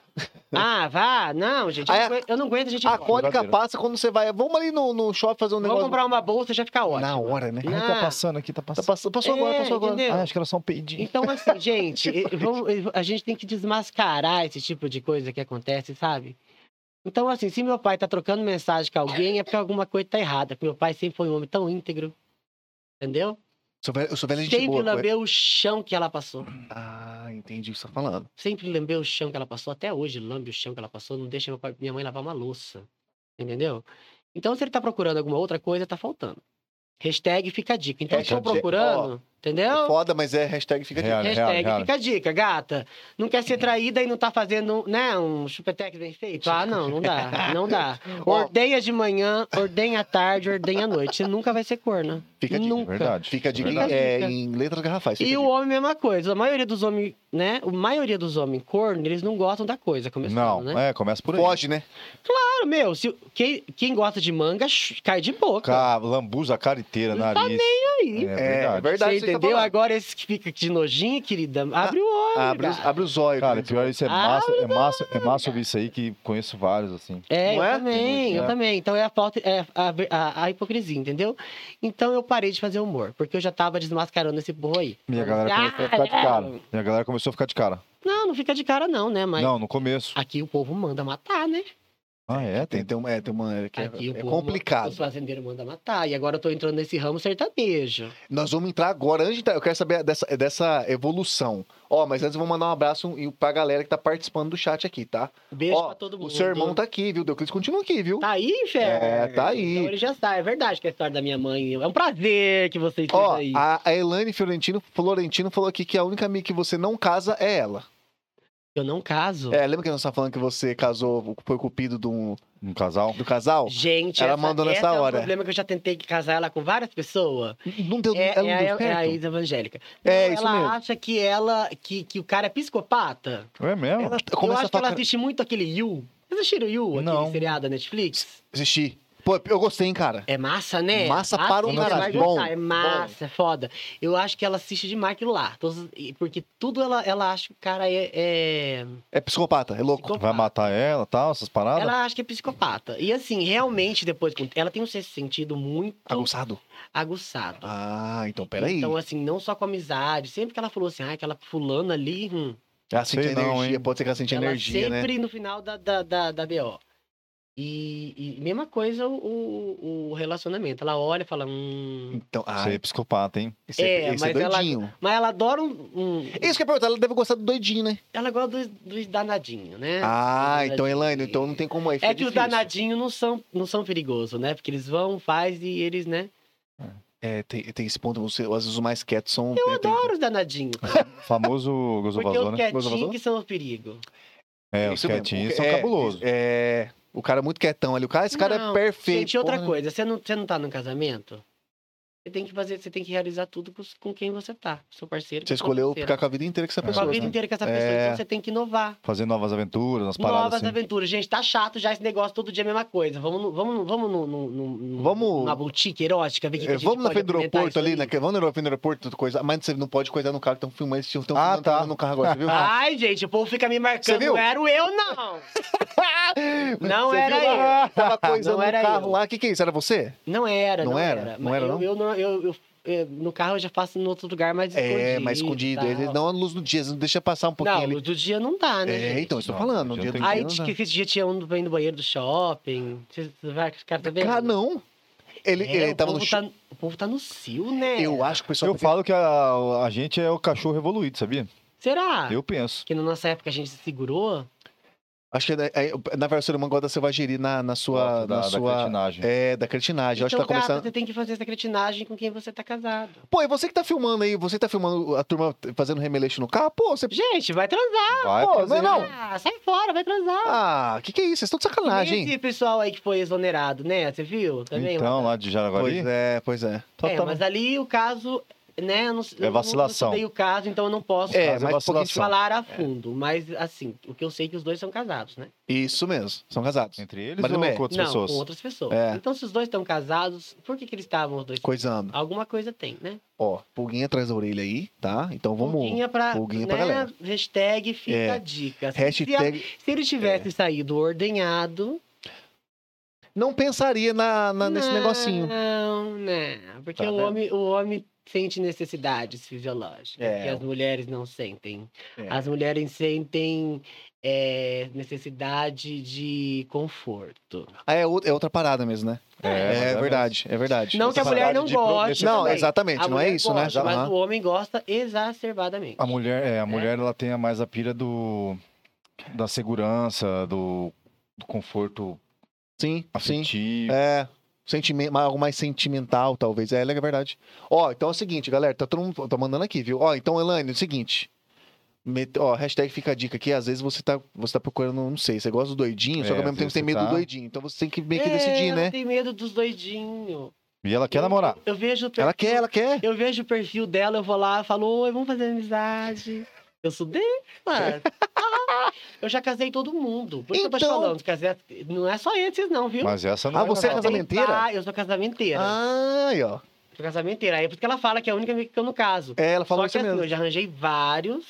C: Ah, vá, não, gente, eu
A: Aí
C: não
A: a-
C: aguento, eu não aguento, gente.
A: A
C: engorda.
A: cônica
B: Verdadeiro.
A: passa quando você vai. Vamos ali no, no shopping fazer um
C: Vamos
A: negócio.
C: comprar uma bolsa, já fica ótimo.
A: Na hora, né?
B: Ai,
C: Ah.
B: tá passando aqui, tá
A: Tá
B: passando.
A: passando, passou agora,
C: É,
A: passou agora.
C: entendeu?
B: Ah, acho que era só um peidinho.
C: Então, assim, gente, eh, vamos- eh, a gente tem que desmascarar esse tipo de coisa que acontece, sabe? Então, assim, se meu pai tá trocando mensagem com alguém, é porque alguma coisa tá errada. Porque meu pai sempre foi um homem tão íntegro. Entendeu?
A: Sou velho, eu sou velho de gente
C: sempre
A: boa. co-
C: lambeu o chão que ela passou.
A: Ah, entendi o que você tá falando.
C: Sempre lambeu o chão que ela passou. Até hoje lambe o chão que ela passou. Não deixa meu pai- minha mãe lavar uma louça. Entendeu? Então, se ele tá procurando alguma outra coisa, tá faltando. Hashtag fica a dica. Então,
A: Hashtag-
C: estou procurando,
A: É
C: entendeu?
A: foda, mas é hashtag fica de.
B: Real.
C: Hashtag
B: real.
C: fica a dica, gata. Não quer ser traída e não tá fazendo, né, um chupetec bem feito? Ah, não, não dá, não dá.
A: Ó.
C: Ordenha de manhã, ordenha à tarde, ordenha à noite. Você nunca vai ser corna.
A: Fica de.
B: É
C: Nunca.
B: verdade.
A: Fica de.
B: É verdade.
A: É, em letras garrafais. fica
C: E
A: a
C: o
A: dica.
C: homem, mesma coisa. A maioria dos homens, né, a maioria dos homens corno, eles não gostam da coisa, começando,
B: Não,
C: né?
B: é, começa por aí.
A: Foge, né?
C: Claro, meu, se, quem, quem gosta de manga, sh- cai de boca.
B: Cara, lambuza a cara inteira,
C: Não tá
B: nariz.
C: nem aí.
B: É verdade.
A: verdade.
C: Você
A: isso aí
C: Entendeu?
A: falando.
C: Agora esse que fica de nojinho, querida, abre o olho.
A: Abre, os-
C: cara.
A: abre os olhos.
B: Cara,
A: né?
B: pior isso é
C: Ah,
B: massa, é massa, é massa ouvir isso aí que conheço vários, assim.
C: É,
A: Não
C: eu
A: é?
C: também, eu
B: É.
C: também. Então é a falta, é a, a- a hipocrisia, entendeu? Então eu parei de fazer humor, porque eu já tava desmascarando esse burro aí.
B: Minha galera
C: Ah,
B: começou a ficar de cara. Minha galera começou a ficar de cara.
C: Não, não fica de cara não, né? Mas
B: Não, no começo.
C: aqui o povo manda matar, né?
B: Ah, é?
A: Tem,
B: Tem.
A: tem uma, é, tem uma que é,
C: Aqui o
A: é
C: povo Manda, os
A: complicado.
C: fazendeiros mandam matar. E agora eu tô entrando nesse ramo sertanejo.
A: Nós vamos entrar agora. Antes de entrar, eu quero saber dessa, dessa evolução. Ó, mas antes eu vou mandar um abraço e- pra galera que tá participando do chat aqui, tá?
C: Beijo
A: Ó,
C: pra todo mundo.
A: O seu irmão tá aqui, viu? Deuclides continua aqui, viu?
C: Tá aí, inferno?
A: É, tá aí.
C: Então ele já está. É verdade que a história da minha mãe. É um prazer que você esteja
A: Ó,
C: aí.
A: a, a Elane Fiorentino, Florentino falou aqui que a única amiga que você não casa é ela.
C: Eu não caso.
A: É, lembra que nós estávamos falando que você casou, foi cupido do,
B: Um casal.
A: do casal?
C: Gente,
A: Ela
C: essa,
A: mandou nessa
C: essa
A: hora.
C: é um problema que eu já tentei casar ela com várias pessoas.
A: Não deu,
C: É,
A: ela
C: é
A: não
C: a-
A: deu
C: é a,
A: tá certo?
C: ex-evangélica.
A: É,
C: Não,
A: isso
C: ela
A: mesmo.
C: acha que ela que, que o cara é psicopata.
B: É mesmo?
A: Ela
C: eu
A: tá, começa
C: acho
A: a
C: que ela
A: falar...
C: assiste muito aquele You. Vocês assistiram You, aquele
B: Não.
C: seriado da Netflix?
A: Assisti. Pô, eu gostei, hein, cara.
C: É massa, né?
A: Massa
C: Ah,
A: para um
C: sim, você
B: caralho.
C: vai gostar.
A: Bom,
C: É massa, é foda. Eu acho que ela assiste demais aquilo lá. Todos- e- Porque tudo ela, ela acha que o cara é- é...
A: É psicopata, é louco.
C: psicopata.
B: Vai matar ela e tal, essas paradas?
C: Ela acha que é psicopata. E assim, realmente, depois... com- Ela tem um sexto sentido muito
A: Aguçado.
C: aguçado.
A: Ah, então peraí.
C: Então, assim, não só com amizade. Sempre que ela falou assim, ah, aquela fulana ali... hum,
A: Ela sente
B: Sei não,
A: energia,
B: hein?
A: pode ser que ela sente
C: ela
A: energia, né?
C: sempre no final da, da, da, da BO. E, e mesma coisa o- o, o relacionamento. Ela olha e fala, hum...
A: Então, ah,
B: Você é psicopata, hein?
A: esse é,
C: É,
A: esse é
C: mas ela-
A: doidinho.
C: Mas ela adora um... um-
A: Isso que eu ia perguntar, ela deve gostar do doidinho, né?
C: Ela gosta dos, dos danadinhos, né?
A: ah,
C: Dos
A: então,
C: danadinhos.
A: Elaine, então não tem como aí.
C: É
A: fica
C: que os
A: difícil.
C: danadinhos não são, não são perigosos, né? Porque eles vão, faz e eles, né?
A: É, tem, tem esse ponto, você, às vezes os mais quietos são.
C: Eu
A: tem- tem-
C: adoro os danadinhos.
B: Famoso
C: Porque
B: gozovazor,
C: os
B: né?
A: Gozovazor?
C: quietinhos que são o perigo.
B: É, os
A: Isso mesmo.
B: quietinhos
A: O-
B: são
A: é,
B: cabulosos.
A: É, o cara é muito quietão ali. O cara, esse cara é
C: Não,
A: perfeito.
C: Gente, outra
A: porra.
C: coisa, você não, você não tá num casamento? Você tem que fazer, você tem que realizar tudo com, com quem você tá. Seu parceiro.
A: Você
C: com sua
A: escolheu
C: parceira.
A: ficar com a vida inteira com essa
B: Com a
C: Com a
A: pessoa.
C: vida
A: né?
C: inteira com essa
A: É.
C: pessoa, então você tem que inovar.
B: Fazer novas aventuras, umas paradas
C: Novas
B: assim.
C: aventuras. Gente, tá chato já esse negócio, todo dia é a mesma coisa. Vamos, no- vamos, no- vamos, no, no- no- no-
A: Vamos-
C: numa boutique erótica, ver o que, que a
A: É,
C: gente
A: vamos na
C: pode
A: frente do
C: apresentar
A: aeroporto
C: isso
A: ali,
C: aí.
A: né? que- Vamos no aeroporto, no aeroporto, coisa. Mas você não pode coisar no carro, estão filmando esse filme. Estão
B: Ah,
A: filmando
B: tá.
A: no carro agora, você viu?
C: Ai, gente, o povo fica me
A: Você
C: marcando.
A: viu?
C: Não era o eu, não. Não
A: Você
C: era
A: viu lá? Tava coisando
C: Não era
A: no carro
C: eu.
A: lá. O que, que é isso? Era você?
C: Não era,
A: Não
C: não,
A: era?
C: era.
A: Não
C: Mas
A: era,
C: eu,
A: não?
C: Eu, não- eu- eu- eh, no carro eu já faço em outro lugar mais escondido.
A: É, mas escondido.
C: tal.
A: Ele não a luz do dia, você não deixa passar um pouquinho
C: Não,
A: ali.
C: luz do dia não dá, né?
A: É,
C: gente?
A: então, estou
B: Não,
A: falando. No
B: não
A: dia do
B: tem
A: dia
C: Aí
A: não
C: diz
A: dá.
C: que esse dia tinha um indo no banheiro do shopping. Você vai com os caras também.
A: Cara, não. Ele, ele tava no chão.
C: É, O povo tá no cio, né?
A: Eu acho que o pessoal. tá
B: Eu falo que a, a gente é o cachorro evoluído, sabia?
C: Será?
B: Eu penso.
C: Que na nossa época a gente se segurou.
A: Acho que é, é, na verdade, o ser humano gosta da selvageria na, na sua.
B: Gosto da,
A: na
B: da
A: sua...
B: cretinagem.
A: é, da cretinagem. Eu acho que tá
C: então, gata,
A: começando.
C: você tem que fazer essa cretinagem com quem você tá casado.
A: Pô, e você que tá filmando aí, você que tá filmando a turma fazendo remeleixo no carro, pô, você.
C: Gente, vai transar.
B: Vai
A: pô,
B: trazer,
A: não,
B: né?
C: Ah, sai fora, vai transar.
A: Ah, que que é isso? Vocês estão de
C: E
A: sacanagem, hein?
C: esse pessoal aí que foi exonerado, né? Você viu? Também?
B: Então, lá de Jaraguari,
A: Pois é, pois é.
B: tá,
C: é,
B: tá-
C: mas ali o caso, né? Eu não, eu
B: É vacilação.
C: Não estudei o caso, então eu não posso
A: É,
B: caso
A: mas É.
B: vacilação.
A: porque
C: falar a fundo. Mas, assim, o que eu sei é que os dois são casados, né?
A: Isso mesmo, são casados.
B: Entre eles
A: Mas
B: ou
A: também-
B: com outras
C: não,
B: pessoas?
C: com outras pessoas.
A: É.
C: Então, se os dois estão casados, por que, que eles estavam os dois?
A: Coisando.
C: Alguma coisa tem, né?
A: Ó, pulguinha atrás da orelha aí, tá? Então vamos.
C: Pulguinha pra,
A: pulguinha
C: né?
A: pra galera.
C: Hashtag fica
A: É.
C: a dica. Se-
A: Hashtag.
C: Se, a- se ele
A: É.
C: tivesse saído ordenhado...
A: Não pensaria na, na- nesse negocinho.
C: Não, não. Porque
A: Tá
C: o,
A: vendo?
C: homem, o homem sente necessidades fisiológicas
A: É.
C: que as mulheres não sentem.
A: É.
C: As mulheres sentem é, necessidade de conforto.
A: Ah, é, ou- é outra parada mesmo, né?
B: mas
A: É, verdade, é verdade.
C: Não que a mulher não
B: de pro-
C: goste.
B: necessidade.
A: Não,
C: também.
A: exatamente,
C: A
A: não é
C: mulher
A: isso, né?
C: gosta, Mas
A: Aham.
C: o homem gosta exacerbadamente.
B: A mulher, é, a mulher ela tem a mais a pira do da segurança, do, do conforto
A: Sim, sim.
B: afetivo.
A: É. Sentimen- ma- algo mais sentimental, talvez. É, é verdade. Ó, então é o seguinte, galera. Tá todo mundo tá mandando aqui, viu? Ó, então, Elaine, é o seguinte. Mete- ó, hashtag fica a dica aqui. Às vezes você tá, você tá procurando, não sei, você gosta do doidinho, só
B: É,
A: que ao mesmo
B: às
A: tempo
B: vezes
A: você tem
B: você
A: medo do
B: tá.
A: doidinho. Então você tem que meio que
C: É,
A: decidir,
C: ela
A: né?
C: tem medo dos doidinhos.
B: E ela quer namorar.
C: Eu vejo o perfil,
A: Ela quer, ela quer.
C: eu vejo o perfil dela, eu vou lá, eu falo, oi, vamos fazer amizade. Eu sou dela. eu já casei todo mundo. Por isso que eu tô te
A: Então-
C: falando, casei, não é só esses não, viu? tá,
B: Mas essa não
A: Ah,
B: é
A: você é
B: casal.
A: casamenteira?
C: Ah, eu sou casamenteira.
A: Ai, ó.
C: Fui casamenteira. Aí é por isso que ela fala que é a única que eu não caso.
A: É, ela falou
C: Só que
A: isso
C: assim,
A: mesmo.
C: eu já arranjei vários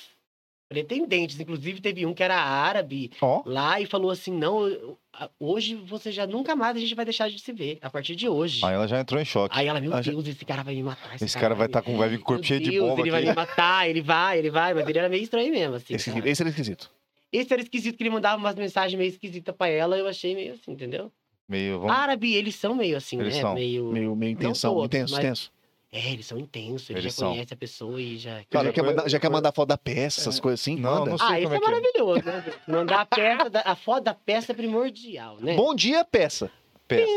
C: pretendentes. Inclusive, teve um que era árabe
B: Ó.
C: lá e falou assim: não, eu- a- hoje você já nunca mais a gente vai deixar de se ver. A partir de hoje.
B: Aí ela já entrou em choque.
C: Aí ela, meu
A: Ah, já-
C: Deus, esse cara vai me matar.
B: Esse cara vai estar com, vai vir com o corpo cheio de bomba
C: Ele vai
B: aqui.
C: me matar, ele vai, ele vai. Mas ele era meio estranho mesmo, assim.
A: Esse,
C: cara.
A: esse era esquisito.
C: Esse era esquisito, que ele mandava umas mensagens meio esquisitas pra ela, eu achei meio assim, entendeu?
B: Meio, vamos...
C: Árabe, eles são meio assim,
B: Eles
C: né?
B: são.
C: Meio...
A: Meio, meio
C: Não
A: intenção,
C: todos,
A: intenso,
C: mas-
A: tenso.
C: É, eles são intensos, eles,
B: Eles
C: já
B: são.
C: conhecem a pessoa e já.
B: Cara,
A: já, quer
B: eu-
A: mandar, já quer
B: eu-
A: mandar foto da peça, essas coisas assim?
B: Não,
A: manda.
B: não sei
C: Ah, isso
B: como
C: é,
B: é que é.
C: maravilhoso, né? Mandar a peça, da- a foto da peça é primordial, né?
A: Bom dia, peça.
B: Peça.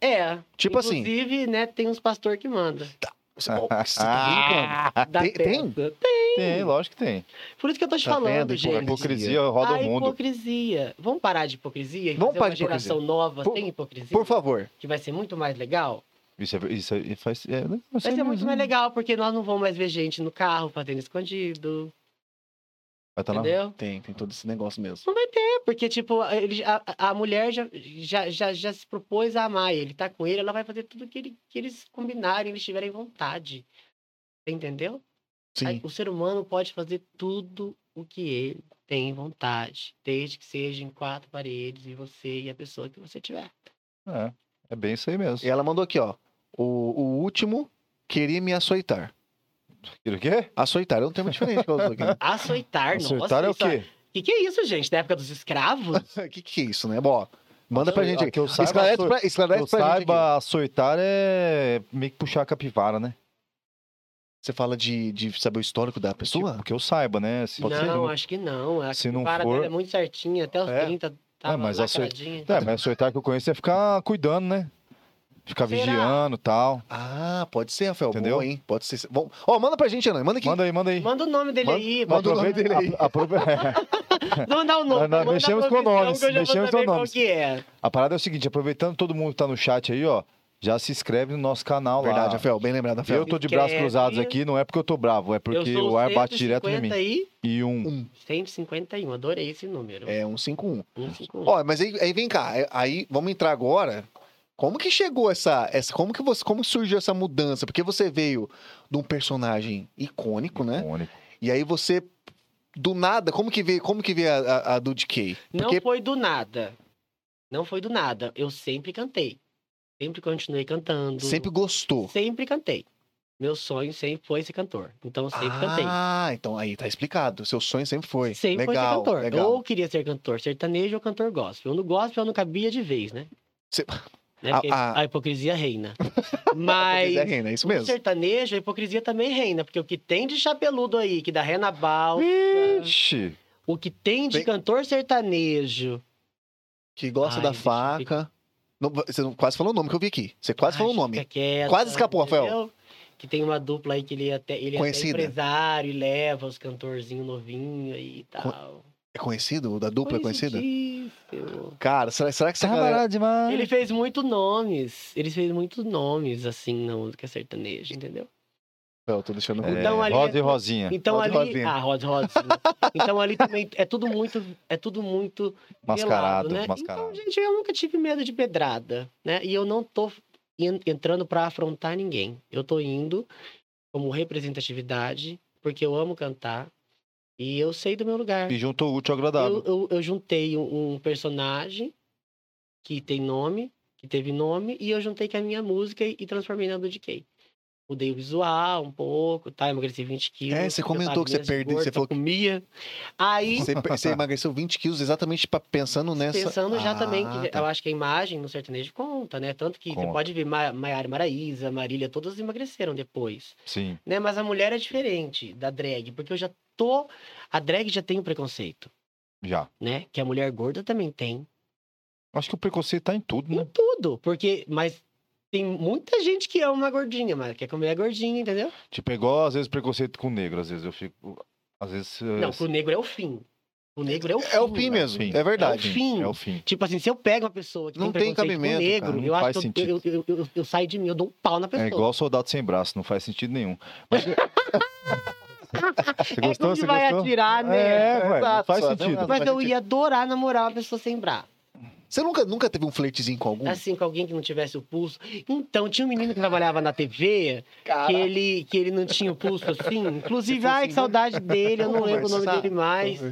C: é.
A: Tipo assim.
C: Inclusive, né, tem uns pastor que manda.
B: Ah,
A: Você, oh, você tá brincando?
C: Da
A: tem- tem?
C: peça.
B: Tem, lógico que tem.
C: Por isso que eu tô te
A: Tá
C: falando,
A: vendo,
B: A
C: gente.
B: hipocrisia roda
C: a
B: o mundo.
C: hipocrisia. Vamos parar de hipocrisia e
A: Vamos
C: fazer
A: parar
C: uma
A: de hipocrisia.
C: geração nova
A: Por-
C: sem hipocrisia,
A: Por favor.
C: que vai ser muito mais legal.
B: Isso é, isso é, faz, é, né?
C: Vai ser muito
B: mesmo.
C: mais legal, porque nós não vamos mais ver gente no carro fazendo escondido,
B: Vai tá na-
C: entendeu?
A: Tem, tem todo esse negócio mesmo.
C: Não vai ter, porque, tipo, ele, a, a mulher já, já, já, já se propôs a amar ele, tá com ele, ela vai fazer tudo que, ele, que eles combinarem, eles tiverem vontade. Entendeu? Aí,
A: Sim.
C: O ser humano pode fazer tudo o que ele tem vontade, desde que seja em quatro paredes e você e a pessoa que você tiver.
B: É, é bem isso aí mesmo.
A: E ela mandou aqui, ó. O, o último queria me açoitar.
B: E o quê?
A: Açoitar é um termo diferente que eu uso aqui. né?
C: Açoitar, nossa.
B: Acertar é o
C: isso-
B: quê? Ah,
C: Que que é isso, gente? Da época dos escravos?
A: que que é isso, né? Bom, ó, manda pra
B: Açoi-
A: gente
B: ah,
A: aqui.
B: que eu saiba,
A: Esclarece
B: açoi-
A: pra,
B: Que
A: esclarece
B: eu
A: pra gente aqui.
B: saiba, açoitar é meio que puxar a capivara, né?
A: Você fala de, de saber o histórico da pessoa?
B: Tipo, que eu saiba, né? Se, se
C: não, acho que não. A
B: Se não
C: cara
B: for-
C: dela é muito certinha, até os
A: É?
C: 30 tava é,
B: mas
C: mas
B: açoi- É, mas açoitar que eu conheço é ficar cuidando, né? Ficar
C: Será?
B: vigiando e tal.
A: Ah, pode ser, Rafael.
B: Entendeu?
A: Boa, hein? Pode ser. Bom, ó, manda pra gente, Ana. Manda aqui.
B: Manda aí, manda aí.
C: Manda o nome dele
A: Manda-
C: aí.
A: manda o nome
B: Aproveita-
A: dele aí.
B: a- aprove- é.
C: Vou mandar o nome.
B: Nós- nós
C: manda a
B: mexemos com
C: profissão,
B: nomes,
C: que eu já vou
B: mexemos com
C: saber qual
B: nomes.
C: que é.
B: A parada é o seguinte, aproveitando todo mundo que tá no chat aí, ó, já se inscreve no nosso canal
A: Verdade,
B: lá.
A: Rafael. Bem lembrado, Rafael.
B: Eu tô de braços
C: Inscreve.
B: cruzados aqui, não é porque eu tô bravo, é
C: Eu
B: porque
C: sou
B: o ar bate direto em mim.
C: 150 aí.
B: E um.
A: Um.
C: 151, adorei esse número.
A: É, 151.
C: 151.
A: Ó, mas aí, aí vem cá, aí- aí vamos entrar agora. Como que chegou essa, essa. Como que você. Como surgiu essa mudança? Porque você veio de um personagem icônico, né?
B: Icônico.
A: E aí você. Do nada, como que veio, como que veio a, a, a do DK?
C: Não
A: Porque
C: foi do nada. Não foi do nada. Eu sempre cantei. Sempre continuei cantando.
A: sempre gostou.
C: Sempre cantei. Meu sonho sempre foi ser cantor. Então eu sempre cantei.
A: Ah, então aí tá explicado. Seu sonho sempre foi.
C: Sempre
A: legal,
C: foi ser cantor.
A: legal.
C: Ou queria ser cantor sertanejo ou cantor gospel. No gospel eu não cabia de vez, né?
A: Cê-
C: Né?
A: A-
C: Porque
A: a-
C: a... hipocrisia reina.
A: Pois é,
C: Mas
A: Reina, é isso
C: no
A: mesmo.
C: sertanejo a hipocrisia também reina, porque o que tem de chapeludo aí, que dá Renabal,
B: Vixe!
C: o que tem de
A: Tem-
C: cantor sertanejo.
A: Que gosta
C: Ai,
A: da
C: deixa eu
A: faca. Não, você não- quase falou o nome que eu vi aqui. Você quase
C: Ai,
A: falou o
C: gente,
A: nome.
C: fica quieta,
A: Quase escapou, Rafael.
C: é entendeu? Que tem uma dupla aí que ele é até, ele é até
A: Conhecida.
C: empresário e leva os cantorzinhos novinhos aí e tal.
A: É conhecido? O da dupla é conhecida?
C: Conhecidíssimo.
A: Cara, será, será
C: Tá
A: que essa galera...
B: demais!
C: Ele fez muito nomes. Ele fez muitos nomes, assim, na música sertaneja, entendeu?
A: Eu tô deixando...
B: É,
C: Então, ali-
B: Rosa e Rosinha.
C: Então
A: Rod
C: ali.
A: Rosinha.
C: Ah, Rod Rodzinho. então ali também é tudo muito. É tudo muito.
B: Mascarado,
C: velado, né?
B: mascarado.
C: Então, gente, eu nunca tive medo de pedrada, né? E eu não tô en- entrando pra afrontar ninguém. Eu tô indo como representatividade, porque eu amo cantar. E eu sei do meu lugar.
B: E juntou o útil ao
C: Eu,
B: agradável.
C: eu, eu juntei um, um personagem que tem nome, que teve nome, e eu juntei com a minha música e, e transformei na do DK. Mudei o visual um pouco, tá? Emagreci 20 quilos.
A: É, você
C: porque eu
A: comentou
C: tava
A: que você
C: menos
A: perdeu,
C: gordo,
A: você
C: só
A: falou que-
C: comia. Aí,
A: Você, você emagreceu 20 quilos exatamente pra, pensando nessa...
C: pensando já
A: Ah,
C: também, que
A: tá.
C: eu acho que a imagem no sertanejo conta, né? Tanto que
B: Conta.
C: você pode ver Ma Maiara e Maraísa, Marília, todas emagreceram depois
B: Sim.
C: né? Mas a mulher é diferente da drag, porque eu já tô. A drag já tem um preconceito,
B: Já.
C: né? Que a mulher gorda também tem.
B: Acho que o preconceito tá em tudo,
C: Em
B: né?
C: tudo. Porque. Mas tem muita gente que ama a gordinha, mas quer comer a gordinha, entendeu?
B: Tipo, é igual às vezes preconceito com negro, às vezes eu fico. Às vezes. eh,
C: Não, pro negro é o fim. O negro é o fim.
A: É o fim mesmo,
B: fim.
A: é verdade.
C: É o fim.
B: É o fim.
C: Tipo assim, se eu pego uma pessoa que
A: Não tem
C: tem preconceito
A: cabimento,
C: com negro,
B: cara, não
C: eu
B: faz
C: acho que eu,
B: sentido.
C: eu, eu, eu- eu saio de mim, eu dou um pau na pessoa.
B: É igual soldado sem braço, não faz sentido nenhum. Mas- você
C: É
B: gostou?
C: como que
B: Você
C: vai
B: gostou?
C: atirar, né?
B: É, ué, não
A: Exato,
B: faz
A: só tem
B: sentido.
A: uma-
C: Mas
A: faz
C: eu
A: sentido.
C: ia adorar namorar uma pessoa sem braço.
A: Você nunca, nunca teve um flertezinho com
B: Hum.
A: algum?
C: Assim, com alguém que não tivesse o pulso. Então, tinha um menino que trabalhava na TV, que
B: Cara,
C: ele, que ele não tinha o pulso assim. Inclusive,
A: fosse
C: ai, que saudade dele, eu não
A: Vamos
C: lembro o nome
A: conversar?
C: dele mais.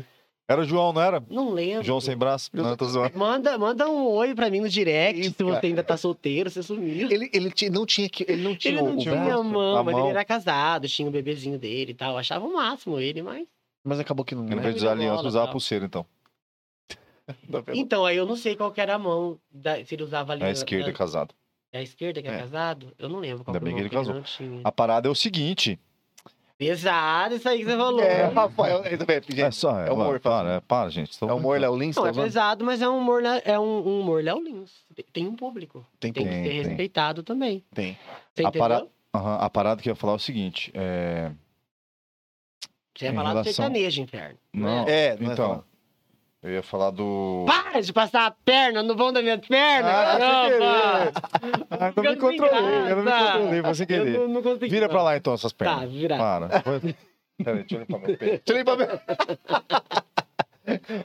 B: Era o João, não era?
C: Não lembro.
B: João sem braço? Não, tô zoando.
C: Manda, manda um oi pra mim no direct,
A: Isso,
C: se você
A: cara.
C: ainda tá solteiro, você sumiu.
A: Ele, ele ti- não tinha que. Ele não tinha
C: Ele não
A: o
C: tinha
A: braço,
B: braço,
C: mão,
B: a
C: mas
B: mão.
C: ele era casado, tinha o bebezinho dele e tal. Achava o máximo ele, mas.
A: mas acabou que não.
B: Ele
A: né?
B: veio usar aliança,
C: bola,
B: usava
C: tá.
B: pulseira, então.
C: Então, aí eu não sei qual que era a mão. da- se ele usava ali.
B: É a esquerda, casado.
C: É a esquerda que é,
A: É.
C: casado? Eu não lembro qual é
B: Ainda bem
C: mão
B: que ele
C: Não tinha.
B: A parada é o seguinte.
C: Pesado isso aí que você falou.
A: É, Rafael. É, gente,
B: É só. um É,
A: é humor,
B: mano, para, para, gente. Então,
A: é o humor Léo Lins?
C: Não,
A: tá
C: é
A: usando?
C: pesado, mas é um humor, na- é um, um humor Léo Lins. Tem um público.
A: Tem,
C: Tem,
A: tem.
C: que
B: tem.
C: ser respeitado também.
A: tem.
C: Você
B: A
C: entendeu?
B: para- Aham, a parada que eu ia falar é o seguinte. É...
C: Você ia
B: em
C: falar do
B: relação-
C: sertanejo, inferno.
B: Não,
A: É, não é
B: então. Eu ia falar do.
C: Para de passar a perna no vão da minha perna,
B: Ah,
C: caramba!
B: Ah, eu não me
C: Ficando em
B: controlei, eu não me
C: casa.
B: controlei, foi sem
C: Eu
B: querer.
C: não, não consegui.
B: Vira
C: não.
B: pra lá então essas
C: Tá,
B: pernas.
C: vira.
B: Para. Peraí, deixa eu limpar meu pé.
A: Tirei pra ver.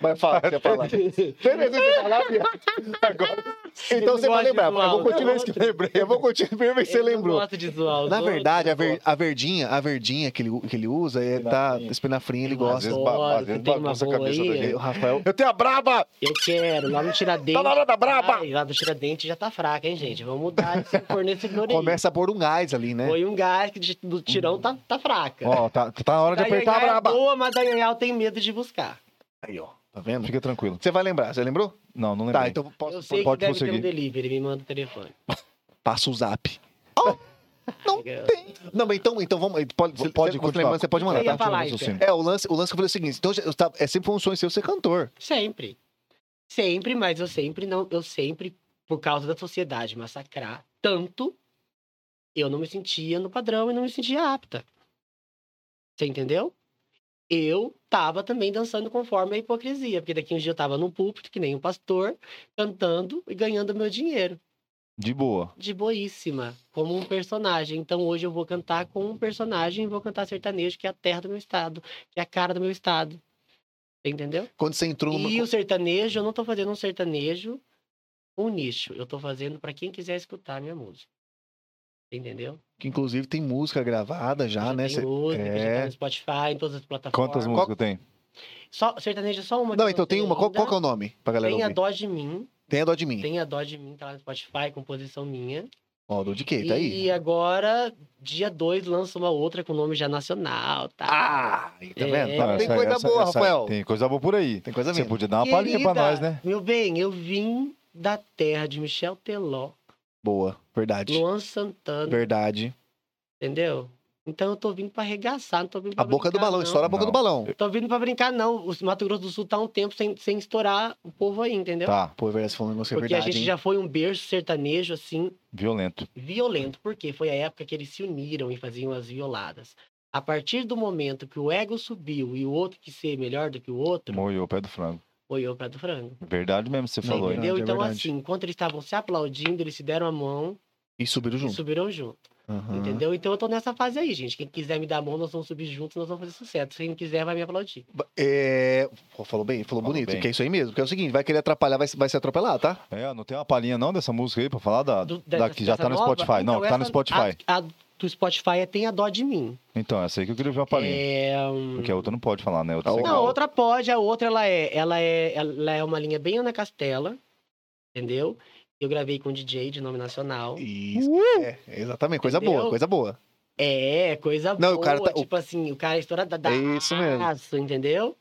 A: Mas fala, você fala. Beleza, você fala, viado. Agora. Então
C: não
A: você vai
C: gosta de
A: lembrar.
C: zoar
A: Eu vou
C: os
A: continuar
C: outros.
A: isso que eu lembrei. Eu vou continuar primeiro que você
C: Eu não
A: lembrou.
C: gosto de zoar os
A: Na
C: outros,
A: verdade, a,
C: eu
A: ver-
C: gosto.
A: a verdinha, a verdinha que ele, que ele usa, é, tá
B: Espinafrinha.
A: espinafrinha, ele
C: Eu
B: Às
A: gosta.
B: vezes,
C: adoro,
B: ba- às vezes
C: você tem uma
B: bagunça a
C: boa
B: cabeça
C: aí,
B: da
A: O
B: gente.
A: Rafael.
B: Eu tenho a braba!
C: Eu quero, lá no Tiradentes.
B: Tá na hora da braba!
C: Ai, lá no Tiradentes já tá fraca, hein, gente? Vamos mudar esse fornecedor aí.
A: Começa a pôr um gás ali, né?
C: Foi um gás que de- do tirão tá, tá fraca.
B: Ó, tá, tá na hora de apertar a
C: Dayanhá é
B: braba.
C: boa, mas Dayanhá tem medo de buscar.
A: Aí, ó. Tá vendo?
B: Fica tranquilo.
A: Você vai lembrar, você lembrou?
B: Não, não lembro.
A: Tá, então
C: eu
A: posso,
C: sei
B: pode
C: que deve ter
B: prosseguir.
C: um delivery, me manda o telefone.
A: passa o zap. Não
C: Eu-
A: tem. Não, mas então, então vamos. Pode,
B: Você
A: você
B: pode
A: pode você,
B: continuar.
A: lembra, você pode mandar,
C: Eu ia
A: tá?
C: falar,
A: É, o lance, o lance que eu falei é o seguinte: então, eu tava- é sempre um sonho seu ser cantor.
C: Sempre. Sempre, mas eu sempre não. Eu sempre, por causa da sociedade massacrar tanto, eu não me sentia no padrão e não me sentia apta. Você entendeu? Eu tava também dançando conforme a hipocrisia, porque daqui uns dias eu tava num púlpito, que nem um pastor, cantando e ganhando meu dinheiro.
B: De boa.
C: de boíssima, como um personagem. Então hoje eu vou cantar com um personagem e vou cantar sertanejo, que é a terra do meu estado, que é a cara do meu estado. Entendeu?
A: Quando você entrou numa.
C: E o sertanejo, eu não tô fazendo um sertanejo um nicho. Eu tô fazendo para quem quiser escutar a minha música. Entendeu?
A: Que inclusive tem música gravada já,
C: já
A: né?
C: Tem
A: Você-
C: música, já
A: é.
C: tá no Spotify, em todas as plataformas.
B: Quantas músicas tem?
C: Só, sertanejo é só uma. que
A: Não,
C: eu
A: então tem
C: lancei
A: uma. Qual,
C: ainda.
A: qual que é o nome pra galera
C: Tem a
A: ouvir?
C: Dó de Mim.
A: Tem a dó de mim.
C: Tem a Dó de Mim, tá lá no Spotify, composição minha.
A: Ó, do de quê? Tá aí.
C: E agora, dia 2, lança uma outra com nome já nacional, tá?
A: Ah! Aí, Tá
C: É.
A: vendo?
C: Não,
A: Tem
B: essa-
A: coisa
B: essa-
A: boa,
B: essa-
A: Rafael. é Tem,
B: Tem coisa boa por aí.
A: coisa
B: Você
A: mesmo.
B: podia dar uma palhinha pra
C: Querida,
B: nós, né?
C: Meu bem, eu vim da terra de Michel Teló,
A: Boa. Verdade.
C: Luan Santana,
A: Verdade.
C: entendeu? Então eu tô vindo pra arregaçar, não tô vindo pra
A: A boca do
C: brincar,
A: balão,
C: não.
A: estoura a boca
B: Não.
A: do balão.
C: Tô vindo pra brincar, não. O Mato Grosso do Sul tá um tempo sem, sem estourar o povo aí, entendeu?
B: Tá,
A: Pô, é verdade, você falou um negócio que é
C: Porque a
A: verdade.
C: gente
A: hein?
C: já foi um berço sertanejo, assim,
B: violento.
C: violento, porque foi a época que eles se uniram e faziam as violadas. A partir do momento que o ego subiu e o outro quis ser melhor do que o outro,
B: Moiou o pé do frango. olhou
C: olhou pra do frango.
B: Verdade mesmo, que você
A: Não,
B: falou, hein?
A: verdade,
C: Entendeu?
A: é
C: então,
A: verdade.
C: assim, enquanto eles estavam se aplaudindo, eles se deram a mão
A: E subiram
C: e
A: junto.
C: subiram junto.
A: Aham.
C: Entendeu? Então eu tô nessa fase aí, gente. Quem quiser me dar a mão, nós vamos subir juntos, nós vamos fazer sucesso. Quem não quiser, vai me aplaudir.
A: É, pô, falou bem, falou,
B: Falou
A: bonito,
B: bem.
A: que é isso aí mesmo. Que é o seguinte, vai querer atrapalhar, vai, se- vai se atropelar, tá?
B: É, não tem uma palhinha não dessa música aí pra falar da,
C: Do-
B: da,
C: dessa-
B: que já
C: dessa
B: tá no
C: nova?
B: Spotify. não,
C: Então,
B: tá no
C: essa-
B: Spotify.
C: A, a do Spotify é Tem a Dó de Mim.
B: Então, essa aí que eu queria ver uma palhinha.
C: É, hum,
B: Porque a outra não pode falar, né? Outra
A: Ah,
B: você
A: o-
C: Não, a outra pode, a outra ela é, ela é, ela é uma linha bem Ana Castela, entendeu? Eu gravei com um DJ de nome nacional.
A: Isso. É, exatamente, coisa
C: Uh! Entendeu?
A: boa, coisa boa.
C: É, coisa
A: Não,
C: boa.
A: o cara tá-
C: Tipo assim, o cara estoura da da-
A: É isso mesmo.
C: aço, entendeu?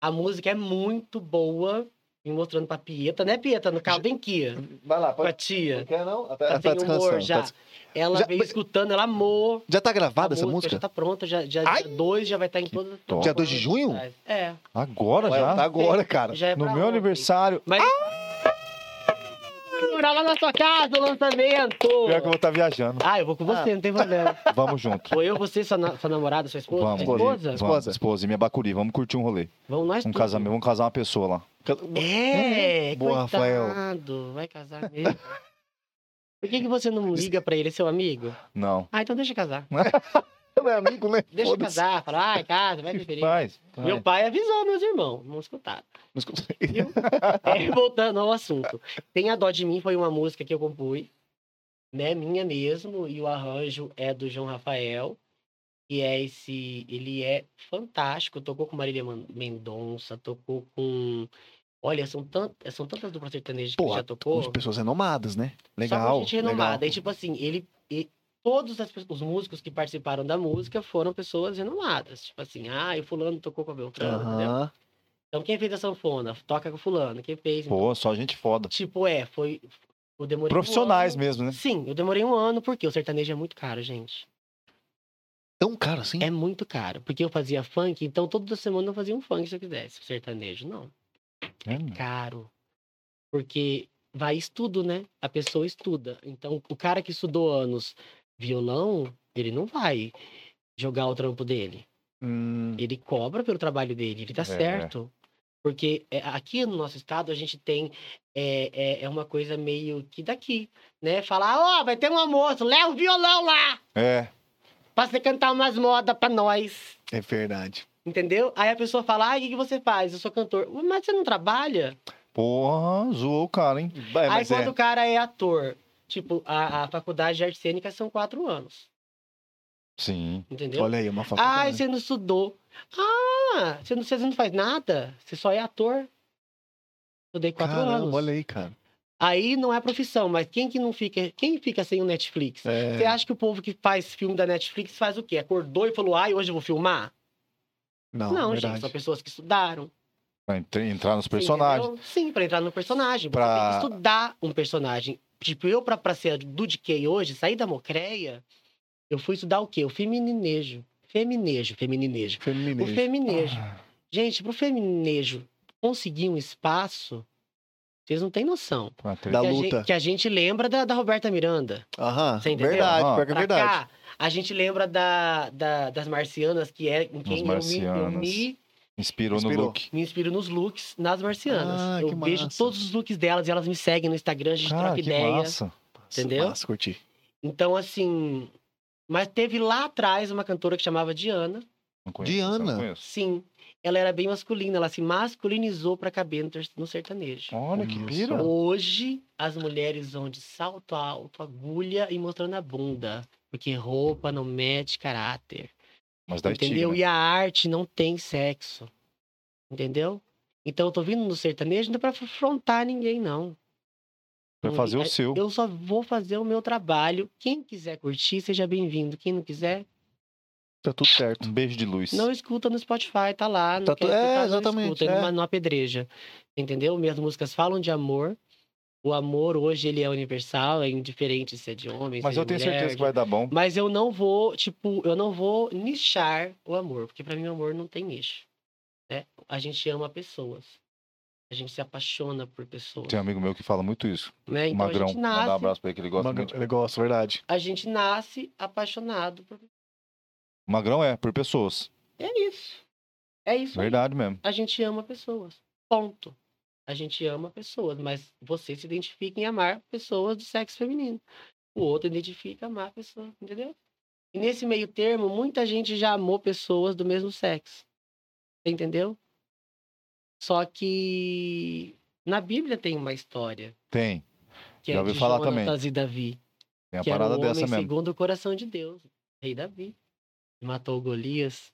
C: A música é muito boa. Me mostrando pra Pieta, né, Pieta? No carro bem Kia,
A: Vai lá,
C: com a tia.
A: quer não?
C: Ela tem humor já.
A: Tá,
C: Ela
A: Já-
C: veio
A: mas-
C: escutando, ela amou.
A: já tá
C: a
A: gravada essa
C: Já
A: música?
C: tá pronta, já, já,
A: Ai!
C: dia 2 já vai estar em
B: Que
C: todas.
B: top.
A: Dia 2 de junho?
C: É.
B: Agora
A: Ué,
B: já?
A: Tá agora, cara.
C: já é
B: No
C: pra
B: meu
C: ontem.
B: aniversário.
C: Mas. Morar lá na sua casa, o lançamento!
B: Pior que eu vou estar viajando.
C: Ah, eu vou com você, não tem problema.
B: Vamos junto.
C: Ou eu, você, sua, na- sua namorada, sua esposa,
B: Vamos,
C: sua esposa?
B: Vamos,
A: Esposa?
B: esposa e minha bacuri. Vamos curtir um rolê.
C: Vamos nós
B: Vamos
C: tudo.
B: casar, vamos casar uma pessoa lá.
C: É,
A: Boa, Rafael.
C: coitado, Vai casar mesmo. Por que, que você não liga pra ele, seu amigo?
B: Não.
C: Ah, então deixa casar.
A: Não é amigo, né?
C: Deixa eu
A: Foda-se.
C: casar, falar, ai, casa, vai preferir.
B: Faz.
C: Meu pai avisou meus irmãos, não escutaram.
A: Mas como-
C: É, voltando ao assunto. Tem a Dó de Mim foi uma música que eu compus, né? Minha mesmo, e o arranjo é do João Rafael. E é esse. Ele é fantástico. Tocou com Marília Man- Mendonça, tocou com. Olha, são, tant... são tantas duplas sertanejas que ele
A: Porra,
C: já tocou.
A: Com pessoas renomadas, né?
C: Só
A: Legal.
C: com gente renomada.
A: legal.
C: E tipo assim, ele. e todos as pe- os músicos que participaram da música foram pessoas renomadas. Tipo assim, ah, e fulano tocou com a Beltrano, tá entendeu?
A: Aham.
C: Então quem fez a sanfona, toca com fulano. Quem fez, Então,
B: Pô, só gente foda.
C: Tipo, é, foi. Eu demorei
B: Profissionais
C: um ano.
B: mesmo, né?
C: Sim, eu demorei um ano, porque o sertanejo é muito caro, gente.
A: Tão caro
B: Hum.
A: assim?
C: É muito caro. Porque eu fazia funk, então toda semana eu fazia um funk se eu quisesse. O sertanejo, não.
B: Hum.
A: É.
C: Caro. Porque vai estudo, né? A pessoa estuda. Então, o cara que estudou anos violão, ele não vai jogar o trampo dele.
A: Hum,
C: Ele cobra pelo trabalho dele, ele tá
B: É.
C: certo. Porque é, aqui no nosso estado a gente tem é, é, é uma coisa meio que daqui, né? Falar, ó, vai ter um almoço, leva o violão lá
B: É.
C: pra você cantar umas modas pra nós.
A: é verdade.
C: Entendeu? Aí a pessoa fala, ah, o que, que você faz? Eu sou cantor. Ué, Mas você não trabalha?
B: Porra, zoou o cara, hein?
A: É,
C: Aí
A: mas
C: quando
A: é.
C: o cara é ator, tipo, a, a faculdade de artes cênicas são quatro anos.
B: Sim.
C: Entendeu?
A: Olha aí, uma
C: Ah,
A: faculdade.
C: você não estudou. Ah, você não, você não faz nada? Você só é ator? Estudei quatro
A: Caramba,
C: anos.
A: olha aí, cara.
C: Aí não é profissão, mas quem que não fica, quem fica sem o Netflix?
A: É.
C: Você acha que o povo que faz filme da Netflix faz o quê? Acordou e falou, ai, hoje eu vou filmar?
A: Não, é
C: Não,
A: verdade.
C: gente, são pessoas que estudaram.
B: Pra entr- entrar nos
C: você
B: personagens.
C: entendeu? Sim, pra entrar no personagem. Você
B: Pra-
C: tem que estudar um personagem. Tipo, eu pra, pra ser do DK hoje, sair da mocreia, eu fui estudar o quê? O femininejo. Feminejo, femininejo. O
A: Feminejo.
C: feminejo.
B: Ah,
C: Gente, pro feminejo conseguir um espaço, vocês não têm noção.
B: Pra ter-
A: Da
C: que, A
A: luta.
C: gente, que a gente lembra da, da Roberta Miranda.
A: Aham,
C: Você entendeu?
A: verdade,
B: Aham.
A: pior que é
C: Pra
A: verdade.
C: cá, a gente lembra da, da- das marcianas, que é em quem eu, me, eu
B: marcianas.
C: me,
B: Inspirou,
A: Inspirou.
B: no look.
C: me inspiro nos looks nas marcianas.
A: Ah,
C: eu
A: que
C: vejo
A: massa.
C: todos os looks delas e elas me seguem no Instagram, a gente
B: Cara,
C: troca
B: que
C: ideia.
B: massa.
A: Nossa,
C: entendeu?
A: Massa, curti.
C: Então, assim. Mas teve lá atrás uma cantora que chamava Diana.
B: Não conheço,
A: Diana.
B: essa eu não conheço.
C: Sim, ela era bem masculina, ela se masculinizou pra caber no ter- no sertanejo.
B: Olha que
A: Nossa.
B: pira.
C: Hoje, as mulheres vão de salto alto, agulha e mostrando a bunda. Porque roupa não mete caráter.
B: Mas da Itinga,
C: entendeu?
B: né?
C: E a arte não tem sexo. Entendeu? Então eu tô vindo no sertanejo, não é pra afrontar ninguém, não.
B: Vai
C: Não-
B: fazer
C: é-
B: o seu.
C: Eu só vou fazer o meu trabalho. Quem quiser curtir, seja bem-vindo. Quem não quiser,
A: Tá tudo certo.
B: Um beijo de luz.
C: não escuta no Spotify, tá lá. Não
A: Tá
C: quer
A: tu- é,
C: escutar, não
A: exatamente,
C: Escuta,
A: é.
C: numa, numa pedreja. Entendeu? Minhas músicas falam de amor. O amor hoje ele é universal, é indiferente se é de homem,
B: Mas
C: se é
B: eu
C: de
B: tenho
C: mulher,
B: certeza que
C: de-
B: vai dar bom.
C: Mas eu não vou, tipo, eu não vou nichar o amor, porque pra mim o amor não tem nicho. Né? A gente ama pessoas. A gente se apaixona por pessoas.
B: Tem um amigo meu que fala muito isso.
C: Né?
B: O
C: Então a
B: Magrão.
C: gente
B: Mandar um
C: nasce,
B: abraço pra ele que ele gosta
A: Uma-
B: muito.
A: Eu gosto, verdade.
C: a gente nasce apaixonado por
B: O Magrão é, por pessoas.
C: É isso. É isso. aí.
B: Verdade mesmo.
C: A gente ama pessoas. Ponto. A gente ama pessoas, mas você se identifica em amar pessoas do sexo feminino. O outro identifica amar pessoas, entendeu? E nesse meio termo, muita gente já amou pessoas do mesmo sexo. Entendeu? Só que na Bíblia tem uma história
B: Tem.
C: que
B: Já
C: é
B: ouvi
C: de
B: falar
C: Jonatas
B: também.
C: e Davi,
B: Tem uma
C: que era o
B: parada
C: homem
B: dessa mesmo.
C: segundo o coração de Deus, rei Davi. Matou Golias,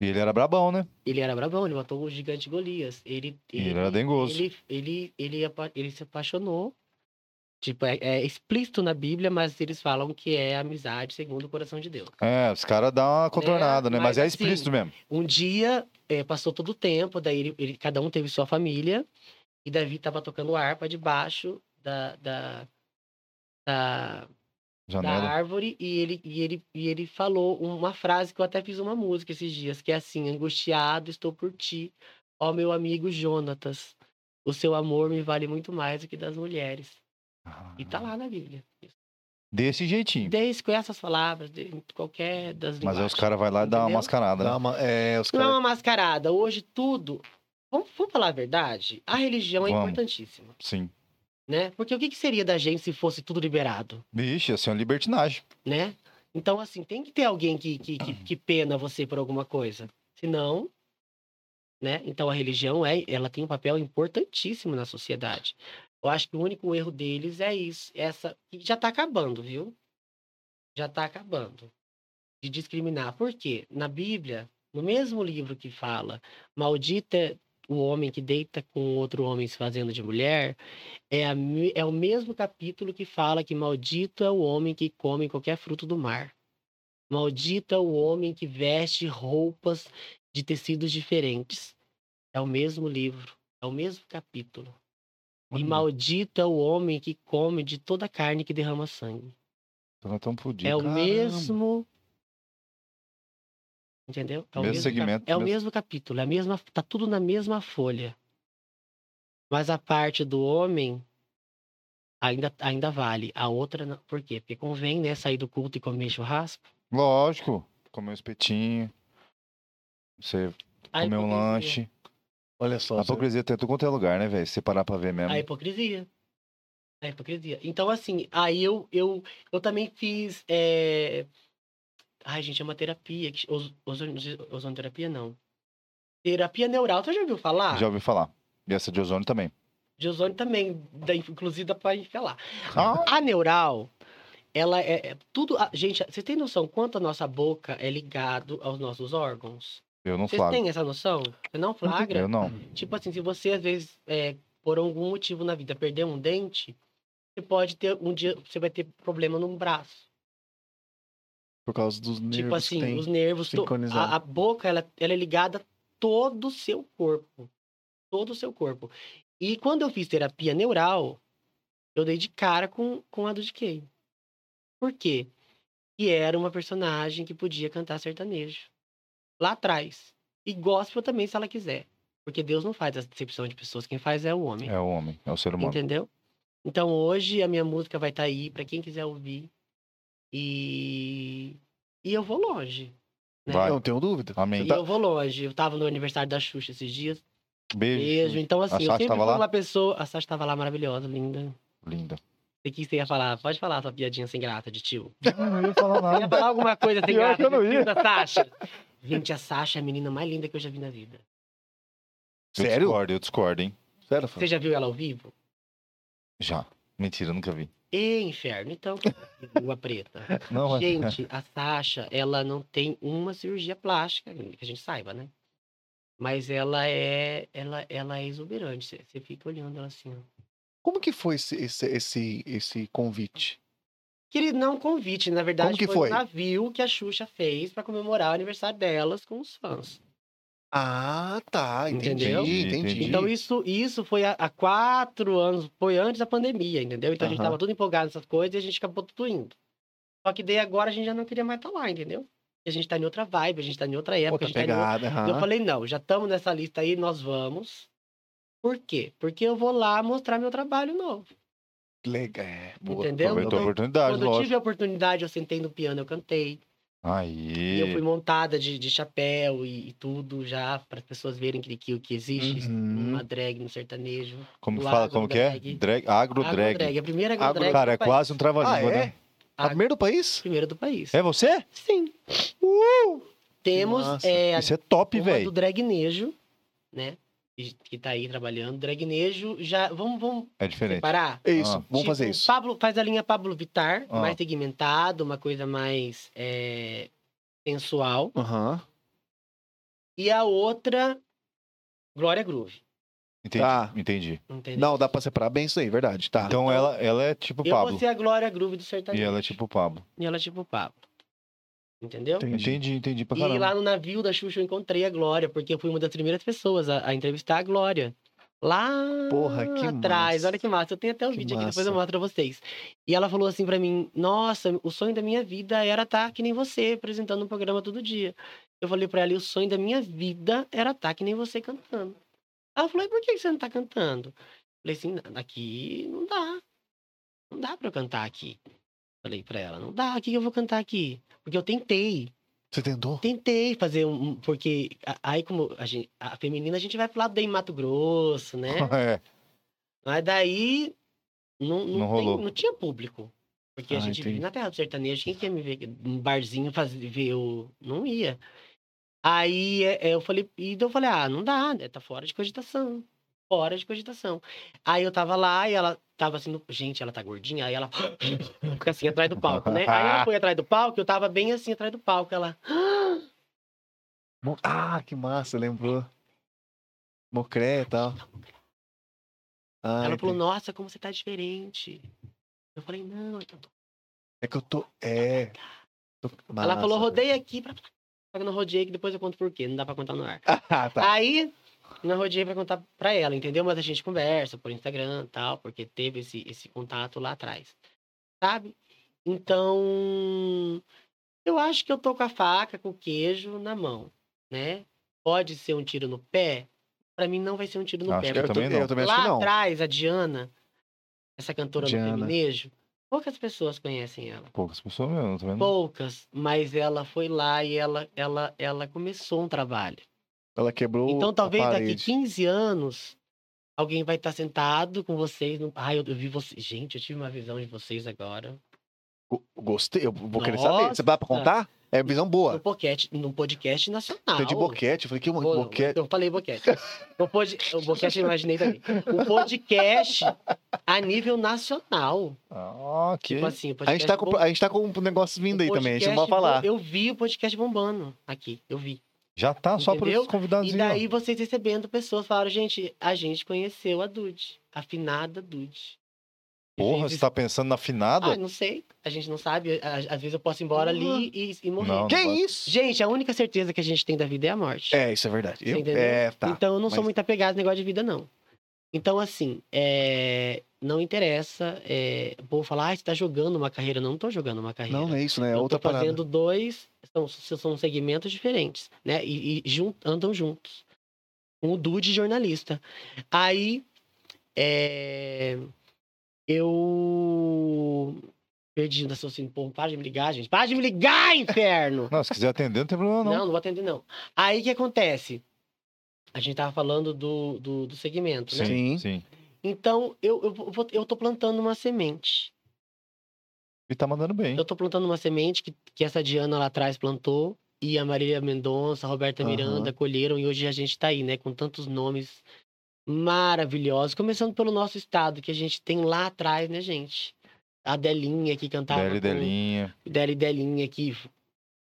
B: E ele era brabão, né?
C: Ele era brabão, ele matou o gigante Golias. Ele,
B: E ele era dengoso.
C: Ele, ele, ele, apa- ele se apaixonou. Tipo, é, é explícito na Bíblia, mas eles falam que é amizade segundo o coração de Deus.
B: É, os caras dão uma contornada, né? Mas,
C: Mas
B: é
C: assim,
B: explícito mesmo.
C: Um dia, é, passou todo o tempo, daí ele, ele- cada um teve sua família, e Davi tava tocando harpa debaixo da, da, da, da
B: Janela.
C: árvore, e ele, e, ele, e ele falou uma frase que eu até fiz uma música esses dias, que é assim, angustiado estou por ti, ó meu amigo Jonatas, o seu amor me vale muito mais do que das mulheres. E tá lá na Bíblia.
B: Desse jeitinho.
C: Desde com essas palavras, de qualquer das
B: Mas aí
C: linguagens.
B: os caras vão lá e dão uma
C: Entendeu?
B: mascarada, né?
A: Dá uma- é, os
C: Não é
A: caras.
C: uma mascarada, hoje tudo... Vamos, vamos falar a verdade? A religião é
B: Vamos.
C: importantíssima,
B: Sim.
C: né? Porque o que que seria da gente se fosse tudo liberado?
B: Vixe, assim, é uma libertinagem.
C: né? Então, assim, tem que ter alguém que, que, que, que pena você por alguma coisa. Senão, né? Então, a religião é, ela tem um papel importantíssimo na sociedade. Eu acho que o único erro deles é isso. Essa. E já tá acabando, viu? Já tá acabando. De discriminar. Por quê? Na Bíblia, no mesmo livro que fala, maldita o homem que deita com outro homem se fazendo de mulher, é, a me- é o mesmo capítulo que fala que maldito é o homem que come qualquer fruto do mar. Maldito é o homem que veste roupas de tecidos diferentes. É o mesmo livro, é o mesmo capítulo. E maldito é o homem que come de toda carne que derrama sangue.
B: Então nós estamos fodidos.
C: É o
B: Caramba.
C: mesmo. Entendeu? É o
B: Mesmo segmento,
C: cap- É o
B: mesmo-
C: mesmo capítulo, é a mesma, tá tudo na mesma folha. Mas a parte do homem ainda, ainda vale. A outra, não. por quê? Porque convém, né, sair do culto e comer churrasco.
B: Lógico. Comer um espetinho. Você
C: A
B: comer um
C: hipocrisia.
B: lanche.
A: Olha só.
B: A hipocrisia tem tudo quanto é lugar, né, velho? Se você parar pra ver mesmo.
C: A hipocrisia. A hipocrisia. Então, assim, aí eu, eu, eu também fiz. É... Ai, gente, é uma terapia. que- os- ozon- Ozonoterapia, não. Terapia neural, você já ouviu falar?
B: Já ouvi falar. E essa de ozônio também.
C: de ozônio também, da, inclusive dá pra enfiar lá.
B: Ah,
C: A neural, ela é, é tudo. a- gente, você tem noção quanto a nossa boca é ligado aos nossos órgãos?
B: eu não
C: Você
B: flago.
C: tem essa noção? Você não flagra?
B: Eu não.
C: Tipo assim, se você às vezes, é, por algum motivo na vida, perder um dente, você pode ter um dia, você vai ter problema no braço.
A: Por causa dos nervos
C: tipo assim,
A: que tem.
C: os nervos. to-
A: sincronizado.
C: A, a boca, ela, ela é ligada a todo o seu corpo. Todo o seu corpo. E quando eu fiz terapia neural, eu dei de cara com, com a do DK. Por quê? Que era uma personagem que podia cantar sertanejo. Lá atrás. E gospel também, se ela quiser. Porque Deus não faz essa decepção de pessoas. Quem faz é o homem.
B: É o homem, é o ser humano.
C: Entendeu? Então hoje a minha música vai estar aí pra quem quiser ouvir. E e eu vou longe. né?
B: Vai.
A: Não tenho dúvida.
B: Amém.
C: E eu vou longe. Eu tava no aniversário da Xuxa esses dias.
B: Beijo.
C: Beijo. Então
B: A
C: assim, eu
B: Sasha
C: sempre
B: tava
C: fui
B: lá?
C: uma pessoa, a Sasha tava lá maravilhosa, linda.
B: Linda.
C: E O que você ia falar? Pode falar sua piadinha sem graça de tio.
B: Não, não ia falar
C: Você ia
B: nada.
C: falar alguma coisa sem
B: Pior
C: graça
B: que eu não
C: de tio
B: ia.
C: da Sasha? Gente, a Sasha é a menina mais linda que eu já vi na vida.
B: Eu
A: Sério?
B: discordo, eu discordo, hein?
A: Sério, Fábio?
C: Você já viu ela ao vivo?
B: Já. Mentira, nunca vi.
C: Ê, inferno. Então, lua preta.
B: Não, mas-
C: Gente, a Sasha, ela não tem uma cirurgia plástica, que a gente saiba, né? Mas ela é, ela, ela é exuberante. Você- Você fica olhando ela assim, ó.
A: Como que foi esse, esse, esse, esse convite?
C: Que ele não convite, na verdade,
A: Como que foi?
C: foi, um navio que a Xuxa fez pra comemorar o aniversário delas com os fãs.
A: Ah, tá. Entendi,
C: Entendeu?
A: entendi.
B: Entendi.
C: Então isso, isso foi há, há quatro anos, foi antes da pandemia, entendeu? Então a gente
A: Aham.
C: tava tudo empolgado nessas coisas e a gente acabou tudo indo. Só que daí agora a gente já não queria mais estar lá, entendeu? A gente tá em outra vibe, a gente tá em outra época,
A: Outra
C: a gente tá em outra-
A: pegada.
C: E Eu
A: aham.
C: falei, não, já estamos nessa lista aí, nós vamos. Por quê? Porque eu vou lá mostrar meu trabalho novo.
A: Legal. É,
C: Entendeu?
B: Aproveitou a
A: Aproveitou.
B: oportunidade,
C: Quando eu
B: Ah, lógico.
C: tive a oportunidade, eu sentei no piano, eu cantei. E eu fui
B: Aí.
C: montada de, de chapéu e, e tudo já, para as pessoas verem que, que, que existe
A: Uhum.
C: uma drag no sertanejo.
B: Como
C: do
B: que fala? Como que é?
C: agrodrag.
B: Drag. Agrodrag.
C: Agrodrag, a primeira
A: Agro-
C: agrodrag
B: Cara, é
C: do país.
B: quase um trava-língua,
A: Ah, é?
B: né?
A: A primeiro país?
C: Primeira do país.
B: É você?
C: Sim. Temos
A: Massa.
C: é, a
B: Isso é top,
C: Uma do
B: velho.
C: dragnejo, né? Que que tá aí trabalhando. Dragnejo já. Vamos, vamos
B: É diferente.
C: parar?
A: É isso,
B: Ah.
A: vamos
C: Tipo,
A: fazer isso.
C: Pablo, faz a linha Pablo Vittar,
B: Ah.
C: mais segmentado, uma coisa mais é, sensual.
A: Aham.
C: E a outra, Glória Groove.
B: Entendi.
A: Tá.
B: Entendi.
C: Entendeu?
B: é
A: Não, dá pra separar bem isso aí, verdade. Tá.
B: Então ela, ela é tipo
C: Eu
B: Pablo.
C: vou ser a Glória Groove do
B: E
C: sertanejo.
B: ela é tipo Pablo.
C: E ela é tipo Pablo. Entendeu?
B: Entendi, entendi pra
C: E
B: caramba.
C: lá né? no navio da Xuxa eu encontrei a Glória, porque eu fui uma das primeiras pessoas a, a entrevistar a Glória. Lá
A: Porra, que
C: atrás,
A: massa.
C: olha que massa. Eu tenho até o
A: Que
C: vídeo aqui, depois eu
A: massa.
C: mostro pra vocês. E ela falou assim pra mim: Nossa, o sonho da minha vida era estar que nem você, apresentando um programa todo dia. Eu falei pra ela: e O sonho da minha vida era estar que nem você cantando. Ela falou: E por que você não tá cantando? Eu falei assim: "Não, Aqui não dá. Não dá pra eu cantar aqui. Falei pra ela: Não dá, o que que eu vou cantar aqui? Porque eu tentei.
A: Você tentou?
C: Tentei fazer um. um- Porque a- aí, como a, gente, a feminina, a gente vai pro lado daí Mato Grosso, né?
B: É.
C: Mas daí. Não, não,
B: Não
C: tem-
B: rolou.
C: não tinha público. Porque a
B: Ah,
C: gente
B: entendi.
C: vive na terra do sertanejo. Quem quer me ver num barzinho fazer, ver eu. Não ia. Aí é, é, eu falei, e então eu falei, ah, não dá, né? Tá fora de cogitação. Fora de cogitação. Aí eu tava lá e ela tava assim, no- gente, ela tá gordinha, aí ela fica assim atrás do palco, né? Aí ela foi atrás do palco, eu tava bem assim atrás do palco. Ela,
A: Mo- Ah, que massa, lembrou. Mocré e tal. Ah,
C: ela falou,
A: entendi.
C: nossa, como você tá diferente. Eu falei, não, eu tô
A: É que eu tô. É. Tô-
C: Ela
A: Massa,
C: falou,
A: velho.
C: rodei aqui pra. Só que eu não rodeei, que depois eu conto por quê. Não dá pra contar no ar.
A: Ah, tá.
C: Aí, não rodeei pra contar pra ela, entendeu? Mas a gente conversa por Instagram e tal, porque teve esse, esse contato lá atrás. Sabe? Então. Eu acho que eu tô com a faca, com o queijo na mão, né? Pode ser um tiro no pé? Pra mim não vai ser um tiro no
B: Acho
C: pé.
B: que
C: porque
A: Eu,
B: também
A: também
B: não.
A: eu também acho
C: Lá
A: que não.
C: atrás, a Diana, essa cantora
A: Diana.
C: do feminejo, poucas pessoas conhecem ela.
B: Poucas pessoas mesmo,
A: Hum.
B: tá vendo?
C: Poucas, mas ela foi lá e ela, ela, ela começou um trabalho.
A: Ela quebrou.
C: então, talvez
A: a
C: daqui
A: parede.
C: 15 anos, alguém vai estar sentado com vocês. No... Ai, eu, eu vi vocês. Gente, eu tive uma visão de vocês agora.
A: Go- Gostei, eu vou querer saber. Você dá pra
C: Nossa.
A: contar? É visão
C: No,
A: boa.
C: podcast, no podcast nacional.
A: Foi de boquete, eu falei que uma
C: Pô,
A: boquete.
C: Eu falei boquete. O, pod... o boquete eu imaginei também. O podcast a nível nacional.
B: Ah, ok.
C: Tipo assim, o
A: A
C: podcast
A: gente, tá com,
C: bom-
A: a gente tá com um negócio vindo aí
C: o
A: também, a gente não vai
C: podcast bom-
A: falar.
C: Eu vi o podcast bombando aqui. Eu vi.
B: Já tá só por
C: assim, Entendeu?
B: esses convidados.
C: E daí vocês recebendo pessoas falaram, gente, a gente conheceu a Dude, a finada Dude.
B: Porra, você tá pensando na
C: Ah,
B: finada?
C: não sei, a gente não sabe, a- às vezes eu posso ir embora ali e, e morrer.
B: Não.
A: Que
B: pode.
A: isso?
C: Gente, a única certeza que a gente tem da vida é a morte.
A: É, isso é verdade. Eu,
C: Entendeu?
A: é, tá.
C: então eu não sou
A: mas-
C: muito apegado no negócio de vida, não. Então, assim, é, não interessa. É, vou falar, ah, você tá jogando uma carreira. Não, não tô jogando uma carreira.
A: Não, não é isso, né? É
C: eu
A: outra
C: tô
A: parada.
C: fazendo dois, são, são segmentos diferentes, né? E, e jun- andam juntos. Um dude jornalista. Aí, é, eu perdi o raciocínio. Pô, para de me ligar, gente. Para de me ligar, inferno!
B: Não, se quiser atender, não tem problema,
C: não.
B: não.
C: não, vou atender, não. Aí, o que acontece? A gente tava falando do, do, do segmento, né?
A: Sim.
B: Sim, sim.
C: Então, eu, eu, vou- eu tô plantando uma semente.
B: E tá mandando bem.
C: Eu tô plantando uma semente que, que essa Diana lá atrás plantou. E a Marília Mendonça, a Roberta
A: Aham.
C: Miranda colheram. E hoje a gente tá aí, né? Com tantos nomes maravilhosos. Começando pelo nosso estado, que a gente tem lá atrás, né, gente? A Delinha que cantava.
B: Deli,
C: com- Tá
B: Delinha.
C: Deli Delinha que...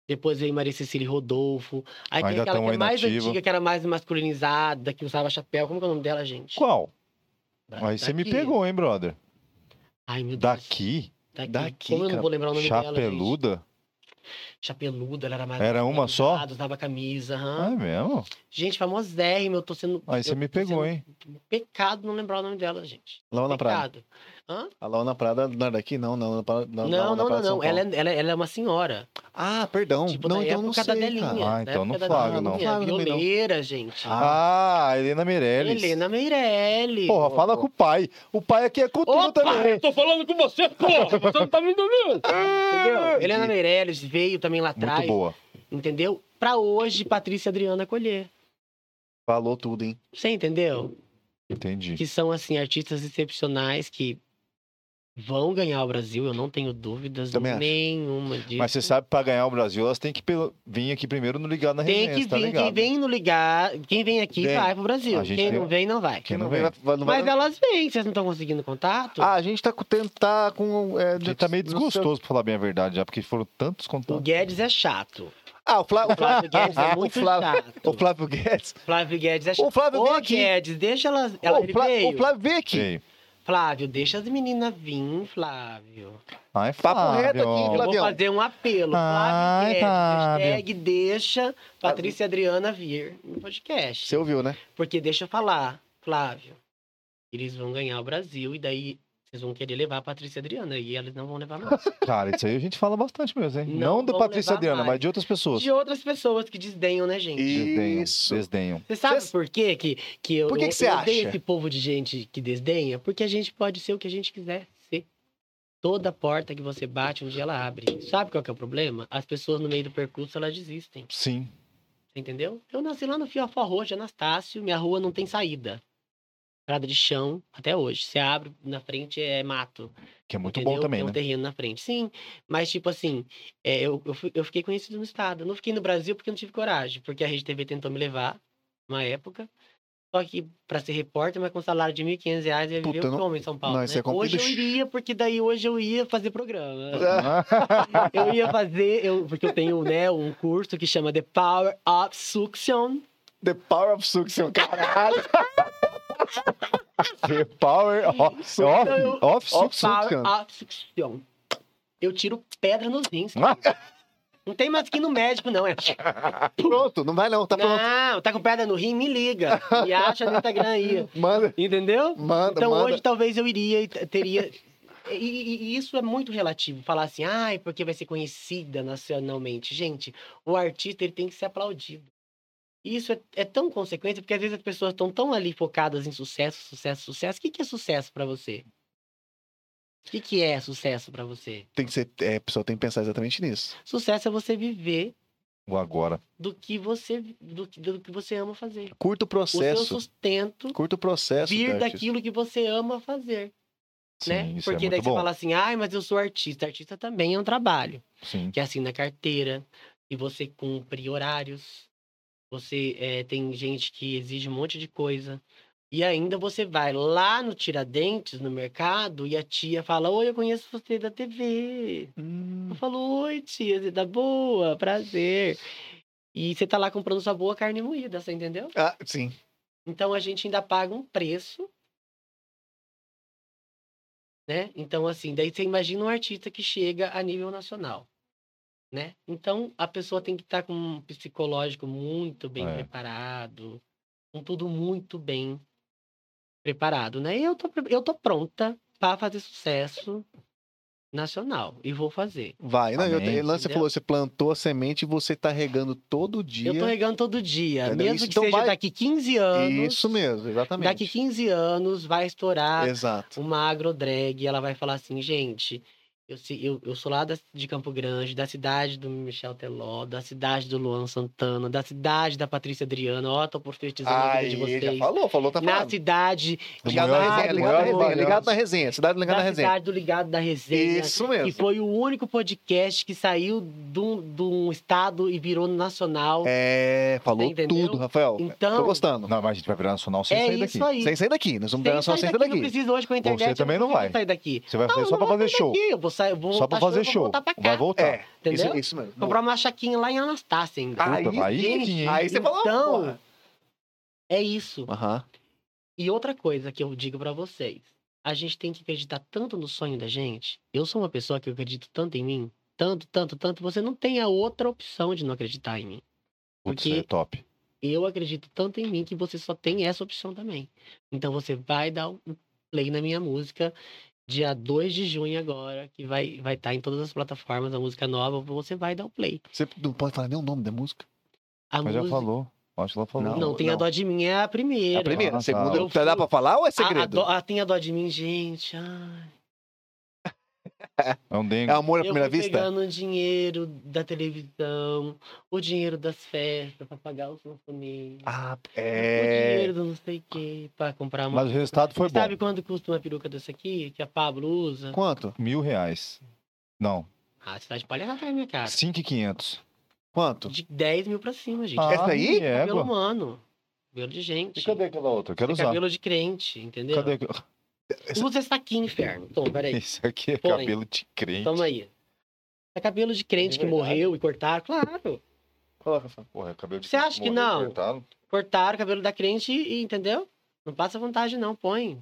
C: Depois veio Maria Cecília Rodolfo. Aí tem
B: Ainda
C: aquela
B: tão
C: que é
B: aí
C: mais
B: nativa.
C: antiga, que era mais masculinizada, que usava chapéu. Como que é o nome dela, gente?
B: Qual?
C: Da-
B: Aí você me
C: daqui.
B: pegou, hein, brother?
C: Ai, meu Deus.
B: Daqui,
C: Daqui.
A: daqui,
C: Como eu
A: cara.
C: não vou lembrar o nome Tá dela, gente?
B: chapeluda.
C: Chapeluda, ela era mais.
B: Era uma só?
C: masculinizada, Usava camisa. aham.
B: Ah, é mesmo?
C: Gente, famosérrima, eu tô sendo.
B: Aí você
C: eu
B: me
C: tô
B: pegou,
C: sendo
B: hein?
C: Pecado não lembrar o nome dela, gente.
A: Laona Prada.
C: Pecado.
A: A Laona Prada não é daqui, não. Não, Laona Prada-
C: Não,
A: Laona
C: não,
A: Prada
C: não,
A: é
C: não.
A: de São Paulo.
C: Ela, é, ela é- ela é uma senhora.
A: Ah, perdão.
C: tipo,
A: não,
C: da
A: então eu não
C: época
A: sei,
C: da
A: cara.
C: Delinha.
B: Ah, então não flagra,
C: flago,
B: não.
A: Flagra também não.
C: Violeira, gente.
B: Ah, Helena Meirelles.
C: Helena Meirelli.
B: Porra, fala com o pai. O pai aqui é cultura
C: Opa,
B: também.
C: eu tô falando com você, porra! Você não tá me entendendo! Entendeu?
A: Ah,
C: é
B: Entendi.
C: Helena Meirelles veio também lá
B: Muito
C: atrás,
B: boa.
C: entendeu? Pra hoje, Patrícia e Adriana colher.
A: Falou tudo, hein?
C: Você entendeu?
B: Entendi.
C: que são assim artistas excepcionais que vão ganhar o Brasil, eu não tenho dúvidas
A: Também acho.
C: nenhuma disso.
B: Mas você sabe, pra ganhar o Brasil, elas têm que pelo- vir aqui primeiro no Ligado
A: é
B: na
C: tem
B: Resenha,
C: que
B: você tá
C: vir,
B: ligado?
C: quem vem no ligar, quem vem aqui
A: Vem.
C: vai pro Brasil,
B: A gente
C: quem
B: tem-
C: não vem não vai.
B: Quem não
A: vem,
B: vem.
A: vai- não vai-
C: Mas elas vêm, vocês não estão conseguindo contato?
A: Ah, a gente tá com tentar com. É,
B: A gente tá meio
A: não sei-
B: desgostoso, pra falar bem a verdade, já, porque foram tantos
C: O
B: contatos.
C: Guedes é chato.
A: Ah, o Flávio,
C: O Flávio Guedes é
A: o
C: muito
A: Flávio,
C: chato.
A: o Flávio Guedes.
C: Flávio Guedes é chato.
A: O Flávio
C: Ô,
A: vem aqui.
C: Guedes, deixa elas. Ela,
A: Ô, o,
C: ele
A: Flá-
C: veio.
A: o Flávio vem aqui.
B: Ei.
C: Flávio, deixa as meninas vir, Flávio.
B: Ai,
A: Papo reto aqui,
B: Flávio.
C: Eu
A: Flavião. tá,
C: vou fazer um apelo.
B: Ai,
C: Flávio Guedes,
B: Flávio.
C: hashtag deixa Patrícia e Adriana vir no podcast.
A: Você ouviu, né?
C: Porque deixa eu falar, Flávio, eles vão ganhar o Brasil e daí vocês vão querer levar a Patrícia e a Adriana e elas não vão levar mais.
B: Cara, isso aí a gente fala bastante mesmo, hein?
C: Não
B: Não, da
C: vão
B: Patrícia
C: levar
B: Adriana,
C: mais.
B: mas de outras pessoas.
C: De outras pessoas que desdenham, né, gente?
A: E-
B: Desdenham,
A: Isso.
B: Desdenham.
C: Você sabe
A: Cês-
C: por quê que, que eu,
A: Por que
C: eu-
A: que você
C: eu odeio
A: acha?
C: esse povo de gente que desdenha? Porque a gente pode ser o que a gente quiser ser. Toda porta que você bate, um dia ela abre. Sabe qual que é o problema? As pessoas no meio do percurso, elas desistem.
B: Sim.
C: Você entendeu? Eu nasci lá no Fiofó Roxo, Anastácio, minha rua não tem saída. estrada de chão até hoje. Você abre, na frente é mato.
B: Que é muito
C: entendeu?
B: bom também,
C: Tem um
B: né?
C: terreno na frente. Sim, mas tipo assim, é, eu, eu, fui- eu fiquei conhecido no estado. Eu não fiquei no Brasil porque eu não tive coragem, porque a Rede TV tentou me levar uma época. Só que pra ser repórter, mas com salário de R$ 1.500 reais, eu ia viver
A: Puta,
C: o
A: não-
C: como em São Paulo.
A: não,
C: né?
A: isso é
C: hoje eu
A: complicado.
C: iria, porque daí hoje eu ia fazer programa.
B: Ah,
C: Eu ia fazer, eu, porque eu tenho né, um curso que chama The Power of Suction.
A: The Power of Success, caralho.
B: The Power off,
A: Suction.
C: Então,
B: off, off,
A: Off.
B: suction.
C: Power
A: suction.
C: of Suction. Eu tiro pedra nos rins.
B: Ah,
C: Não tem mais que ir no médico, não. É.
A: Pronto, não vai não, tá pronto.
C: Não, tá com pedra no rim, me liga. Me acha no Instagram aí.
A: Manda,
C: Entendeu?
A: manda,
C: Então
A: manda.
C: hoje talvez eu iria e t- teria. E, e- e isso é muito relativo, falar assim, ai, porque vai ser conhecida nacionalmente. Gente, o artista ele tem que ser aplaudido. E Isso é, é tão consequência, porque às vezes as pessoas estão tão ali focadas em sucesso, sucesso, sucesso. O que, que é sucesso pra você? O que, que é sucesso pra você?
A: Tem que ser, é, a pessoa tem que pensar exatamente nisso.
C: Sucesso é você viver
B: Vou agora.
C: do que você, do, que- do que você ama fazer.
A: Curta o
C: O seu
A: processo,
C: sustento
A: curta o processo.
C: vir um
A: do artista.
C: daquilo que você ama fazer.
B: Sim,
C: né?
B: isso
C: Porque
B: é
C: daí
B: muito
C: você
B: bom.
C: fala assim, ai, mas eu sou artista. Artista também é um trabalho.
B: Sim.
C: Que é assina carteira, e você cumpre horários, você eh, tem gente que exige um monte de coisa. E ainda você vai lá no Tiradentes, no mercado, e a tia fala, oi, eu conheço você da TV.
A: Hum,
C: Eu falo, oi, tia, você tá boa? Prazer. E você tá lá comprando sua boa carne moída, você entendeu?
A: Ah, sim.
C: Então a gente ainda paga um preço. Né? Então, assim, daí você imagina um artista que chega a nível nacional. Né? Então, a pessoa tem que estar com um psicológico muito bem
B: É.
C: preparado, com tudo muito bem preparado. Né? E eu tô, pre- eu tô pronta para fazer sucesso nacional e vou fazer.
A: Vai. Não, eu,
B: Amém.
A: e Lance
C: Entendeu?
A: falou, você plantou a semente e você tá regando todo dia.
C: Eu tô regando todo dia,
A: Entendeu?
C: mesmo
A: Isso,
C: que
A: então
C: seja
A: vai-
C: daqui 15 anos.
A: Isso mesmo, exatamente.
C: Daqui 15 anos vai estourar
A: Exato.
C: uma agrodrag, ela vai falar assim, gente, eu, se- eu, eu sou lá da- de Campo Grande, da cidade do Michel Teló, da cidade do Luan Santana, da cidade da Patrícia Adriana, ó, tô profetizando a vida de vocês.
A: falou, falou, tá
C: na cidade
B: Do
C: de
A: Ligado na
B: maior-
A: resenha,
C: Amado,
A: ligado na
B: maior-
A: resenha, ligado na resenha. Cidade ligada
C: da
A: na resenha.
C: cidade do Ligado da Resenha,
A: Isso
C: que
A: mesmo.
C: foi o único podcast que saiu de um, de um estado e virou nacional.
A: É, falou
C: Entendeu?
A: tudo, Rafael.
C: Então-
A: Tô gostando.
B: Não, mas a gente vai virar nacional sem
C: é
B: sair
C: isso
B: daqui.
C: aí.
A: Sem sair daqui, nós vamos
C: Sem
A: dar só
C: sair
A: sem sair
C: daqui, Não
A: daqui.
C: precisa hoje com a internet. eu
B: também não
C: consigo
B: vai.
C: sair daqui.
B: Você vai
C: Não,
B: fazer
C: eu
B: só
C: não
B: pra
C: vou
B: fazer
C: sair
B: show.
C: daqui, eu vou sair- eu vou
B: Só pra
C: voltar
B: fazer
C: eu vou
B: show.
C: voltar pra cá.
B: Vai voltar.
A: É,
C: Entendeu?
A: isso, isso mesmo.
C: Comprar uma chaquinha lá em Anastácia então. ainda.
B: Ah, Puta, aí
A: sim,
B: sim, hein?
A: aí você falou.
C: Então-
A: porra.
C: É isso.
A: Aham.
C: E outra coisa que eu digo pra vocês. A gente tem que acreditar tanto no sonho da gente. Eu sou uma pessoa que eu acredito tanto em mim. Tanto, tanto, tanto. Você não tem a outra opção de não acreditar em mim.
B: Putz,
C: Porque-
B: é top.
C: Eu acredito tanto em mim que você só tem essa opção também. Então você vai dar um play na minha música dia 2 de junho agora, que vai estar vai tá em todas as plataformas, a música nova, você vai dar o play.
A: Você não pode falar nem o nome da música.
C: A
B: Mas já
C: música...
B: falou. Acho que ela falou.
C: Não, tem a
A: não.
C: dó de mim, é a primeira.
A: A primeira,
B: Ah,
A: a segunda.
B: tá.
A: Tá. Dá pra falar ou é
C: A- A,
A: segredo?
C: dó- a- tem a dó de mim, gente. Ai,
B: É um dengue.
A: É amor à
C: eu
A: primeira
C: fui
A: vista?
C: pegando o dinheiro da televisão, o dinheiro das festas pra pagar os sanfoninhos.
A: Ah,
C: O
A: é.
C: dinheiro do não sei o que pra comprar uma...
B: Mas o resultado foi bom.
C: Sabe quando custa uma peruca dessa aqui, que a Pablo usa?
A: Quanto?
B: Mil reais. Não,
C: Ah, você tá de palhaçada na minha cara.
B: cinco e quinhentos.
A: Quanto?
C: De 10 mil pra cima, gente.
A: Ah, Essa aí?
B: É,
C: cabelo humano. Cabelo de gente.
B: E cadê aquela outra? Eu quero usar.
C: Cabelo de crente, entendeu?
B: Cadê? aqu-
C: Usa esse aqui, inferno. Tom, peraí.
B: Isso aqui é
C: Põe.
B: cabelo de crente.
C: Toma aí. É cabelo de crente
B: De
C: que
B: verdade?
C: morreu e cortaram, claro.
A: Coloca, Rafael.
B: Porra, é cabelo de
C: Você
B: crente
C: acha que
B: morreu,
C: não?
B: cortaram.
C: Cortaram o cabelo da crente e, e- entendeu? Não passa vontade, não, põe.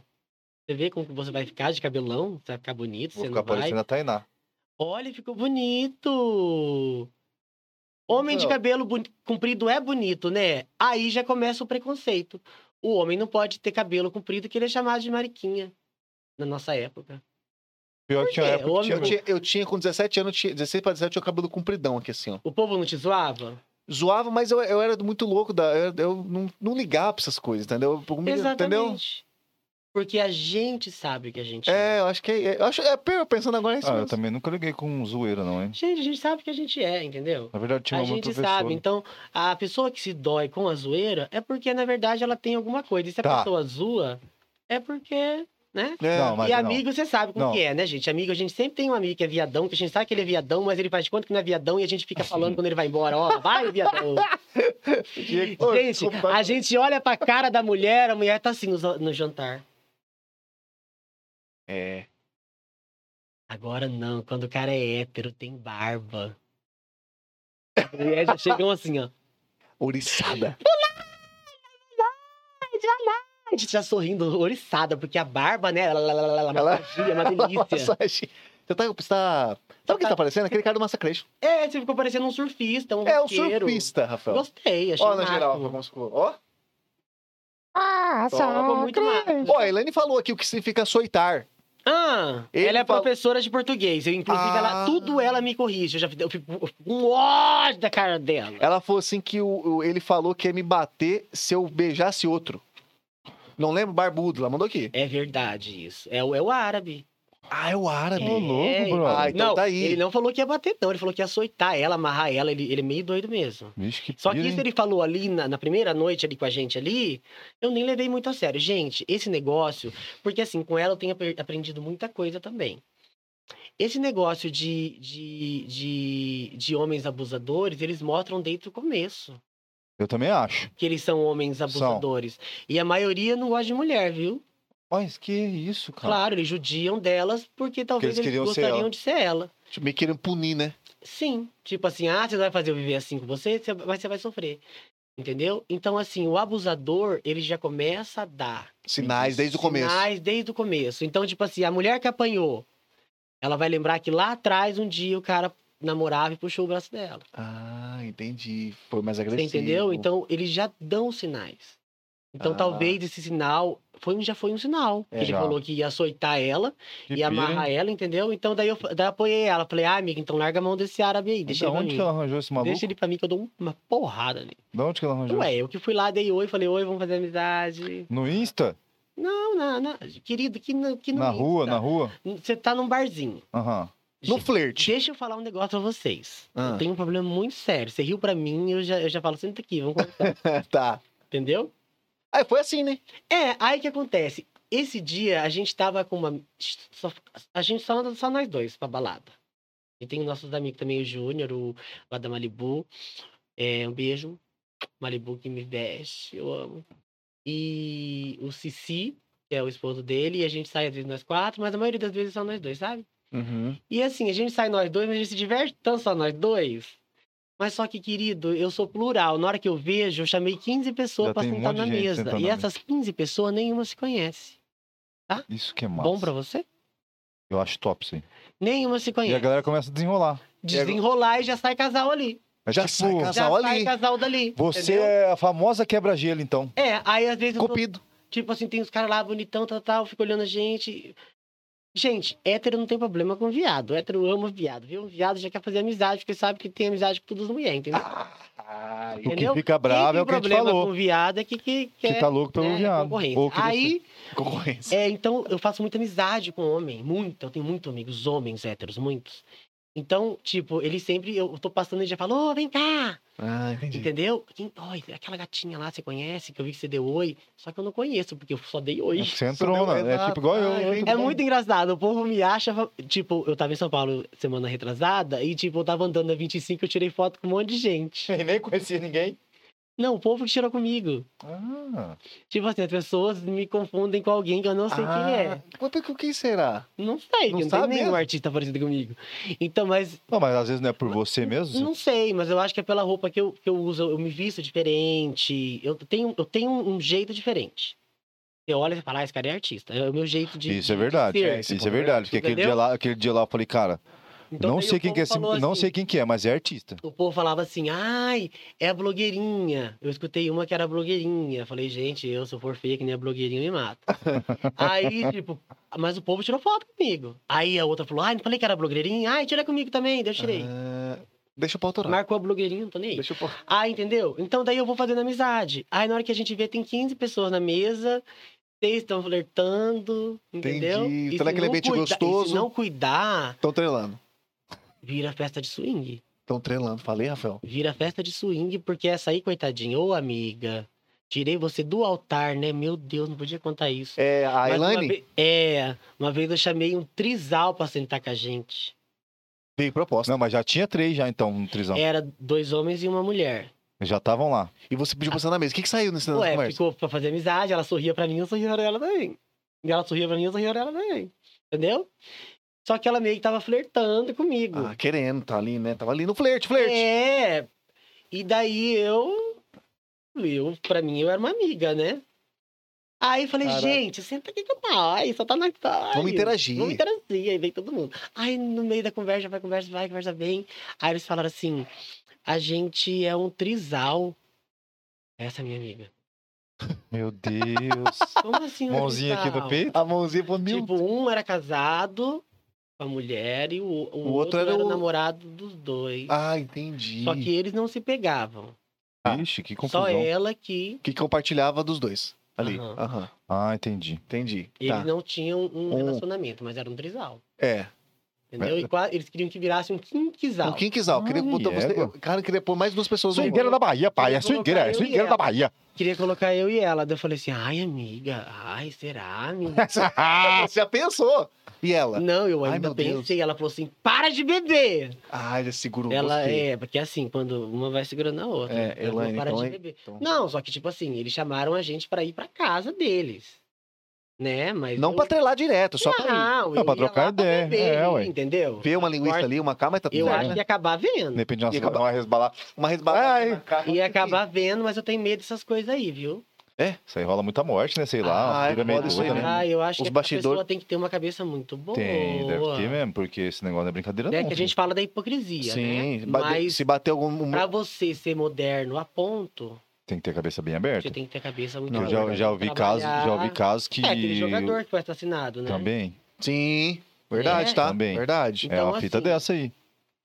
C: Você vê como que você vai ficar de cabelão, você vai ficar bonito,
B: Vou
C: você
B: ficar
C: não vai.
B: parecendo a Tainá.
C: Olha, ficou bonito. Homem de
B: Não.
C: cabelo boni- comprido é bonito, né? Aí já começa o preconceito. O homem não pode ter cabelo comprido, que ele é chamado de mariquinha. Na nossa época.
B: Pior que tinha
C: quê?
B: época que
C: O
B: tinha
A: Eu
C: homem-
B: mesmo.
A: tinha, eu tinha com 17 anos, eu tinha, 16 para 17, eu tinha o cabelo compridão aqui, assim, ó.
C: O povo não te zoava?
A: Zoava, mas eu, eu era muito louco, da, eu, eu não, não ligava pra essas coisas, entendeu? Eu- eu- Entendeu?
C: Exatamente. Porque a gente sabe o que a gente
A: É, eu acho que é. Eu acho, é eu pensando agora é isso.
B: Ah, eu
A: mesmo.
B: também nunca liguei com zoeira, não, hein?
C: Gente, a gente sabe o que a gente é, entendeu?
B: Na verdade, tinha
C: a
B: uma
C: gente
B: professora.
C: sabe. Então, a pessoa que se dói com a zoeira é porque, na verdade, ela tem alguma coisa. E se a
B: Tá.
C: pessoa zoa, é porque, né?
A: É.
B: Não, mas
C: e
B: não.
C: amigo, você sabe como
B: Não.
C: que é, né, gente? Amigo, a gente sempre tem um amigo que é viadão, que a gente sabe que ele é viadão, mas ele faz de conta que não é viadão e a gente fica falando quando ele vai embora, ó, vai, viadão.
B: Ô,
C: gente,
B: desculpa.
C: a gente olha pra cara da mulher, a mulher tá assim no, zo- no jantar.
A: É.
C: Agora não, quando o cara é hétero, tem barba. As mulheres já chegam assim, ó.
A: Ouriçada.
C: A gente já sorrindo, oriçada, porque a barba, né? Ela, ela, ela, ela,
A: Ela-
C: magia, é uma delícia.
A: Massagem. Você tá, você tá... Sabe o que tá aparecendo? Aquele cara do Massacration.
C: É, você ficou parecendo um surfista, um
A: É o
C: roqueiro.
A: surfista, Rafael.
C: Gostei, achei
B: Ó, na
C: massa.
B: geral, como ficou. Ó.
A: Ah,
C: Tava muito massa.
A: Ó, a Elaine falou aqui o que significa açoitar.
C: Ah,
A: Ele
C: ela é
A: falou-
C: professora de português. Eu, inclusive,
A: Ah.
C: ela, tudo ela me corrige. Eu já fiz- eu fico com um ódio da cara dela.
A: Ela falou assim que o, o- ele falou que ia me bater se eu beijasse outro. Não lembro, barbudo, ela mandou aqui.
C: É verdade isso. É, o- é o árabe.
A: Ah, é o árabe.
B: Ô, louco, bro.
A: Ah, então
C: não,
A: tá aí.
C: Ele não falou que ia bater, não. Ele falou que ia açoitar ela, amarrar ela. Ele, ele é meio doido mesmo.
B: Vixe, que
C: Só que
B: pira,
C: isso
B: hein?
C: ele falou ali na, na primeira noite ali com a gente ali, eu nem levei muito a sério. Gente, esse negócio, porque assim, com ela eu tenho apre- aprendido muita coisa também. Esse negócio de, de, de, de homens abusadores, eles mostram desde o começo
B: Eu também acho.
C: que eles são homens abusadores. E a maioria não gosta de mulher, viu?
B: Mas que isso, cara.
C: Claro, eles judiam delas porque talvez
B: eles
C: eles,
B: queriam ser
C: gostariam
B: ela.
C: de ser ela.
A: Tipo, meio querendo punir, né?
C: Sim, tipo assim, ah, você não vai fazer eu viver assim com você, você- mas você vai sofrer. Entendeu? Então, assim, o abusador, ele já começa a dar Uhum.
A: Sinais desde o começo.
C: sinais desde o começo. Então, tipo assim, a mulher que apanhou, ela vai lembrar que lá atrás, um dia, o cara namorava e puxou o braço dela.
A: Ah, entendi. Foi mais
C: Você
A: agressivo.
C: entendeu? Então, eles já dão sinais. Então,
A: Ah.
C: talvez esse sinal foi, um- já foi um sinal.
A: É,
C: que ele
B: já.
C: falou que ia açoitar ela,
B: Que
C: ia
B: pira, hein?
C: amarrar ela, entendeu? Então, daí eu, daí eu apoiei ela. Falei, ah, amiga, então larga a mão desse árabe aí, deixa
A: Então,
B: Da
C: ele pra
B: onde
C: mim.
B: que ela arranjou esse maluco?
C: Deixa ele pra mim que eu dou uma porrada nele.
B: Da onde que ela arranjou?
C: Ué, eu que fui lá, dei oi, falei, oi, vamos fazer amizade.
B: No Insta?
C: Não, não, não. Querido, que não. Que não
B: na
C: me
B: rua,
C: dá.
B: na rua?
C: Você tá num barzinho.
B: Aham.
A: No flerte.
C: Deixa eu falar um negócio pra vocês.
A: Ah.
C: Eu tenho um problema muito sério. Você riu pra mim, eu já, eu já falo, senta aqui, vamos conversar.
A: tá.
C: Entendeu?
A: Aí foi assim, né?
C: É, aí que acontece. Esse dia a gente tava com uma. só- a gente só anda só nós dois pra balada. E tem nossos amigos também, o Júnior, o lá da Malibu. É, um beijo. Malibu que me veste, eu amo. E o Cici, que é o esposo dele, e a gente sai às vezes nós quatro, mas a maioria das vezes é só nós dois, sabe?
A: Uhum.
C: E assim, a gente sai nós dois, mas a gente se diverte tanto só nós dois. Mas só que, querido, eu sou plural. Na hora que eu vejo, eu chamei 15 pessoas
B: Já
C: pra
B: tem um
C: sentar
B: monte
C: na
B: de gente
C: mesa.
B: sentando
C: E
B: na
C: essas 15 pessoas, nenhuma se conhece.
B: Isso que é massa.
C: Bom pra você?
B: Eu acho top, sim.
C: Nenhuma se
B: E a
C: conhece.
B: galera começa a desenrolar.
C: Desenrolar e já sai casal ali.
B: É
A: Já
B: tipo,
A: sai casado. Casal
C: já sai
A: ali.
C: casal dali.
B: você
C: entendeu?
B: é a famosa quebra-gelo, então.
C: É, aí às vezes eu tô,
A: Cupido.
C: tipo assim, tem os caras lá bonitão, tal, tal, fica olhando a gente. Gente, hétero não tem problema com viado. Hétero ama viado, viu? Viado já quer fazer amizade, porque sabe que tem amizade com todas as mulheres, entendeu?
A: Ah,
B: O que
C: Entendeu?
B: fica bravo é
C: Quem
B: o que a
C: tem
B: gente
C: problema
B: falou.
C: com viado é que, que, que
B: Que tá louco pelo
C: né,
B: viado.
C: concorrência.
B: Ou que
C: Aí,
A: concorrência.
C: é, então, eu faço muita amizade com homem. Muito. Eu tenho muitos amigos homens héteros, muitos. Então, tipo, ele sempre... Eu tô passando e já fala, ô, vem cá!
A: Ah, entendi.
C: Entendeu? Quem, oi, aquela gatinha lá, você conhece? Que eu vi que você deu oi. Só que eu não conheço, porque eu só dei oi.
B: você- você entrou, né?
A: Entendeu?
B: É tipo igual eu.
A: Ah,
B: eu-
A: entendi.
C: É muito engraçado, o povo me acha. Tipo, eu tava em São Paulo semana retrasada e, tipo, eu tava andando na 25 eu tirei foto com um monte de gente.
B: Eu nem conhecia ninguém.
C: Não, o povo que tirou comigo.
B: Ah,
C: Tipo assim, as pessoas me confundem com alguém que eu não sei quem
B: Ah,
C: é.
A: Mas por que- quem será?
C: Não sei,
A: Não
C: não, tem
A: sabe
C: nenhum
A: mesmo?
C: artista parecido comigo. Então, mas
B: não, mas às vezes não é por você mesmo?
C: não sei, mas eu acho que é pela roupa que eu, que eu uso, eu me visto diferente. Eu tenho, eu tenho um jeito diferente. Você olha e fala, ah, esse cara é artista. É o meu jeito de.
B: Isso é
C: de
B: verdade.
C: ser.
A: é, esse
B: Isso é
A: ponto é
B: verdade. Porque aquele
C: tipo, Entendeu?
B: dia, lá, aquele dia lá eu falei, cara,
C: Então,
B: não
C: daí
B: sei
C: o
B: quem
C: povo
B: que é esse.
C: falou
B: Não
C: assim,
B: sei quem que é, mas é artista.
C: O povo falava assim, ai, é a blogueirinha. Eu escutei uma que era blogueirinha. Falei, gente, eu, se eu for feia que nem a blogueirinha, me mata. Aí, tipo, mas o povo tirou foto comigo. Aí a outra falou, ai, não falei que era blogueirinha? Ai, tira comigo também, daí eu tirei.
A: Ah, deixa eu pautorar.
C: Marcou a blogueirinha, não tô nem aí.
A: Deixa eu pau-
C: Ah, entendeu? Então daí eu vou fazendo amizade. Aí na hora que a gente vê, tem 15 pessoas na mesa, seis estão flertando, entendeu?
A: Entendi.
C: E
A: Tá
C: se
A: naquele
C: não
A: ambiente
C: cuida- E
A: gostoso.
C: se não cuidar,
A: Estão trelando.
C: vira festa de swing.
A: Estão trelando. Falei, Rafael?
C: Vira festa de swing, porque essa aí, coitadinha, ô amiga, Tirei você do altar, né? Meu Deus, não podia contar isso.
A: É, a
C: Mas uma
A: Elaine
C: ve- É, uma vez eu chamei um trisal pra sentar com a gente.
A: veio proposta.
B: Não, mas já tinha três já, então, no trisão.
C: Era dois homens e uma mulher.
B: Já estavam lá.
A: E você pediu pra sentar na mesa. O que, que saiu nesse nessa
C: Ué,
A: conversa?
C: ficou pra fazer amizade, ela sorria pra mim, eu sorria pra ela também. E ela sorria pra mim, eu sorria pra ela também. Entendeu? Só que ela meio que tava flertando comigo.
A: Ah, querendo, tá ali, né? Tava ali no flerte, flerte.
C: É. E daí eu. Eu, pra mim, eu era uma amiga, né? Aí eu falei,
A: Caraca.
C: gente, senta aqui com nós, só tá na nós.
A: Vamos interagir.
C: Vamos interagir, aí vem todo mundo. Aí no meio da conversa, vai, conversa, vai, conversa, vem. Aí eles falaram assim: a gente é um trisal. Essa é minha amiga.
B: Meu Deus.
C: Como assim? um
B: Mãozinha aqui
C: trisal?
B: no peito.
A: A mãozinha falou, meu
C: Tipo, um era casado com a mulher e o, o outro, era, o namorado dos dois.
A: Ah, entendi.
C: Só que eles não se pegavam.
B: ah, Ixi, que
C: Só
B: confusão.
C: ela que
A: Que compartilhava dos dois. Ali.
C: Aham.
A: Aham.
B: Ah, entendi.
A: Entendi.
C: eles
A: Tá.
C: não tinham um,
A: Um.
C: relacionamento, mas era um trisal.
A: É.
C: Entendeu? E qua- eles queriam que virasse um quinquisal.
A: O Kim Kizal, queria
B: Ai,
A: botar você.
B: égua.
A: eu- Cara, eu queria pôr mais duas pessoas no
B: Swingueira da Bahia, pai. É
C: Eu vou colocar
B: swingueira, é
C: eu e
B: swingueira da
C: ela.
B: Bahia.
C: Queria colocar eu e ela. Daí eu falei assim, ai, amiga, ai, será, amiga?
A: Ah, você já pensou? E ela?
C: Não, eu
A: Ai,
C: ainda
A: meu Deus.
C: pensei. Ela falou assim, para de beber!
A: Ah, ele segurou
C: ela
A: você.
C: é, porque assim, quando uma vai segurando a outra.
A: É,
C: ela falou,
A: Elaine,
C: para
A: então é-
C: de beber.
A: então-
C: Não, só que tipo assim, eles chamaram a gente pra ir pra casa deles. Né? Mas
A: Não
C: eu-
A: pra trelar direto, só pra ir.
C: Não,
B: Não,
C: eu
B: pra
C: ia
B: trocar
C: lá pra
B: ideia,
C: beber,
B: é, ué.
C: Entendeu?
A: Ver uma linguiça ali, uma cá, mas tá tudo
C: Eu
A: certo,
C: acho
A: né?
C: que ia acabar vendo.
B: Depende de
A: E
B: uma,
A: acaba-
B: uma resbalada.
A: Uma resbalada
B: Ai.
A: na cara.
C: Ia acabar vendo, mas eu tenho medo dessas coisas aí, viu?
B: É, Isso aí rola muita morte, né? Sei lá.
A: Ah,
B: uma
A: é
B: pira meio
A: foda isso aí,
B: doida, né?
A: né?
C: Ah, eu acho
A: Os
C: que
A: bastidor-
C: a pessoa tem que ter uma cabeça muito boa.
B: Tem, deve ter mesmo, porque esse negócio não é brincadeira,
C: É
B: não.
C: que a gente fala da hipocrisia,
A: Sim,
C: né?
A: bate-
C: Mas
A: se bater algum. um-
C: pra você ser moderno a ponto,
B: Tem que ter a cabeça bem
C: você
B: aberta.
C: tem que ter a cabeça muito
A: Não,
B: Eu
C: boa.
B: já,
C: tem
B: já
C: que
B: ouvi casos, já ouvi
C: trabalhar.
B: casos que.
C: É, aquele jogador que foi assassinado, né?
B: Também.
A: Sim, verdade,
C: É.
A: tá?
B: Também.
A: Verdade.
B: é
C: Então,
B: uma fita
C: assim,
B: dessa aí.